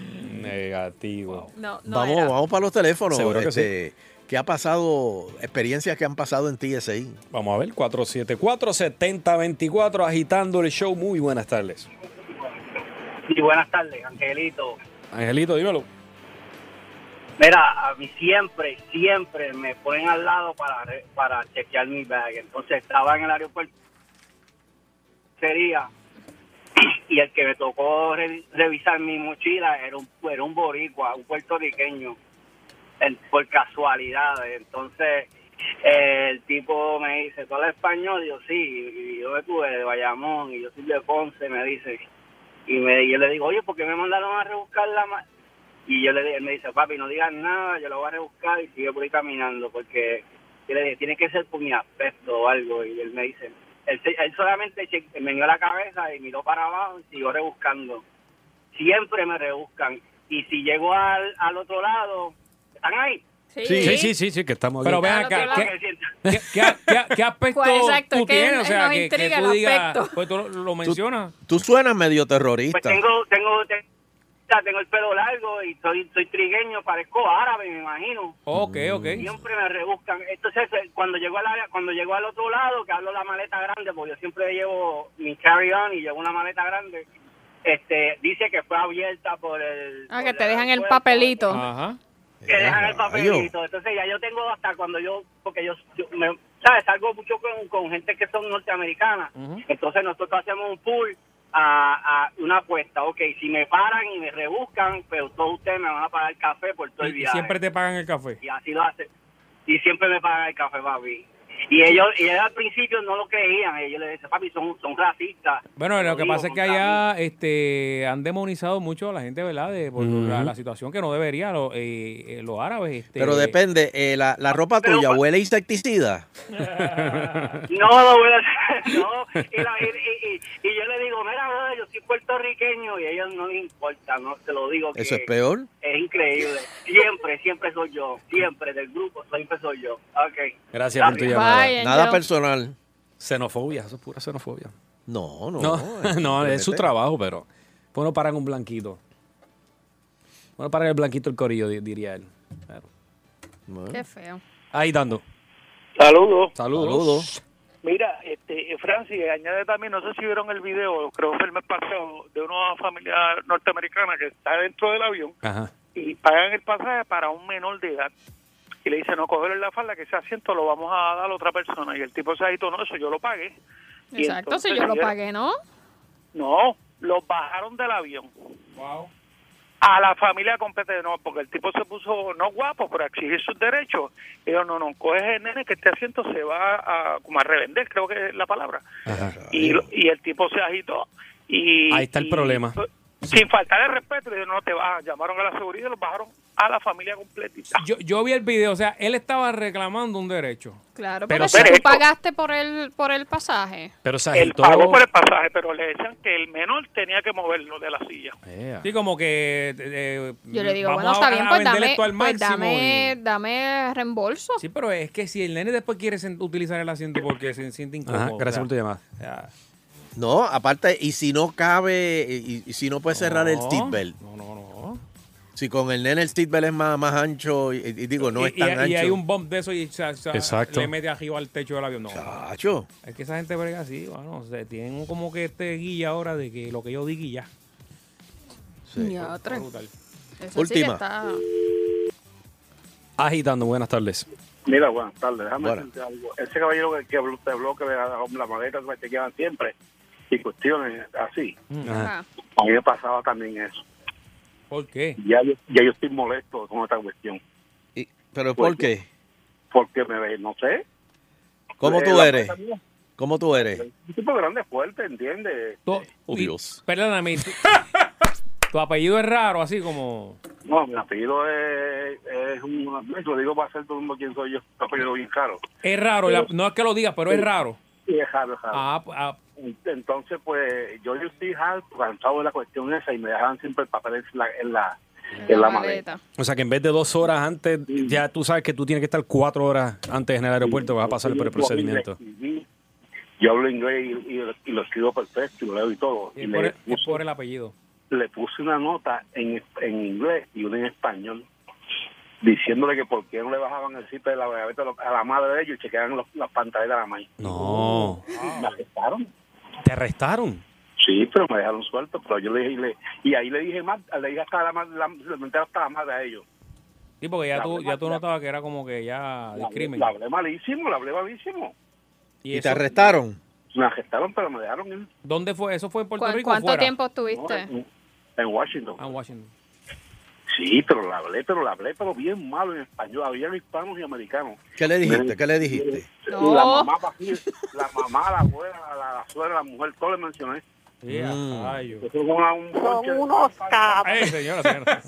[SPEAKER 4] Negativo.
[SPEAKER 5] No, no
[SPEAKER 3] vamos,
[SPEAKER 5] era.
[SPEAKER 3] vamos para los teléfonos.
[SPEAKER 4] Seguro que
[SPEAKER 3] este, ¿Qué ha pasado? Experiencias que han pasado en TSI.
[SPEAKER 4] Vamos a ver, 474-7024, agitando el show. Muy buenas tardes.
[SPEAKER 18] Y buenas tardes, Angelito.
[SPEAKER 4] Angelito, dímelo.
[SPEAKER 18] Mira, a mí siempre, siempre me ponen al lado para, re- para chequear mi bag. Entonces estaba en el aeropuerto. Sería. Y el que me tocó re- revisar mi mochila era un, era un boricua, un puertorriqueño, en- por casualidad. Entonces eh, el tipo me dice, ¿tú hablas español? Y yo sí, y yo me tuve de Bayamón, y yo soy de Ponce, me dice. Y, me, y yo le digo, oye, ¿por qué me mandaron a rebuscar la, ma- y yo le di- él me dice, papi, no digas nada, yo lo voy a rebuscar y sigue por ahí caminando, porque yo le dije, tiene que ser por mi aspecto o algo. Y él me dice, él, se- él solamente che- me dio la cabeza y miró para abajo y siguió rebuscando. Siempre me rebuscan. Y si llego al, al otro lado, ¿están ahí?
[SPEAKER 4] Sí, sí, sí, sí, que estamos
[SPEAKER 2] Pero
[SPEAKER 4] aquí.
[SPEAKER 2] ven acá, ¿qué, qué, qué, qué- qué aspecto
[SPEAKER 18] ¿Cuál exacto?
[SPEAKER 2] tú
[SPEAKER 18] Es que
[SPEAKER 2] tienes? O
[SPEAKER 18] él-
[SPEAKER 2] sea,
[SPEAKER 18] nos
[SPEAKER 2] que, que
[SPEAKER 18] intriga
[SPEAKER 2] tú
[SPEAKER 18] el
[SPEAKER 2] digas,
[SPEAKER 18] aspecto.
[SPEAKER 2] pues tú lo, lo mencionas.
[SPEAKER 3] Tú suenas medio terrorista.
[SPEAKER 18] Pues tengo, tengo, te- tengo el pelo largo y soy, soy trigueño, parezco árabe, me imagino.
[SPEAKER 2] Ok, ok.
[SPEAKER 18] Siempre me rebuscan. Entonces, eh, cuando llego al área, cuando llego al otro lado, que hablo la maleta grande, porque yo siempre llevo mi carry-on y llevo una maleta grande, este, dice que fue abierta por el...
[SPEAKER 5] Ah,
[SPEAKER 18] por
[SPEAKER 5] que te
[SPEAKER 18] el
[SPEAKER 5] dejan el
[SPEAKER 18] aeropuerto,
[SPEAKER 5] papelito.
[SPEAKER 2] Ajá.
[SPEAKER 18] Que dejan el papelito. Entonces, ya yo tengo hasta cuando yo, porque yo, yo me- ¿sabes? Salgo mucho con, con gente que son norteamericanas.
[SPEAKER 1] Mm.
[SPEAKER 18] Entonces nosotros hacemos un pool a, a una apuesta. Ok, si me paran y me rebuscan, pero todos ustedes me van a pagar café por todo el
[SPEAKER 2] Y
[SPEAKER 18] viaje.
[SPEAKER 2] siempre te pagan el café.
[SPEAKER 18] Y así lo hacen. Y siempre me pagan el café, papi. Y ellos, y ellos al principio no lo creían. Ellos le decían, papi, son, son racistas.
[SPEAKER 2] Bueno, lo que
[SPEAKER 18] digo,
[SPEAKER 2] pasa es que
[SPEAKER 18] contra
[SPEAKER 2] allá este, han demonizado mucho a la gente, ¿verdad? De, por
[SPEAKER 3] Ujú.
[SPEAKER 2] la, la situación que no debería lo- eh, eh, los árabes. este,
[SPEAKER 3] Pero depende, eh, la, la ropa tuya huele
[SPEAKER 18] <laughs>
[SPEAKER 3] a insecticida.
[SPEAKER 18] No, pues- no, voy a- <laughs> no. Y, la- y- y- y yo le digo, mira, brother, yo soy puertorriqueño y a ellos no les importa, no te lo digo. que
[SPEAKER 3] Eso es peor.
[SPEAKER 18] Es increíble. Siempre, siempre soy yo. Siempre del grupo, siempre soy yo. Ok.
[SPEAKER 4] Gracias por tu llamada.
[SPEAKER 18] Bye,
[SPEAKER 3] Nada
[SPEAKER 18] Angel.
[SPEAKER 3] personal.
[SPEAKER 4] Xenofobia, eso es pura xenofobia.
[SPEAKER 3] No, no.
[SPEAKER 4] No, no, es su trabajo, pero. Pues no paran un blanquito. Bueno, para el blanquito el corillo, di- diría él. Claro.
[SPEAKER 5] Qué feo.
[SPEAKER 4] Ahí dando.
[SPEAKER 20] Saludos.
[SPEAKER 4] Saludos.
[SPEAKER 20] Mira, este, eh, Francis, añade también, no sé si vieron el video, creo que fue el mes pasado, de una familia norteamericana que está dentro del avión
[SPEAKER 4] Ajá.
[SPEAKER 20] y pagan el pasaje para un menor de edad. Y le dicen, no, cogerlo en la falda, que ese asiento lo vamos a dar a otra persona. Y el tipo se agitó, no, eso yo lo pagué. Y
[SPEAKER 5] Exacto, si
[SPEAKER 20] entonces
[SPEAKER 5] yo lo
[SPEAKER 20] dijeron,
[SPEAKER 5] pagué, ¿no?
[SPEAKER 20] No, los bajaron del avión. A la familia completa, no, porque el tipo se puso, no guapo, por exigir sus derechos. Y yo, no, no, coge el nene que este asiento se va a, como a revender, creo que es la palabra. Y, lo- y el tipo se agitó. Y,
[SPEAKER 4] Ahí está el
[SPEAKER 20] y-
[SPEAKER 4] problema.
[SPEAKER 20] Sin faltar el respeto, le dijeron, no te vas. Llamaron a la seguridad y los bajaron a la familia completita.
[SPEAKER 2] Yo, yo vi el video, o sea, él estaba reclamando un derecho.
[SPEAKER 5] Claro,
[SPEAKER 2] Pero
[SPEAKER 5] porque si tú
[SPEAKER 2] derecho.
[SPEAKER 5] pagaste por el, por el pasaje.
[SPEAKER 4] Pero se
[SPEAKER 20] Él pagó por el pasaje, pero le decían que el menor tenía que moverlo de la silla.
[SPEAKER 2] Sí, como que. eh,
[SPEAKER 5] Yo le digo,
[SPEAKER 2] vamos
[SPEAKER 5] bueno,
[SPEAKER 2] a-
[SPEAKER 5] está
[SPEAKER 2] a
[SPEAKER 5] bien, pues
[SPEAKER 2] venderle
[SPEAKER 5] dame,
[SPEAKER 2] esto al
[SPEAKER 5] pues
[SPEAKER 2] máximo
[SPEAKER 5] dame, dame reembolso.
[SPEAKER 2] Sí, pero es que si el nene después quiere sen- utilizar el asiento porque se siente incómodo.
[SPEAKER 3] Ajá, gracias por tu
[SPEAKER 4] llamada.
[SPEAKER 3] No, aparte, y si no cabe, y, y si no puedes cerrar el
[SPEAKER 2] No,
[SPEAKER 3] seatbelt.
[SPEAKER 2] No, no, no.
[SPEAKER 3] Si con el nene el seatbelt es más, más ancho, y, y digo, no
[SPEAKER 2] y,
[SPEAKER 3] es tan
[SPEAKER 2] y-
[SPEAKER 3] ancho.
[SPEAKER 2] y hay un bump de eso y o sea,
[SPEAKER 3] Exacto.
[SPEAKER 2] le mete arriba al techo del avión. No,
[SPEAKER 3] Chacho.
[SPEAKER 2] Es que esa gente brega así, bueno, o sea, tienen como que este guía ahora de que lo que yo diga y ya.
[SPEAKER 5] Ni a otra.
[SPEAKER 2] Brutal.
[SPEAKER 5] Eso sí que
[SPEAKER 4] Última.
[SPEAKER 5] está-
[SPEAKER 4] Agitando, buenas tardes.
[SPEAKER 21] Mira, buenas tardes. Déjame
[SPEAKER 4] Buenas.
[SPEAKER 21] decirte algo. Ese caballero que, que blo- te bloquea la, la maleta que te quedan siempre y cuestiones así.
[SPEAKER 4] Ajá.
[SPEAKER 21] A mí me pasaba también eso.
[SPEAKER 2] ¿Por qué?
[SPEAKER 21] Ya, yo- ya yo estoy molesto con esta cuestión.
[SPEAKER 3] ¿Pero
[SPEAKER 21] Pues,
[SPEAKER 3] por qué?
[SPEAKER 21] Porque me ve, no sé.
[SPEAKER 3] ¿Cómo
[SPEAKER 21] Eh,
[SPEAKER 3] tú
[SPEAKER 21] la
[SPEAKER 3] eres?
[SPEAKER 21] cosa mía,
[SPEAKER 3] ¿Cómo tú eres?
[SPEAKER 21] Un tipo grande, fuerte, ¿entiendes?
[SPEAKER 3] Oh, Dios.
[SPEAKER 2] Eh, Perdóname.
[SPEAKER 3] <laughs>
[SPEAKER 2] Tu, tu apellido es raro, así como.
[SPEAKER 21] No, mi apellido es, es un... Lo digo para hacer todo el mundo quién soy yo. Un apellido bien caro.
[SPEAKER 2] Es raro, la- no es que lo digas, pero es raro.
[SPEAKER 21] Sí, es raro, es raro.
[SPEAKER 2] Ah, pues, ah,
[SPEAKER 21] Entonces, pues, yo, yo estoy harto, cansado de la cuestión esa y me dejaban siempre el papel en la, en la, en la maleta.
[SPEAKER 4] O sea que en vez de dos horas antes, ya tú sabes que tú tienes que estar cuatro horas antes en el aeropuerto, vas a pasar por el procedimiento.
[SPEAKER 21] Yo hablo inglés y, y- y lo escribo perfecto y lo leo y todo.
[SPEAKER 2] es
[SPEAKER 21] Y
[SPEAKER 2] por e-
[SPEAKER 21] le,
[SPEAKER 2] el- es por el apellido.
[SPEAKER 21] le puse una nota en, en inglés y una en español diciéndole que por qué no le bajaban el cipe de la bebeta a la madre de ellos y chequeaban los- las pantallas de la maíz.
[SPEAKER 4] No.
[SPEAKER 2] Ah.
[SPEAKER 21] Me arrestaron.
[SPEAKER 4] ¿Te arrestaron?
[SPEAKER 21] Sí, pero me dejaron suelto, pero yo le dije, y le- y ahí le dije más, le dije hasta la, ma- la, le menté hasta la madre a ellos.
[SPEAKER 2] Sí, porque ya
[SPEAKER 21] La
[SPEAKER 2] tú, ya
[SPEAKER 21] verdad,
[SPEAKER 2] tú notabas que era como que ya
[SPEAKER 21] La,
[SPEAKER 2] discrimen.
[SPEAKER 21] la hablé malísimo, la hablé malísimo.
[SPEAKER 3] ¿Y, te
[SPEAKER 2] eso-
[SPEAKER 3] arrestaron?
[SPEAKER 21] Me arrestaron, pero me dejaron ir
[SPEAKER 2] ¿Dónde fue? ¿Eso fue en Puerto
[SPEAKER 5] ¿Cu-
[SPEAKER 2] Rico? o
[SPEAKER 5] ¿Cuánto
[SPEAKER 2] fuera?
[SPEAKER 5] tiempo estuviste?
[SPEAKER 21] en Washington.
[SPEAKER 2] Ah, en Washington.
[SPEAKER 21] Sí, pero la hablé, pero la hablé, pero bien malo en español. Había hispanos y americanos.
[SPEAKER 3] ¿Qué le dijiste? ¿Qué le dijiste?
[SPEAKER 21] Y La mamá, para aquí, la mamá, la abuela, la, la suegra, la mujer, todo le mencioné.
[SPEAKER 2] Mm.
[SPEAKER 21] Eso fue una- un ponche de-
[SPEAKER 2] Ay, señora, señora.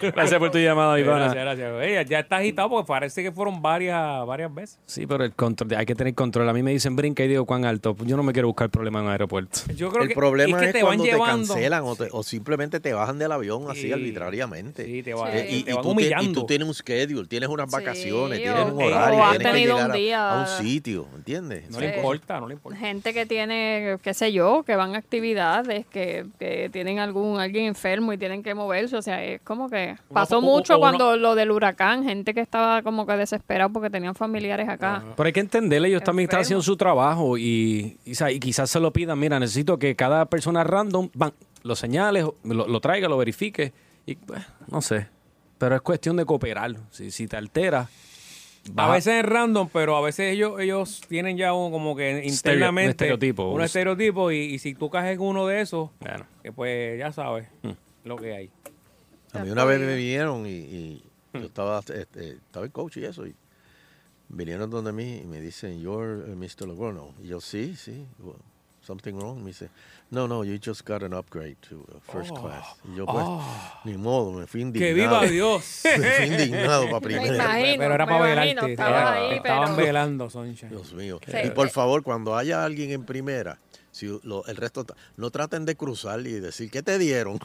[SPEAKER 4] Gracias por tu llamada,
[SPEAKER 2] Sí,
[SPEAKER 4] Ivana.
[SPEAKER 2] Gracias, gracias. Ey, ya está agitado porque parece que fueron varias, varias veces.
[SPEAKER 4] Sí, pero el control, hay que tener control. A mí me dicen brinca y digo cuán alto. Yo no me quiero buscar problema en un aeropuerto.
[SPEAKER 2] Yo creo
[SPEAKER 3] el
[SPEAKER 2] que-
[SPEAKER 3] problema
[SPEAKER 2] es
[SPEAKER 3] es,
[SPEAKER 2] que te van
[SPEAKER 3] cuando te
[SPEAKER 2] llevando.
[SPEAKER 3] cancelan o, te- o simplemente te bajan del avión así
[SPEAKER 2] Sí.
[SPEAKER 3] arbitrariamente.
[SPEAKER 2] te va-
[SPEAKER 3] Eh,
[SPEAKER 2] te van
[SPEAKER 3] tú ti-
[SPEAKER 2] humillando.
[SPEAKER 3] y tú tienes un schedule, tienes unas vacaciones,
[SPEAKER 5] Sí,
[SPEAKER 3] tienes
[SPEAKER 5] o-
[SPEAKER 3] un
[SPEAKER 5] o
[SPEAKER 3] horario,
[SPEAKER 5] has
[SPEAKER 3] tienes que
[SPEAKER 5] tenido
[SPEAKER 3] llegar
[SPEAKER 5] un
[SPEAKER 3] a-
[SPEAKER 5] día.
[SPEAKER 3] a, un sitio, ¿entiendes?
[SPEAKER 2] No
[SPEAKER 5] le Sí.
[SPEAKER 2] importa, no le importa.
[SPEAKER 5] Gente que tiene, qué sé yo, que van a actividades, que, que tienen algún alguien enfermo y tienen que moverse. O sea, es como que pasó
[SPEAKER 4] o-
[SPEAKER 5] mucho
[SPEAKER 4] o uno-
[SPEAKER 5] cuando lo del huracán, gente que estaba como que desesperada porque tenían familiares acá.
[SPEAKER 4] Pero hay que entenderle, ellos también están haciendo su trabajo y, y sa- y quizás se lo pidan. Mira, necesito que cada persona random van, lo señales, lo, lo traiga, lo verifique. Y pues, no sé. Pero es cuestión de cooperar. Si, si te altera.
[SPEAKER 2] A veces es random, pero a veces ellos, ellos tienen ya un- como que internamente
[SPEAKER 4] estereotipo.
[SPEAKER 2] un estereotipo y, y si tú caes en uno de esos,
[SPEAKER 4] Bueno.
[SPEAKER 2] que pues ya sabes lo que hay.
[SPEAKER 3] A mí una vez me vinieron y, y
[SPEAKER 2] Mm.
[SPEAKER 3] yo estaba, este, estaba el coach y eso. Y vinieron donde mí y me dicen, You're uh, Mr. Logrono. Y yo, sí, sí. well, something wrong. Me dice, No, no, you just got an upgrade to uh, first
[SPEAKER 2] Oh.
[SPEAKER 3] class. Y yo, pues,
[SPEAKER 2] Ah.
[SPEAKER 3] ni modo, me fui
[SPEAKER 2] ¡Que
[SPEAKER 3] indignado.
[SPEAKER 2] viva Dios!
[SPEAKER 3] <laughs> me fui indignado para
[SPEAKER 2] <laughs>
[SPEAKER 3] primero.
[SPEAKER 2] pero era para velarte. te-
[SPEAKER 5] estabas ahí,
[SPEAKER 2] te estaban
[SPEAKER 5] pero-
[SPEAKER 2] velando, Soncha.
[SPEAKER 3] Dios mío.
[SPEAKER 5] Sí.
[SPEAKER 3] Y por favor, cuando haya alguien en primera, si lo- el resto ta- no traten de cruzar y <laughs>
[SPEAKER 2] Oh.
[SPEAKER 3] decir qué te dieron.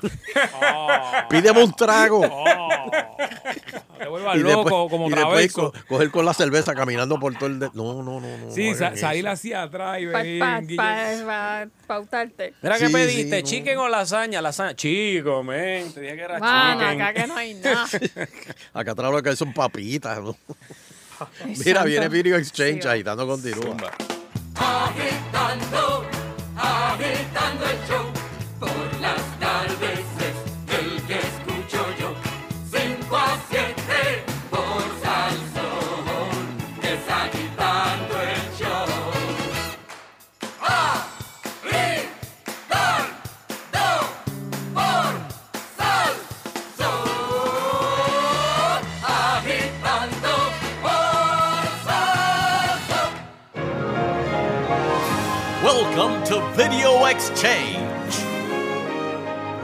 [SPEAKER 3] Pídeme un trago.
[SPEAKER 2] te vuelva
[SPEAKER 3] y
[SPEAKER 2] loco,
[SPEAKER 3] después-
[SPEAKER 2] como
[SPEAKER 3] y después
[SPEAKER 2] Traverso.
[SPEAKER 3] co- coger con la cerveza caminando por todo el... de- No, no, no. no
[SPEAKER 2] Sí,
[SPEAKER 3] no
[SPEAKER 2] sa-
[SPEAKER 3] hagan
[SPEAKER 2] salir hacia atrás y
[SPEAKER 5] Para
[SPEAKER 2] venir.
[SPEAKER 5] pautarte.
[SPEAKER 2] Mira, ¿qué
[SPEAKER 5] Sí,
[SPEAKER 2] pediste?
[SPEAKER 5] sí, no.
[SPEAKER 2] ¿Chicken o lasaña? Lasaña. Chico, men. Te dije que era
[SPEAKER 4] Ah,
[SPEAKER 5] Mano,
[SPEAKER 2] chicken.
[SPEAKER 5] acá que no hay nada.
[SPEAKER 3] eso. <laughs> Acá atrás lo que hay son papitas. ¿no? Mira,
[SPEAKER 1] santo.
[SPEAKER 3] viene Video Exchange
[SPEAKER 1] Sí, va.
[SPEAKER 3] agitando continúa.
[SPEAKER 1] Agitando, agitando el show. Por las tardes es el que escucho yo. 5 a 7 por Salsón. Es agitando el show. Agitando por Salsón. Agitando por Salsón.
[SPEAKER 22] Welcome to Video Exchange.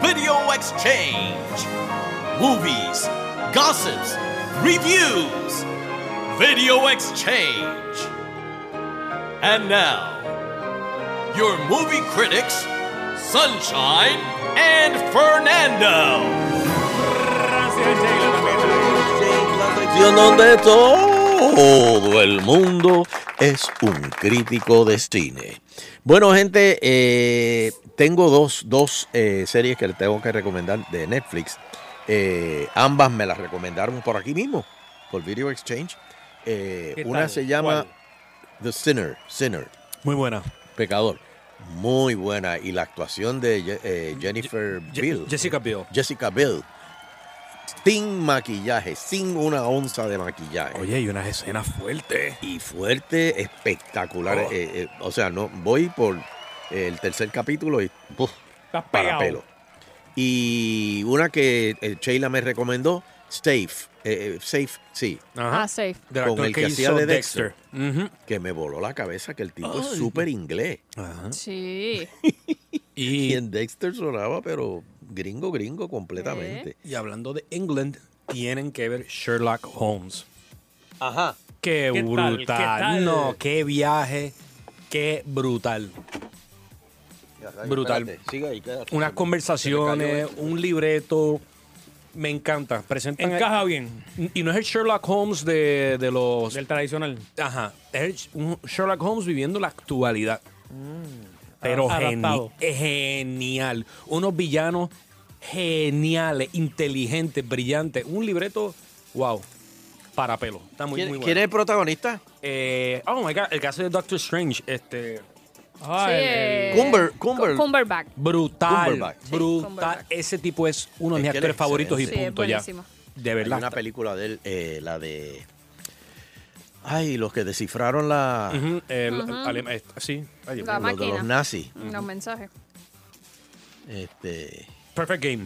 [SPEAKER 22] Video Exchange. Movies, gossips, reviews. Video Exchange. And now, your movie critics, Sunshine and Fernando.
[SPEAKER 3] Yo donde todo el mundo es un crítico de cine. Bueno, gente, eh, tengo dos, dos eh, series que les tengo que recomendar de Netflix. Eh, ambas me las recomendaron por aquí mismo, por Video Exchange. Eh,
[SPEAKER 4] ¿Qué
[SPEAKER 3] una
[SPEAKER 4] tal?
[SPEAKER 3] se llama The Sinner, Sinner.
[SPEAKER 4] Muy buena.
[SPEAKER 3] Pecador. Muy buena. Y la actuación de Je- eh, Jennifer Bill.
[SPEAKER 4] Jessica Biel.
[SPEAKER 3] Jessica Bill. Sin maquillaje, sin una onza de maquillaje.
[SPEAKER 4] Oye, y unas escenas fuertes.
[SPEAKER 3] Y fuerte, espectacular.
[SPEAKER 4] Oh.
[SPEAKER 3] Eh, eh, o sea, no voy por eh, el tercer capítulo y ¡puf!
[SPEAKER 2] Estás
[SPEAKER 3] para
[SPEAKER 2] pegado.
[SPEAKER 3] pelo. Y una que eh, Sheila me recomendó, Safe. eh, eh, safe, sí.
[SPEAKER 5] Ajá. Ah, Safe.
[SPEAKER 4] Del
[SPEAKER 3] Con
[SPEAKER 4] actor
[SPEAKER 3] el que,
[SPEAKER 4] que
[SPEAKER 3] hacía
[SPEAKER 4] hizo
[SPEAKER 3] de Dexter.
[SPEAKER 4] Dexter. Ujú.
[SPEAKER 3] Que me voló la cabeza que el tipo es
[SPEAKER 5] Ay.
[SPEAKER 3] súper inglés.
[SPEAKER 5] Sí.
[SPEAKER 3] Y en Dexter sonaba, pero gringo, gringo completamente.
[SPEAKER 4] ¿Eh? Y hablando de England, tienen que ver Sherlock Holmes.
[SPEAKER 3] Ajá.
[SPEAKER 4] Qué,
[SPEAKER 2] ¿Qué tal?
[SPEAKER 4] brutal.
[SPEAKER 2] ¿Qué tal?
[SPEAKER 4] No, qué viaje. Qué brutal. Brutal.
[SPEAKER 3] Espérate, sigue ahí, quédate.
[SPEAKER 4] Unas conversaciones, un libreto. Me encanta. Presentan
[SPEAKER 2] Encaja bien.
[SPEAKER 4] Y no es el Sherlock Holmes de, de los. Del
[SPEAKER 2] tradicional.
[SPEAKER 4] Ajá. Es el- un Sherlock Holmes viviendo la actualidad. Pero
[SPEAKER 2] Ah,
[SPEAKER 4] geni-
[SPEAKER 2] adaptado.
[SPEAKER 4] es genial. Unos villanos geniales, inteligentes, brillantes. Un libreto, wow, para pelo. Está muy,
[SPEAKER 3] ¿Quién,
[SPEAKER 4] muy bueno.
[SPEAKER 3] quién es el protagonista?
[SPEAKER 4] Eh, oh my God, el caso de Doctor Strange. Este,
[SPEAKER 1] Ah,
[SPEAKER 5] Sí, eh,
[SPEAKER 4] Cumber- Cumber-
[SPEAKER 5] Cu- Cumberbatch.
[SPEAKER 4] brutal.
[SPEAKER 3] Cumberbatch. Sí,
[SPEAKER 4] Brutal. Ese tipo es uno de mis
[SPEAKER 3] que él
[SPEAKER 4] actores
[SPEAKER 3] es
[SPEAKER 4] favoritos y
[SPEAKER 3] excelente.
[SPEAKER 4] punto ya. De verdad.
[SPEAKER 3] Hay una película de él, eh, la de. Ay, los que descifraron la.
[SPEAKER 4] Ujú, el- el
[SPEAKER 5] Ujú.
[SPEAKER 4] alem- eh, sí. Ay,
[SPEAKER 5] La
[SPEAKER 3] Lo de
[SPEAKER 5] máquina. Mm,
[SPEAKER 3] los nazis.
[SPEAKER 5] Los mensajes.
[SPEAKER 3] Este,
[SPEAKER 4] Perfect Game.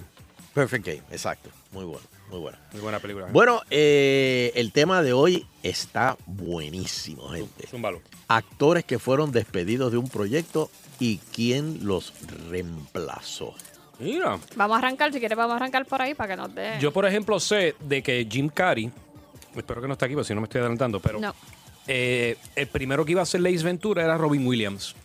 [SPEAKER 3] Perfect Game, exacto. Muy bueno, muy bueno.
[SPEAKER 4] Muy buena película.
[SPEAKER 3] Bueno, eh, el tema de hoy está buenísimo, gente.
[SPEAKER 4] Zúmbalo.
[SPEAKER 3] Actores que fueron despedidos de un proyecto y quién los reemplazó.
[SPEAKER 4] Mira.
[SPEAKER 5] Vamos a arrancar, si quieres vamos a arrancar por ahí para que nos dé.
[SPEAKER 4] Yo, por ejemplo, sé de que Jim Carrey, espero que no está aquí, porque si no me estoy adelantando, pero
[SPEAKER 5] No.
[SPEAKER 4] eh, el primero que iba a ser Ace Ventura era Robin Williams.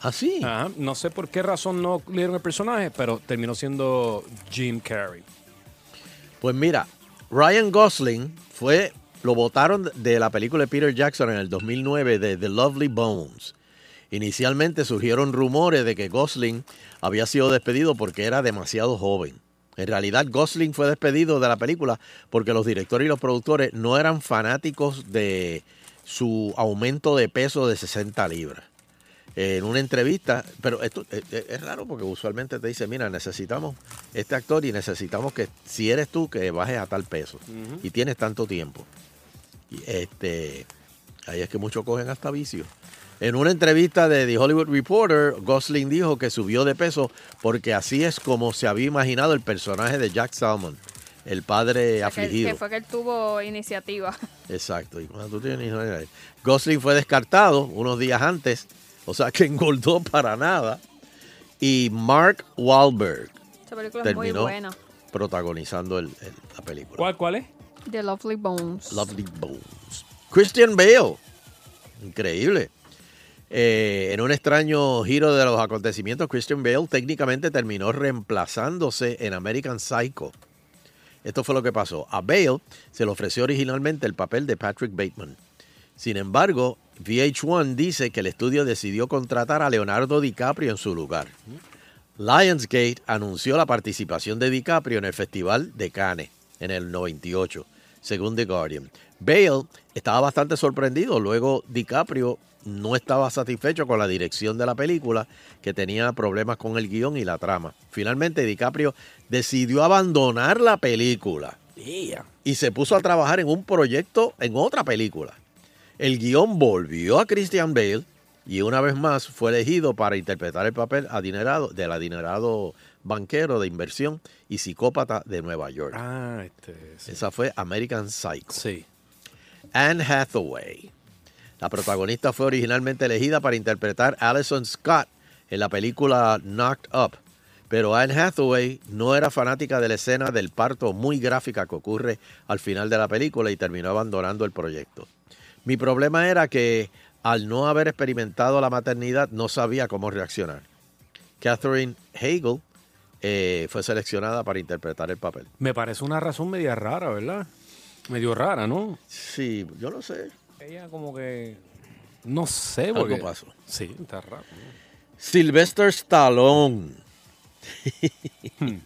[SPEAKER 3] ¿Ah, sí?
[SPEAKER 4] No sé por qué razón no le dieron el personaje, pero terminó siendo Jim Carrey.
[SPEAKER 3] Pues mira, Ryan Gosling fue, lo votaron de la película de Peter Jackson en el 2009 de The Lovely Bones. Inicialmente surgieron rumores de que Gosling había sido despedido porque era demasiado joven. En realidad, Gosling fue despedido de la película porque los directores y los productores no eran fanáticos de su aumento de peso de 60 libras. En una entrevista, pero esto eh, eh, es raro porque usualmente te dice, mira, necesitamos este actor y necesitamos que si eres tú que bajes a tal peso
[SPEAKER 4] Ujú.
[SPEAKER 3] y tienes tanto tiempo. Y, Este, ahí es que muchos cogen hasta vicio. En una entrevista de The Hollywood Reporter, Gosling dijo que subió de peso porque así es como se había imaginado el personaje de Jack Salmon, el padre
[SPEAKER 5] Que él-
[SPEAKER 3] afligido.
[SPEAKER 5] Que fue que él tuvo iniciativa. <laughs>
[SPEAKER 3] Exacto. Y cuando tú tienes hijos, mira, Gosling fue descartado unos días antes, o sea que engordó para nada. Y Mark Wahlberg
[SPEAKER 5] Esta película es muy
[SPEAKER 3] terminó
[SPEAKER 5] buena.
[SPEAKER 3] protagonizando el- el- la película.
[SPEAKER 2] ¿Cuál, cuál es?
[SPEAKER 5] The Lovely Bones.
[SPEAKER 3] Lovely Bones. Christian Bale. Increíble. Eh, en un extraño giro de los acontecimientos, Christian Bale técnicamente terminó reemplazándose en American Psycho. Esto fue lo que pasó. A Bale se le ofreció originalmente el papel de Patrick Bateman. Sin embargo, VH1 dice que el estudio decidió contratar a Leonardo DiCaprio en su lugar. Lionsgate anunció la participación de DiCaprio en el Festival de Cannes en el 98, según The Guardian. Bale estaba bastante sorprendido, luego DiCaprio no estaba satisfecho con la dirección de la película, que tenía problemas con el guión y la trama. Finalmente DiCaprio decidió abandonar la película y se puso a trabajar en un proyecto en otra película. El guión volvió a Christian Bale y una vez más fue elegido para interpretar el papel adinerado del adinerado banquero de inversión y psicópata de Nueva York.
[SPEAKER 4] Ah, este.
[SPEAKER 3] Esa fue American Psycho. Sí. Anne Hathaway. La protagonista fue originalmente elegida para interpretar a Alison Scott en la película Knocked Up, pero Anne Hathaway no era fanática de la escena del parto muy gráfica que ocurre al final de la película y terminó abandonando el proyecto. Mi problema era que al no haber experimentado la maternidad no sabía cómo reaccionar. Catherine Hagel eh, fue seleccionada para interpretar el papel.
[SPEAKER 4] Me parece una razón media
[SPEAKER 3] <laughs>
[SPEAKER 4] rara, ¿verdad? Medio rara, ¿no?
[SPEAKER 3] Sí, yo no sé.
[SPEAKER 2] Ella como que...
[SPEAKER 4] No sé,
[SPEAKER 3] Algo
[SPEAKER 4] porque...
[SPEAKER 3] pasó.
[SPEAKER 4] Sí, está raro.
[SPEAKER 3] Sylvester
[SPEAKER 4] <laughs>
[SPEAKER 3] Stallone.
[SPEAKER 4] Hmm.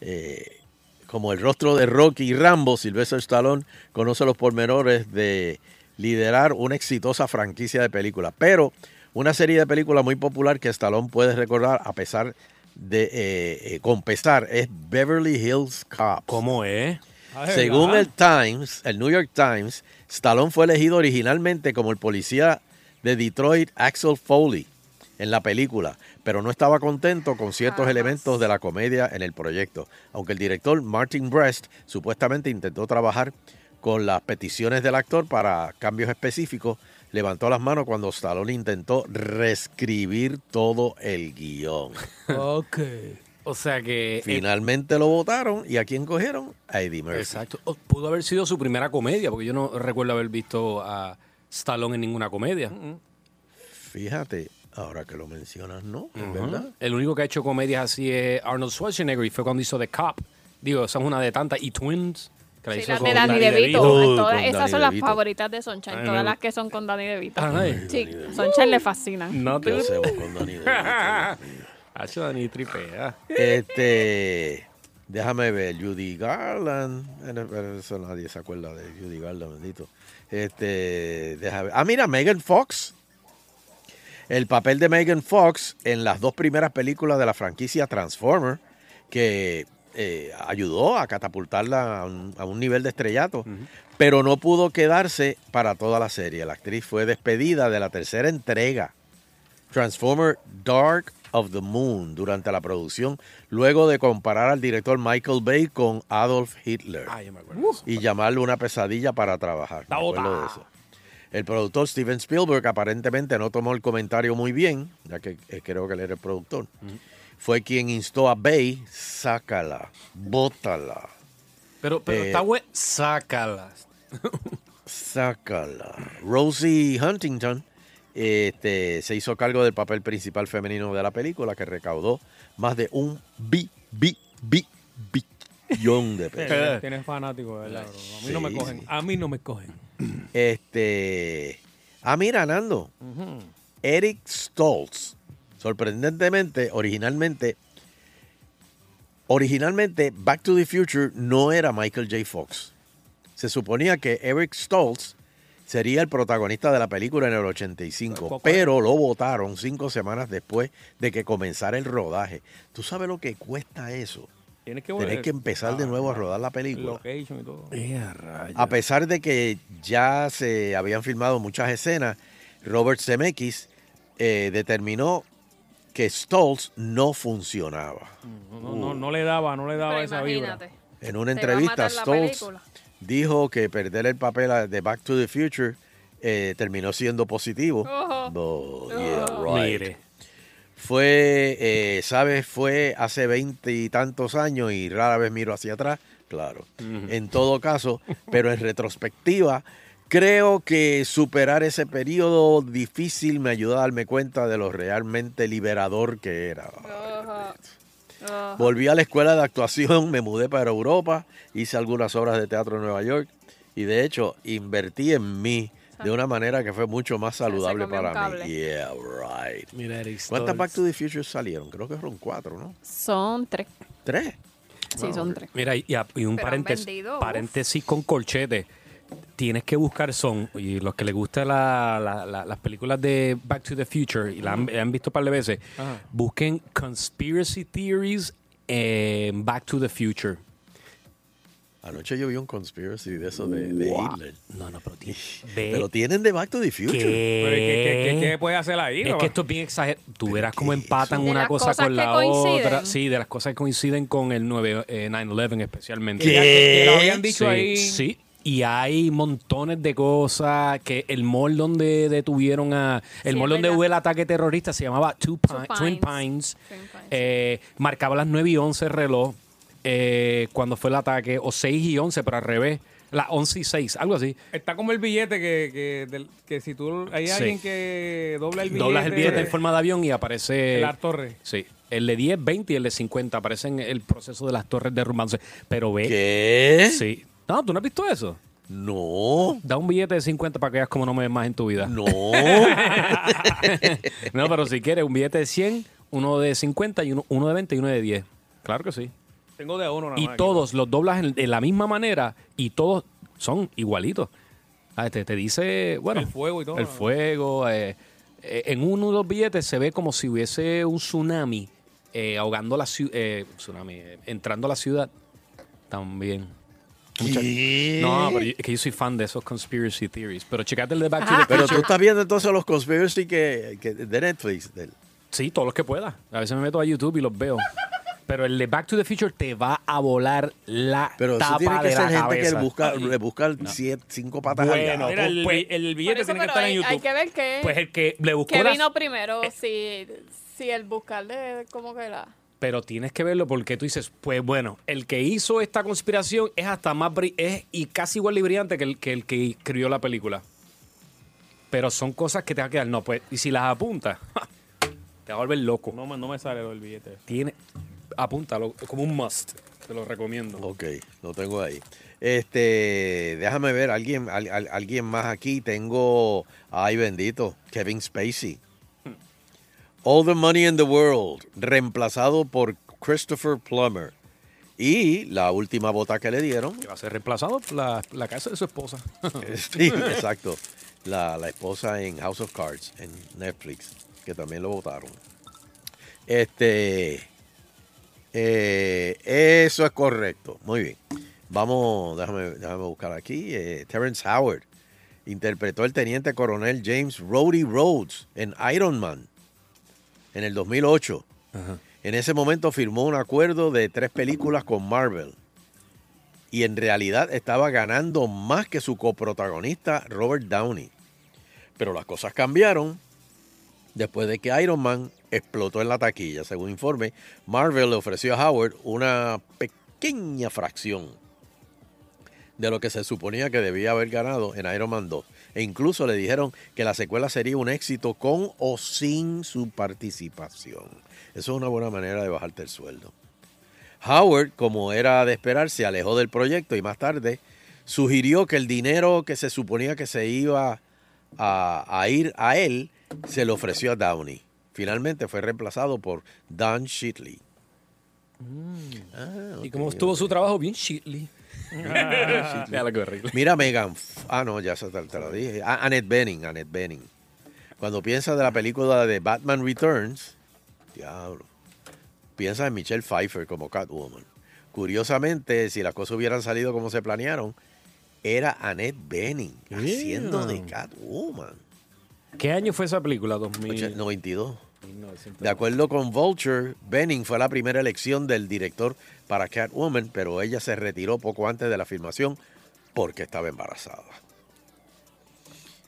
[SPEAKER 3] Eh, como el rostro de Rocky y Rambo, Sylvester Stallone conoce los pormenores de liderar una exitosa franquicia de películas. Pero una serie de películas muy popular que Stallone puede recordar a pesar de eh, eh, con pesar es Beverly Hills Cop.
[SPEAKER 4] ¿Cómo es?
[SPEAKER 3] Según el Times, el New York Times, Stallone fue elegido originalmente como el policía de Detroit Axel Foley en la película, pero no estaba contento con ciertos elementos de la comedia en el proyecto, aunque el director Martin Brest supuestamente intentó trabajar con las peticiones del actor para cambios específicos, levantó las manos cuando Stallone intentó reescribir todo el
[SPEAKER 4] <laughs>
[SPEAKER 3] guión.
[SPEAKER 4] Ok. O sea que... eh,
[SPEAKER 3] Finalmente lo votaron y a quién cogieron? A Eddie Murphy.
[SPEAKER 4] Exacto. O- Pudo haber sido su primera comedia, porque yo no recuerdo haber visto a Stallone en ninguna comedia.
[SPEAKER 3] Fíjate, ahora que lo mencionas, no, es
[SPEAKER 4] Ujú.
[SPEAKER 3] verdad.
[SPEAKER 4] El único que ha hecho comedias así es Arnold Schwarzenegger y fue cuando hizo The Cop. Digo, esa es una de tantas. Y Twins, que la
[SPEAKER 5] Sí,
[SPEAKER 4] hizo
[SPEAKER 5] las
[SPEAKER 4] con
[SPEAKER 5] de Danny DeVito.
[SPEAKER 4] DeVito.
[SPEAKER 5] Todas- esas son las
[SPEAKER 4] DeVito.
[SPEAKER 5] favoritas de Sunshine,
[SPEAKER 4] Ay,
[SPEAKER 5] todas
[SPEAKER 4] me-
[SPEAKER 5] las que son con Danny DeVito.
[SPEAKER 4] Ay,
[SPEAKER 5] sí, Sunshine le fascina.
[SPEAKER 4] No te-
[SPEAKER 3] ¿Qué hacemos con Danny
[SPEAKER 4] <laughs> Hacho Danny tripea.
[SPEAKER 3] Este, déjame ver, Judy Garland. Bueno, pero Eso nadie se acuerda de Judy Garland, bendito. Este, déjame ver. Ah, mira, Megan Fox. El papel de Megan Fox en las dos primeras películas de la franquicia Transformer, que eh, ayudó a catapultarla a un, a un nivel de estrellato, pero no pudo quedarse para toda la serie. La actriz fue despedida de la tercera entrega. Transformer Dark of the Moon durante la producción, luego de comparar al director Michael Bay con Adolf Hitler y llamarlo una pesadilla para trabajar. Me acuerdo de eso. El productor Steven Spielberg aparentemente no tomó el comentario muy bien, ya que eh, creo que él era el productor. Fue quien instó a Bay, sácala, bótala,
[SPEAKER 4] Pero, pero
[SPEAKER 3] Eh,
[SPEAKER 4] está bueno. Sácala.
[SPEAKER 3] sácala. Rosie Huntington este, se hizo cargo del papel principal femenino de la película, que recaudó más de un bi, bi, bi, billón de pesos.
[SPEAKER 2] Tienes, tienes fanático, ¿verdad? bro? A mí no me
[SPEAKER 3] Sí,
[SPEAKER 2] cogen.
[SPEAKER 3] sí.
[SPEAKER 2] A mí no me cogen.
[SPEAKER 3] Este. Ah, mira, Nando.
[SPEAKER 2] Ujú.
[SPEAKER 3] Eric Stoltz. Sorprendentemente, originalmente. Originalmente, Back to the Future no era Michael J. Fox. Se suponía que Eric Stoltz sería el protagonista de la película en el 85, pero lo votaron cinco semanas después de que comenzara el rodaje. ¿Tú sabes lo que cuesta eso?
[SPEAKER 2] Tienes que volver.
[SPEAKER 3] Tener que empezar de
[SPEAKER 2] Ah,
[SPEAKER 3] nuevo a rodar la película.
[SPEAKER 2] Location y todo.
[SPEAKER 3] A pesar de que ya se habían filmado muchas escenas, Robert Zemeckis eh, determinó que Stoltz no funcionaba.
[SPEAKER 2] No,
[SPEAKER 4] Uh.
[SPEAKER 2] no, no, no le daba, no le daba esa vibra.
[SPEAKER 3] En una
[SPEAKER 2] Te va a matar
[SPEAKER 3] entrevista,
[SPEAKER 2] la
[SPEAKER 3] Stoltz
[SPEAKER 2] película.
[SPEAKER 3] dijo que perder el papel a- de Back to the Future eh, terminó siendo positivo. Oh, yeah, right.
[SPEAKER 4] Mire.
[SPEAKER 3] Fue, eh, ¿sabes? Fue hace veinte y tantos años y rara vez miro hacia atrás, claro. En todo caso, pero en retrospectiva, creo que superar ese periodo difícil me ayudó a darme cuenta de lo realmente liberador que era.
[SPEAKER 5] Ajá.
[SPEAKER 3] Volví a la escuela de actuación, me mudé para Europa, hice algunas obras de teatro en Nueva York y de hecho invertí en mí de una manera que fue mucho más saludable
[SPEAKER 5] comió un
[SPEAKER 3] para mí.
[SPEAKER 5] cable.
[SPEAKER 3] Yeah, right.
[SPEAKER 4] Mira, Eric
[SPEAKER 3] ¿Cuántas
[SPEAKER 4] Stoltz.
[SPEAKER 3] Back to the Future salieron? Creo que fueron cuatro, ¿no?
[SPEAKER 5] Son tres.
[SPEAKER 3] ¿Tres?
[SPEAKER 5] Sí,
[SPEAKER 3] Wow,
[SPEAKER 5] son
[SPEAKER 3] ok.
[SPEAKER 5] tres.
[SPEAKER 4] Mira, y, y a- y un
[SPEAKER 5] Pero han
[SPEAKER 4] paréntesis,
[SPEAKER 5] vendido, uf.
[SPEAKER 4] paréntesis con corchete. Tienes que buscar son, y los que les gustan la- la- la- las películas de Back to the Future, y la han, han visto un par de veces,
[SPEAKER 2] Ajá.
[SPEAKER 4] busquen Conspiracy Theories en Back to the Future.
[SPEAKER 3] Anoche yo vi un conspiracy de eso de, de Hitler.
[SPEAKER 4] No, no, pero tiene.
[SPEAKER 3] Pero tienen de Back to the Future.
[SPEAKER 2] Pero, ¿qué- qué- qué- qué puede hacer ahí,
[SPEAKER 4] Eh, Es
[SPEAKER 2] papá?
[SPEAKER 4] que esto es bien exagerado. Tú verás cómo empatan
[SPEAKER 2] De
[SPEAKER 4] una
[SPEAKER 2] las
[SPEAKER 4] cosa
[SPEAKER 2] cosas
[SPEAKER 4] con
[SPEAKER 2] que
[SPEAKER 4] la
[SPEAKER 2] coinciden.
[SPEAKER 4] otra. Sí, de las cosas que coinciden con el 9, eh, 9-11 especialmente.
[SPEAKER 2] Que ya- que- que lo habían dicho
[SPEAKER 4] Sí,
[SPEAKER 2] ahí.
[SPEAKER 4] Sí. Y hay montones de cosas que el mall donde detuvieron a... El
[SPEAKER 2] Sí,
[SPEAKER 4] mall
[SPEAKER 2] es
[SPEAKER 4] donde
[SPEAKER 2] verdad.
[SPEAKER 4] hubo el ataque terrorista se llamaba Two Pine-
[SPEAKER 2] Two
[SPEAKER 4] Twin
[SPEAKER 2] Pines.
[SPEAKER 4] Pines. Eh, marcaba las 9 y 11 el reloj eh, cuando fue el ataque. O 6 y 11, pero al revés. Las 11 y 6, algo así.
[SPEAKER 2] Está como el billete que, que, del- que si tú hay
[SPEAKER 4] Sí.
[SPEAKER 2] alguien que dobla el billete. eh,
[SPEAKER 4] Doblas el billete en forma de avión y aparece.
[SPEAKER 2] Las torres.
[SPEAKER 4] Sí. El de 10, 20 y el de 50 aparecen el proceso de las torres derrumbándose. Pero ve.
[SPEAKER 3] ¿Qué?
[SPEAKER 4] Sí. No, ¿tú no has visto eso?
[SPEAKER 3] No.
[SPEAKER 4] Da un billete de 50 para que veas cómo no me ves más en tu vida.
[SPEAKER 3] No.
[SPEAKER 4] <laughs> no, pero si quieres, un billete de 100, uno de 50, y uno, uno de 20 y uno de 10. Claro que sí.
[SPEAKER 2] Tengo de a uno nada
[SPEAKER 4] Y
[SPEAKER 2] más aquí.
[SPEAKER 4] todos los doblas en- de la misma manera y todos son igualitos. Ah, Te, te dice, bueno,
[SPEAKER 2] El fuego y todo.
[SPEAKER 4] El fuego. eh, eh, en uno de los billetes se ve como si hubiese un tsunami eh, ahogando la ciudad, tsunami, eh, entrando a la ciudad también. Mucha- No, pero yo- es que yo soy fan de esos conspiracy theories. Pero checate el de Back to the
[SPEAKER 3] Ah. Pero tú
[SPEAKER 4] Future.
[SPEAKER 3] estás viendo entonces los conspiracy que, que- de Netflix. del-
[SPEAKER 4] Sí, todos los que pueda. A veces me meto a YouTube y los veo. Pero el de Back to the Future te va a volar
[SPEAKER 3] Eh,
[SPEAKER 4] la
[SPEAKER 3] Pero eso
[SPEAKER 4] tapa
[SPEAKER 3] tiene que
[SPEAKER 4] de
[SPEAKER 3] ser
[SPEAKER 4] la
[SPEAKER 3] gente que
[SPEAKER 4] cabeza.
[SPEAKER 3] le busca, le busca siete- cinco patas al
[SPEAKER 4] Ah, Bueno,
[SPEAKER 3] gato.
[SPEAKER 4] mira, el-
[SPEAKER 2] Pues, el billete
[SPEAKER 5] Por eso,
[SPEAKER 2] tiene que
[SPEAKER 5] pero
[SPEAKER 2] estar en
[SPEAKER 5] hay,
[SPEAKER 2] YouTube.
[SPEAKER 5] hay que ver qué,
[SPEAKER 4] Pues el que le buscó eh.
[SPEAKER 5] qué
[SPEAKER 4] las-
[SPEAKER 5] vino primero, si, si el buscarle como que la...
[SPEAKER 4] Pero tienes que verlo porque tú dices, pues bueno, el que hizo esta conspiración es hasta más bri- es y casi igual de brillante que el, que el que escribió la película. Pero son cosas que te va a quedar. No, pues, y si las apuntas, <laughs> te va a volver loco.
[SPEAKER 2] No, me- no me sale lo del billete.
[SPEAKER 4] Tiene, apúntalo como un must. Te lo recomiendo.
[SPEAKER 3] Ok, lo tengo ahí. Este, déjame ver, alguien, al- al- alguien más aquí. Tengo, ay bendito, Kevin Spacey. All the Money in the World, reemplazado por Christopher Plummer. Y la última bota que le dieron.
[SPEAKER 4] Va a ser reemplazado por la, la casa de su esposa.
[SPEAKER 3] <laughs> <laughs> Sí, exacto. La, la esposa en House of Cards, en Netflix, que también lo votaron. Este. eh, eso es correcto. Muy bien. Vamos, déjame, déjame buscar aquí. Eh, Terrence Howard interpretó el teniente coronel James Rhodey Rhodes en Iron Man en el 2008. En ese momento firmó un acuerdo de tres películas con Marvel y en realidad estaba ganando más que su coprotagonista Robert Downey. Pero las cosas cambiaron después de que Iron Man explotó en la taquilla. Según informe, Marvel le ofreció a Howard una pequeña fracción de lo que se suponía que debía haber ganado en Iron Man 2. E incluso le dijeron que la secuela sería un éxito con o sin su participación. Eso es una buena manera de bajarte el sueldo. Howard, como era de esperar, se alejó del proyecto y más tarde sugirió que el dinero que se suponía que se iba a, a ir a él se lo ofreció a Downey. Finalmente fue reemplazado por Dan Shitley.
[SPEAKER 4] y como estuvo su trabajo
[SPEAKER 3] <laughs>
[SPEAKER 4] bien <laughs> shitly. <laughs> Vea lo que horrible.
[SPEAKER 3] Ah, Mira, Megan. F- Ah, no, ya se te, te la dije. Ah, Annette Bening, Annette Bening. Cuando piensas de la película de Batman Returns, diablo, piensas en Michelle Pfeiffer como Catwoman. Curiosamente, si las cosas hubieran salido como se planearon, era Annette Bening haciendo de Catwoman.
[SPEAKER 4] ¿Qué año fue esa película? 2000.
[SPEAKER 3] 92. De acuerdo con Vulture, Benning fue la primera elección del director para Catwoman, pero ella se retiró poco antes de la filmación porque estaba embarazada.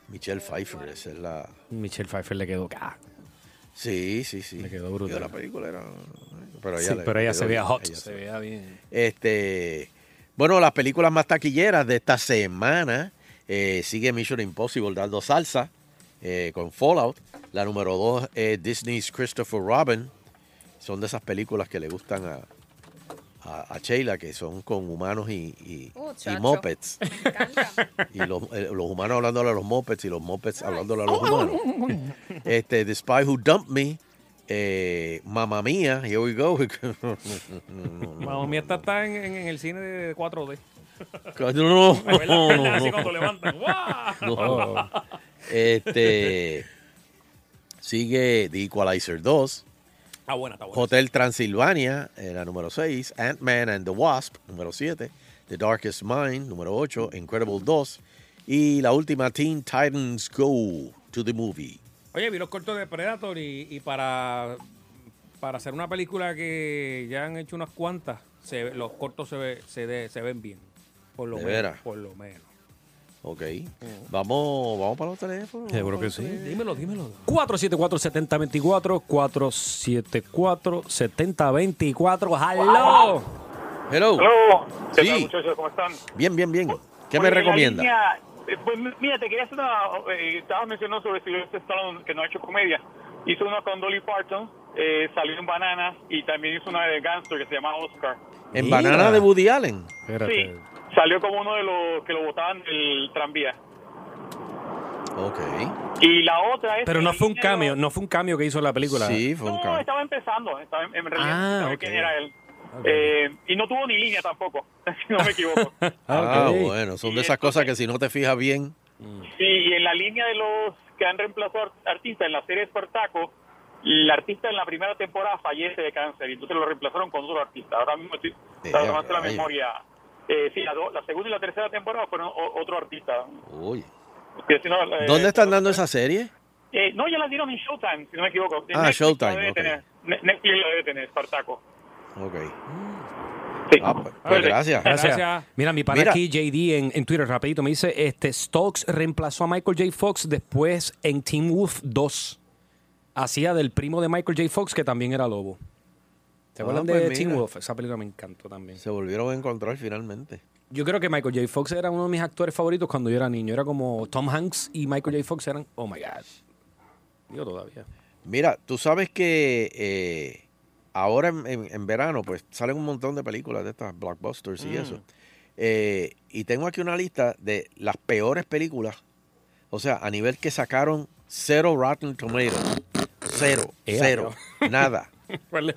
[SPEAKER 3] Michelle Pfeiffer, esa es la...
[SPEAKER 4] Michelle Pfeiffer le quedó. ah,
[SPEAKER 3] Sí, sí, sí.
[SPEAKER 4] le quedó
[SPEAKER 3] Yo
[SPEAKER 4] brutal.
[SPEAKER 3] la película era... Pero ella,
[SPEAKER 4] Sí,
[SPEAKER 3] le-
[SPEAKER 4] pero ella
[SPEAKER 3] le
[SPEAKER 4] se
[SPEAKER 3] quedó
[SPEAKER 4] veía
[SPEAKER 3] bien,
[SPEAKER 4] hot.
[SPEAKER 3] ella
[SPEAKER 4] Se veía bien.
[SPEAKER 3] Este, bueno, las películas más taquilleras de esta semana eh, sigue Mission Impossible dando salsa eh, con Fallout. La número dos es Disney's Christopher Robin. Son de esas películas que le gustan a, a, a Sheila, que son con humanos y, y,
[SPEAKER 1] Uh,
[SPEAKER 3] y
[SPEAKER 1] chacho. <laughs>
[SPEAKER 3] mopeds. Y los, eh, los humanos hablándole a los mopeds y los mopeds hablándole a los humanos. Este, The Spy Who Dumped Me, eh, Mamma Mía, Here We Go. <laughs> No, no, no.
[SPEAKER 2] Mamma mía, esta está en, en- en el cine de 4D.
[SPEAKER 3] No,
[SPEAKER 2] <laughs>
[SPEAKER 3] no,
[SPEAKER 2] ¿Te acuerdas?
[SPEAKER 3] no, no.
[SPEAKER 2] Así cuando levantan. ¡guau!
[SPEAKER 3] No. Este, sigue The Equalizer 2.
[SPEAKER 2] Está buena, está buena.
[SPEAKER 3] Hotel Transilvania, eh, la número 6. Ant-Man and the Wasp, número 7. The Darkest Mind, número 8. Incredible 2. Y la última, Teen Titans Go to the Movie.
[SPEAKER 2] Oye, vi los cortos de Predator y, y para, para hacer una película que ya han hecho unas cuantas, se ve- los cortos se, ve- se, de- se ven bien. Por lo
[SPEAKER 3] ¿De
[SPEAKER 2] menos.
[SPEAKER 3] veras?
[SPEAKER 2] Por lo menos.
[SPEAKER 3] Ok. Vamos, vamos para los teléfonos.
[SPEAKER 4] Seguro que sí.
[SPEAKER 2] Dímelo, dímelo.
[SPEAKER 4] 474-7024, 474-7024. ¡Halo!
[SPEAKER 3] Hello.
[SPEAKER 6] Hello. ¿Qué tal,
[SPEAKER 3] Sí.
[SPEAKER 6] muchachos? ¿Cómo están?
[SPEAKER 3] Bien, bien, bien. ¿Qué me
[SPEAKER 6] Oye, la
[SPEAKER 3] recomienda?
[SPEAKER 6] línea- eh, pues, m- mira, te quería hacer una... eh, estabas mencionando sobre Sylvester Stallone, que no ha hecho comedia. Hizo una con Dolly Parton, eh, salió en Bananas, y también hizo una de Gangster que se llama Oscar.
[SPEAKER 3] En
[SPEAKER 6] Mira.
[SPEAKER 3] Banana de Woody Allen.
[SPEAKER 6] Sí, salió como uno de los que lo botaban del tranvía.
[SPEAKER 3] Ok.
[SPEAKER 6] Y la otra es...
[SPEAKER 4] Pero no
[SPEAKER 6] el
[SPEAKER 4] fue un
[SPEAKER 6] dinero-
[SPEAKER 4] cambio, no fue un cambio que hizo en la película.
[SPEAKER 6] Sí, No, estaba empezando, estaba en en realidad.
[SPEAKER 4] Ah,
[SPEAKER 6] sabía
[SPEAKER 4] ok.
[SPEAKER 6] quién era él. Eh, y no tuvo ni línea tampoco, <laughs> si no me equivoco.
[SPEAKER 3] Ah,
[SPEAKER 4] ok.
[SPEAKER 3] bueno, son de esas cosas que si no te fijas bien.
[SPEAKER 6] Sí, y en la línea de los que han reemplazado art- artistas en la serie Espartaco, el artista en la primera temporada fallece de cáncer y entonces lo reemplazaron con otro artista. Ahora mismo estoy trabajando la
[SPEAKER 3] rayos.
[SPEAKER 6] memoria. Eh, sí, la, do- la segunda y la tercera temporada fueron o- otro artista.
[SPEAKER 3] Oye.
[SPEAKER 6] Estoy haciendo, eh,
[SPEAKER 3] ¿Dónde están dando esa serie?
[SPEAKER 6] eh, no, ya la dieron en Showtime, si no me equivoco.
[SPEAKER 3] Ah,
[SPEAKER 6] Netflix la
[SPEAKER 3] Showtime,
[SPEAKER 6] debe
[SPEAKER 3] ok.
[SPEAKER 6] tener. Ne- Netflix la debe tener, Espartaco.
[SPEAKER 3] Ok.
[SPEAKER 6] Sí.
[SPEAKER 3] Ah, pues, pues gracias.
[SPEAKER 4] Gracias. Mira, mi pana
[SPEAKER 3] Mira.
[SPEAKER 4] aquí, JD, en, en Twitter, rapidito, me dice, este, Stokes reemplazó a Michael J. Fox después en Team Wolf 2. Hacía del primo de Michael J. Fox, que también era lobo. ¿Te acuerdas
[SPEAKER 3] Ah, pues
[SPEAKER 4] de
[SPEAKER 3] mira.
[SPEAKER 4] Teen Wolf? Esa película me encantó también.
[SPEAKER 3] Se volvieron a encontrar finalmente.
[SPEAKER 4] Yo creo que Michael J. Fox era uno de mis actores favoritos cuando yo era niño. Era como Tom Hanks y Michael J. Fox eran, oh my God. Digo todavía.
[SPEAKER 3] Mira, tú sabes que eh, ahora en, en- en verano pues salen un montón de películas de estas blockbusters y
[SPEAKER 4] Mm.
[SPEAKER 3] eso. Eh, y tengo aquí una lista de las peores películas. O sea, a nivel que sacaron cero Rotten Tomatoes. Cero,
[SPEAKER 4] Ea, <laughs>
[SPEAKER 3] cero, nada.
[SPEAKER 4] ¿Cuál es?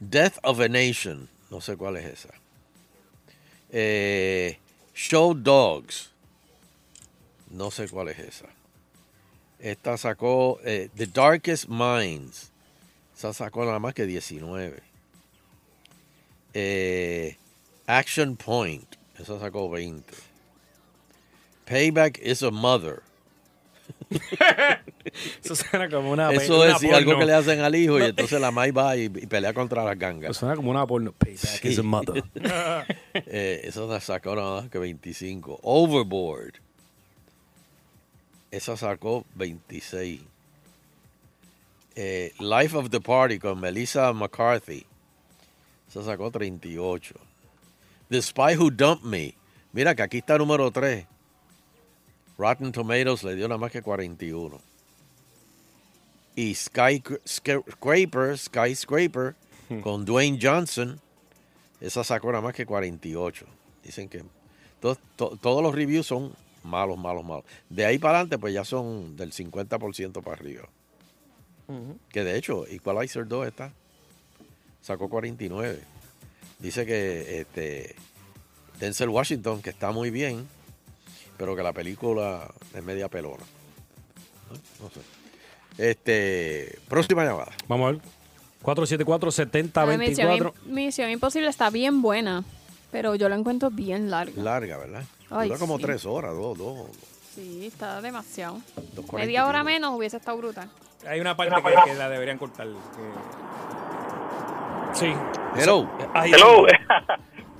[SPEAKER 3] Death of a Nation. No sé cuál es esa. Eh, Show Dogs. No sé cuál es esa. Esta sacó eh, The Darkest Minds. Esa sacó nada más que 19. Eh, Action Point. Esa sacó 20. Payback is a mother.
[SPEAKER 4] Eso suena como una pe-
[SPEAKER 3] Eso
[SPEAKER 4] una
[SPEAKER 3] es sí,
[SPEAKER 4] porno.
[SPEAKER 3] algo que le hacen al hijo y
[SPEAKER 4] No.
[SPEAKER 3] entonces la May va y, y pelea contra las gangas.
[SPEAKER 4] Suena como una porno.
[SPEAKER 3] <laughs>
[SPEAKER 4] Payback is a mother.
[SPEAKER 3] Eh, esa la sacó nada más que 25. Overboard. Esa sacó 26. Eh, Life of the Party con Melissa McCarthy. Esa sacó 38. The Spy Who Dumped Me. Mira que aquí está número 3. Rotten Tomatoes le dio nada más que 41. Y Sky, Skyscraper, Skyscraper
[SPEAKER 4] Hmm.
[SPEAKER 3] con Dwayne Johnson. Esa sacó nada más que 48. Dicen que to- to- todos los reviews son malos, malos, malos. De ahí para adelante, pues ya son del 50% para arriba. Que de hecho, Equalizer 2 está. Sacó 49. Dice que este Denzel Washington, que está muy bien, pero que la película es media pelona. No, no sé. Este, próxima llamada.
[SPEAKER 4] Vamos a ver. 474-7024.
[SPEAKER 5] Misión, Misión Imposible está bien buena, pero yo la encuentro bien larga.
[SPEAKER 3] Larga, ¿verdad?
[SPEAKER 5] Ay,
[SPEAKER 3] Dura como
[SPEAKER 5] sí.
[SPEAKER 3] tres horas, dos, dos.
[SPEAKER 5] Sí, está demasiado.
[SPEAKER 3] dos
[SPEAKER 5] Media
[SPEAKER 3] 45.
[SPEAKER 5] hora menos hubiese estado brutal.
[SPEAKER 2] Hay una parte que, que la deberían cortar.
[SPEAKER 4] Sí.
[SPEAKER 3] Hello.
[SPEAKER 6] Hello. <laughs>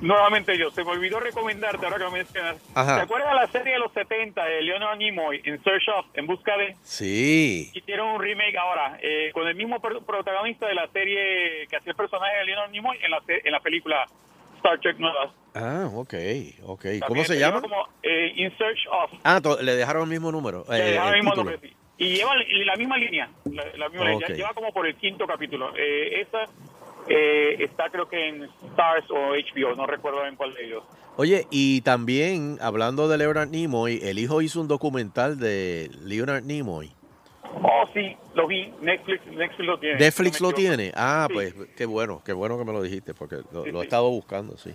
[SPEAKER 6] Nuevamente yo, se me olvidó recomendarte ahora que lo mencionas.
[SPEAKER 3] Ajá.
[SPEAKER 6] ¿Te acuerdas de la serie de los 70 de Leonard Nimoy, En Search of, En Busca de?
[SPEAKER 3] Sí.
[SPEAKER 6] Hicieron un remake ahora, eh, con el mismo pro- protagonista de la serie que hacía el personaje de Leonard Nimoy en la, se- en la película Star Trek Nueva.
[SPEAKER 3] Ah, ok, ok. ¿Cómo
[SPEAKER 6] También
[SPEAKER 3] se llama?
[SPEAKER 6] Como, eh, In Search of.
[SPEAKER 3] Ah, to- le dejaron el mismo número.
[SPEAKER 6] Le
[SPEAKER 3] eh,
[SPEAKER 6] dejaron
[SPEAKER 3] el
[SPEAKER 6] el mismo
[SPEAKER 3] título.
[SPEAKER 6] nombre, sí. Y lleva li- la misma línea, la, la misma
[SPEAKER 3] Ah,
[SPEAKER 6] línea,
[SPEAKER 3] ok.
[SPEAKER 6] lleva como por el quinto capítulo. Eh, esa Eh, está creo que en Stars o HBO, no recuerdo bien cuál de ellos.
[SPEAKER 3] Oye, y también hablando de Leonard Nimoy, el hijo hizo un documental de Leonard Nimoy.
[SPEAKER 6] Oh, sí, lo vi. Netflix, Netflix lo tiene.
[SPEAKER 3] Netflix
[SPEAKER 6] No
[SPEAKER 3] lo
[SPEAKER 6] me equivoco.
[SPEAKER 3] tiene. Ah,
[SPEAKER 6] Sí.
[SPEAKER 3] pues qué bueno, qué bueno que me lo dijiste, porque lo,
[SPEAKER 6] Sí,
[SPEAKER 3] lo he
[SPEAKER 6] sí.
[SPEAKER 3] estado buscando, sí.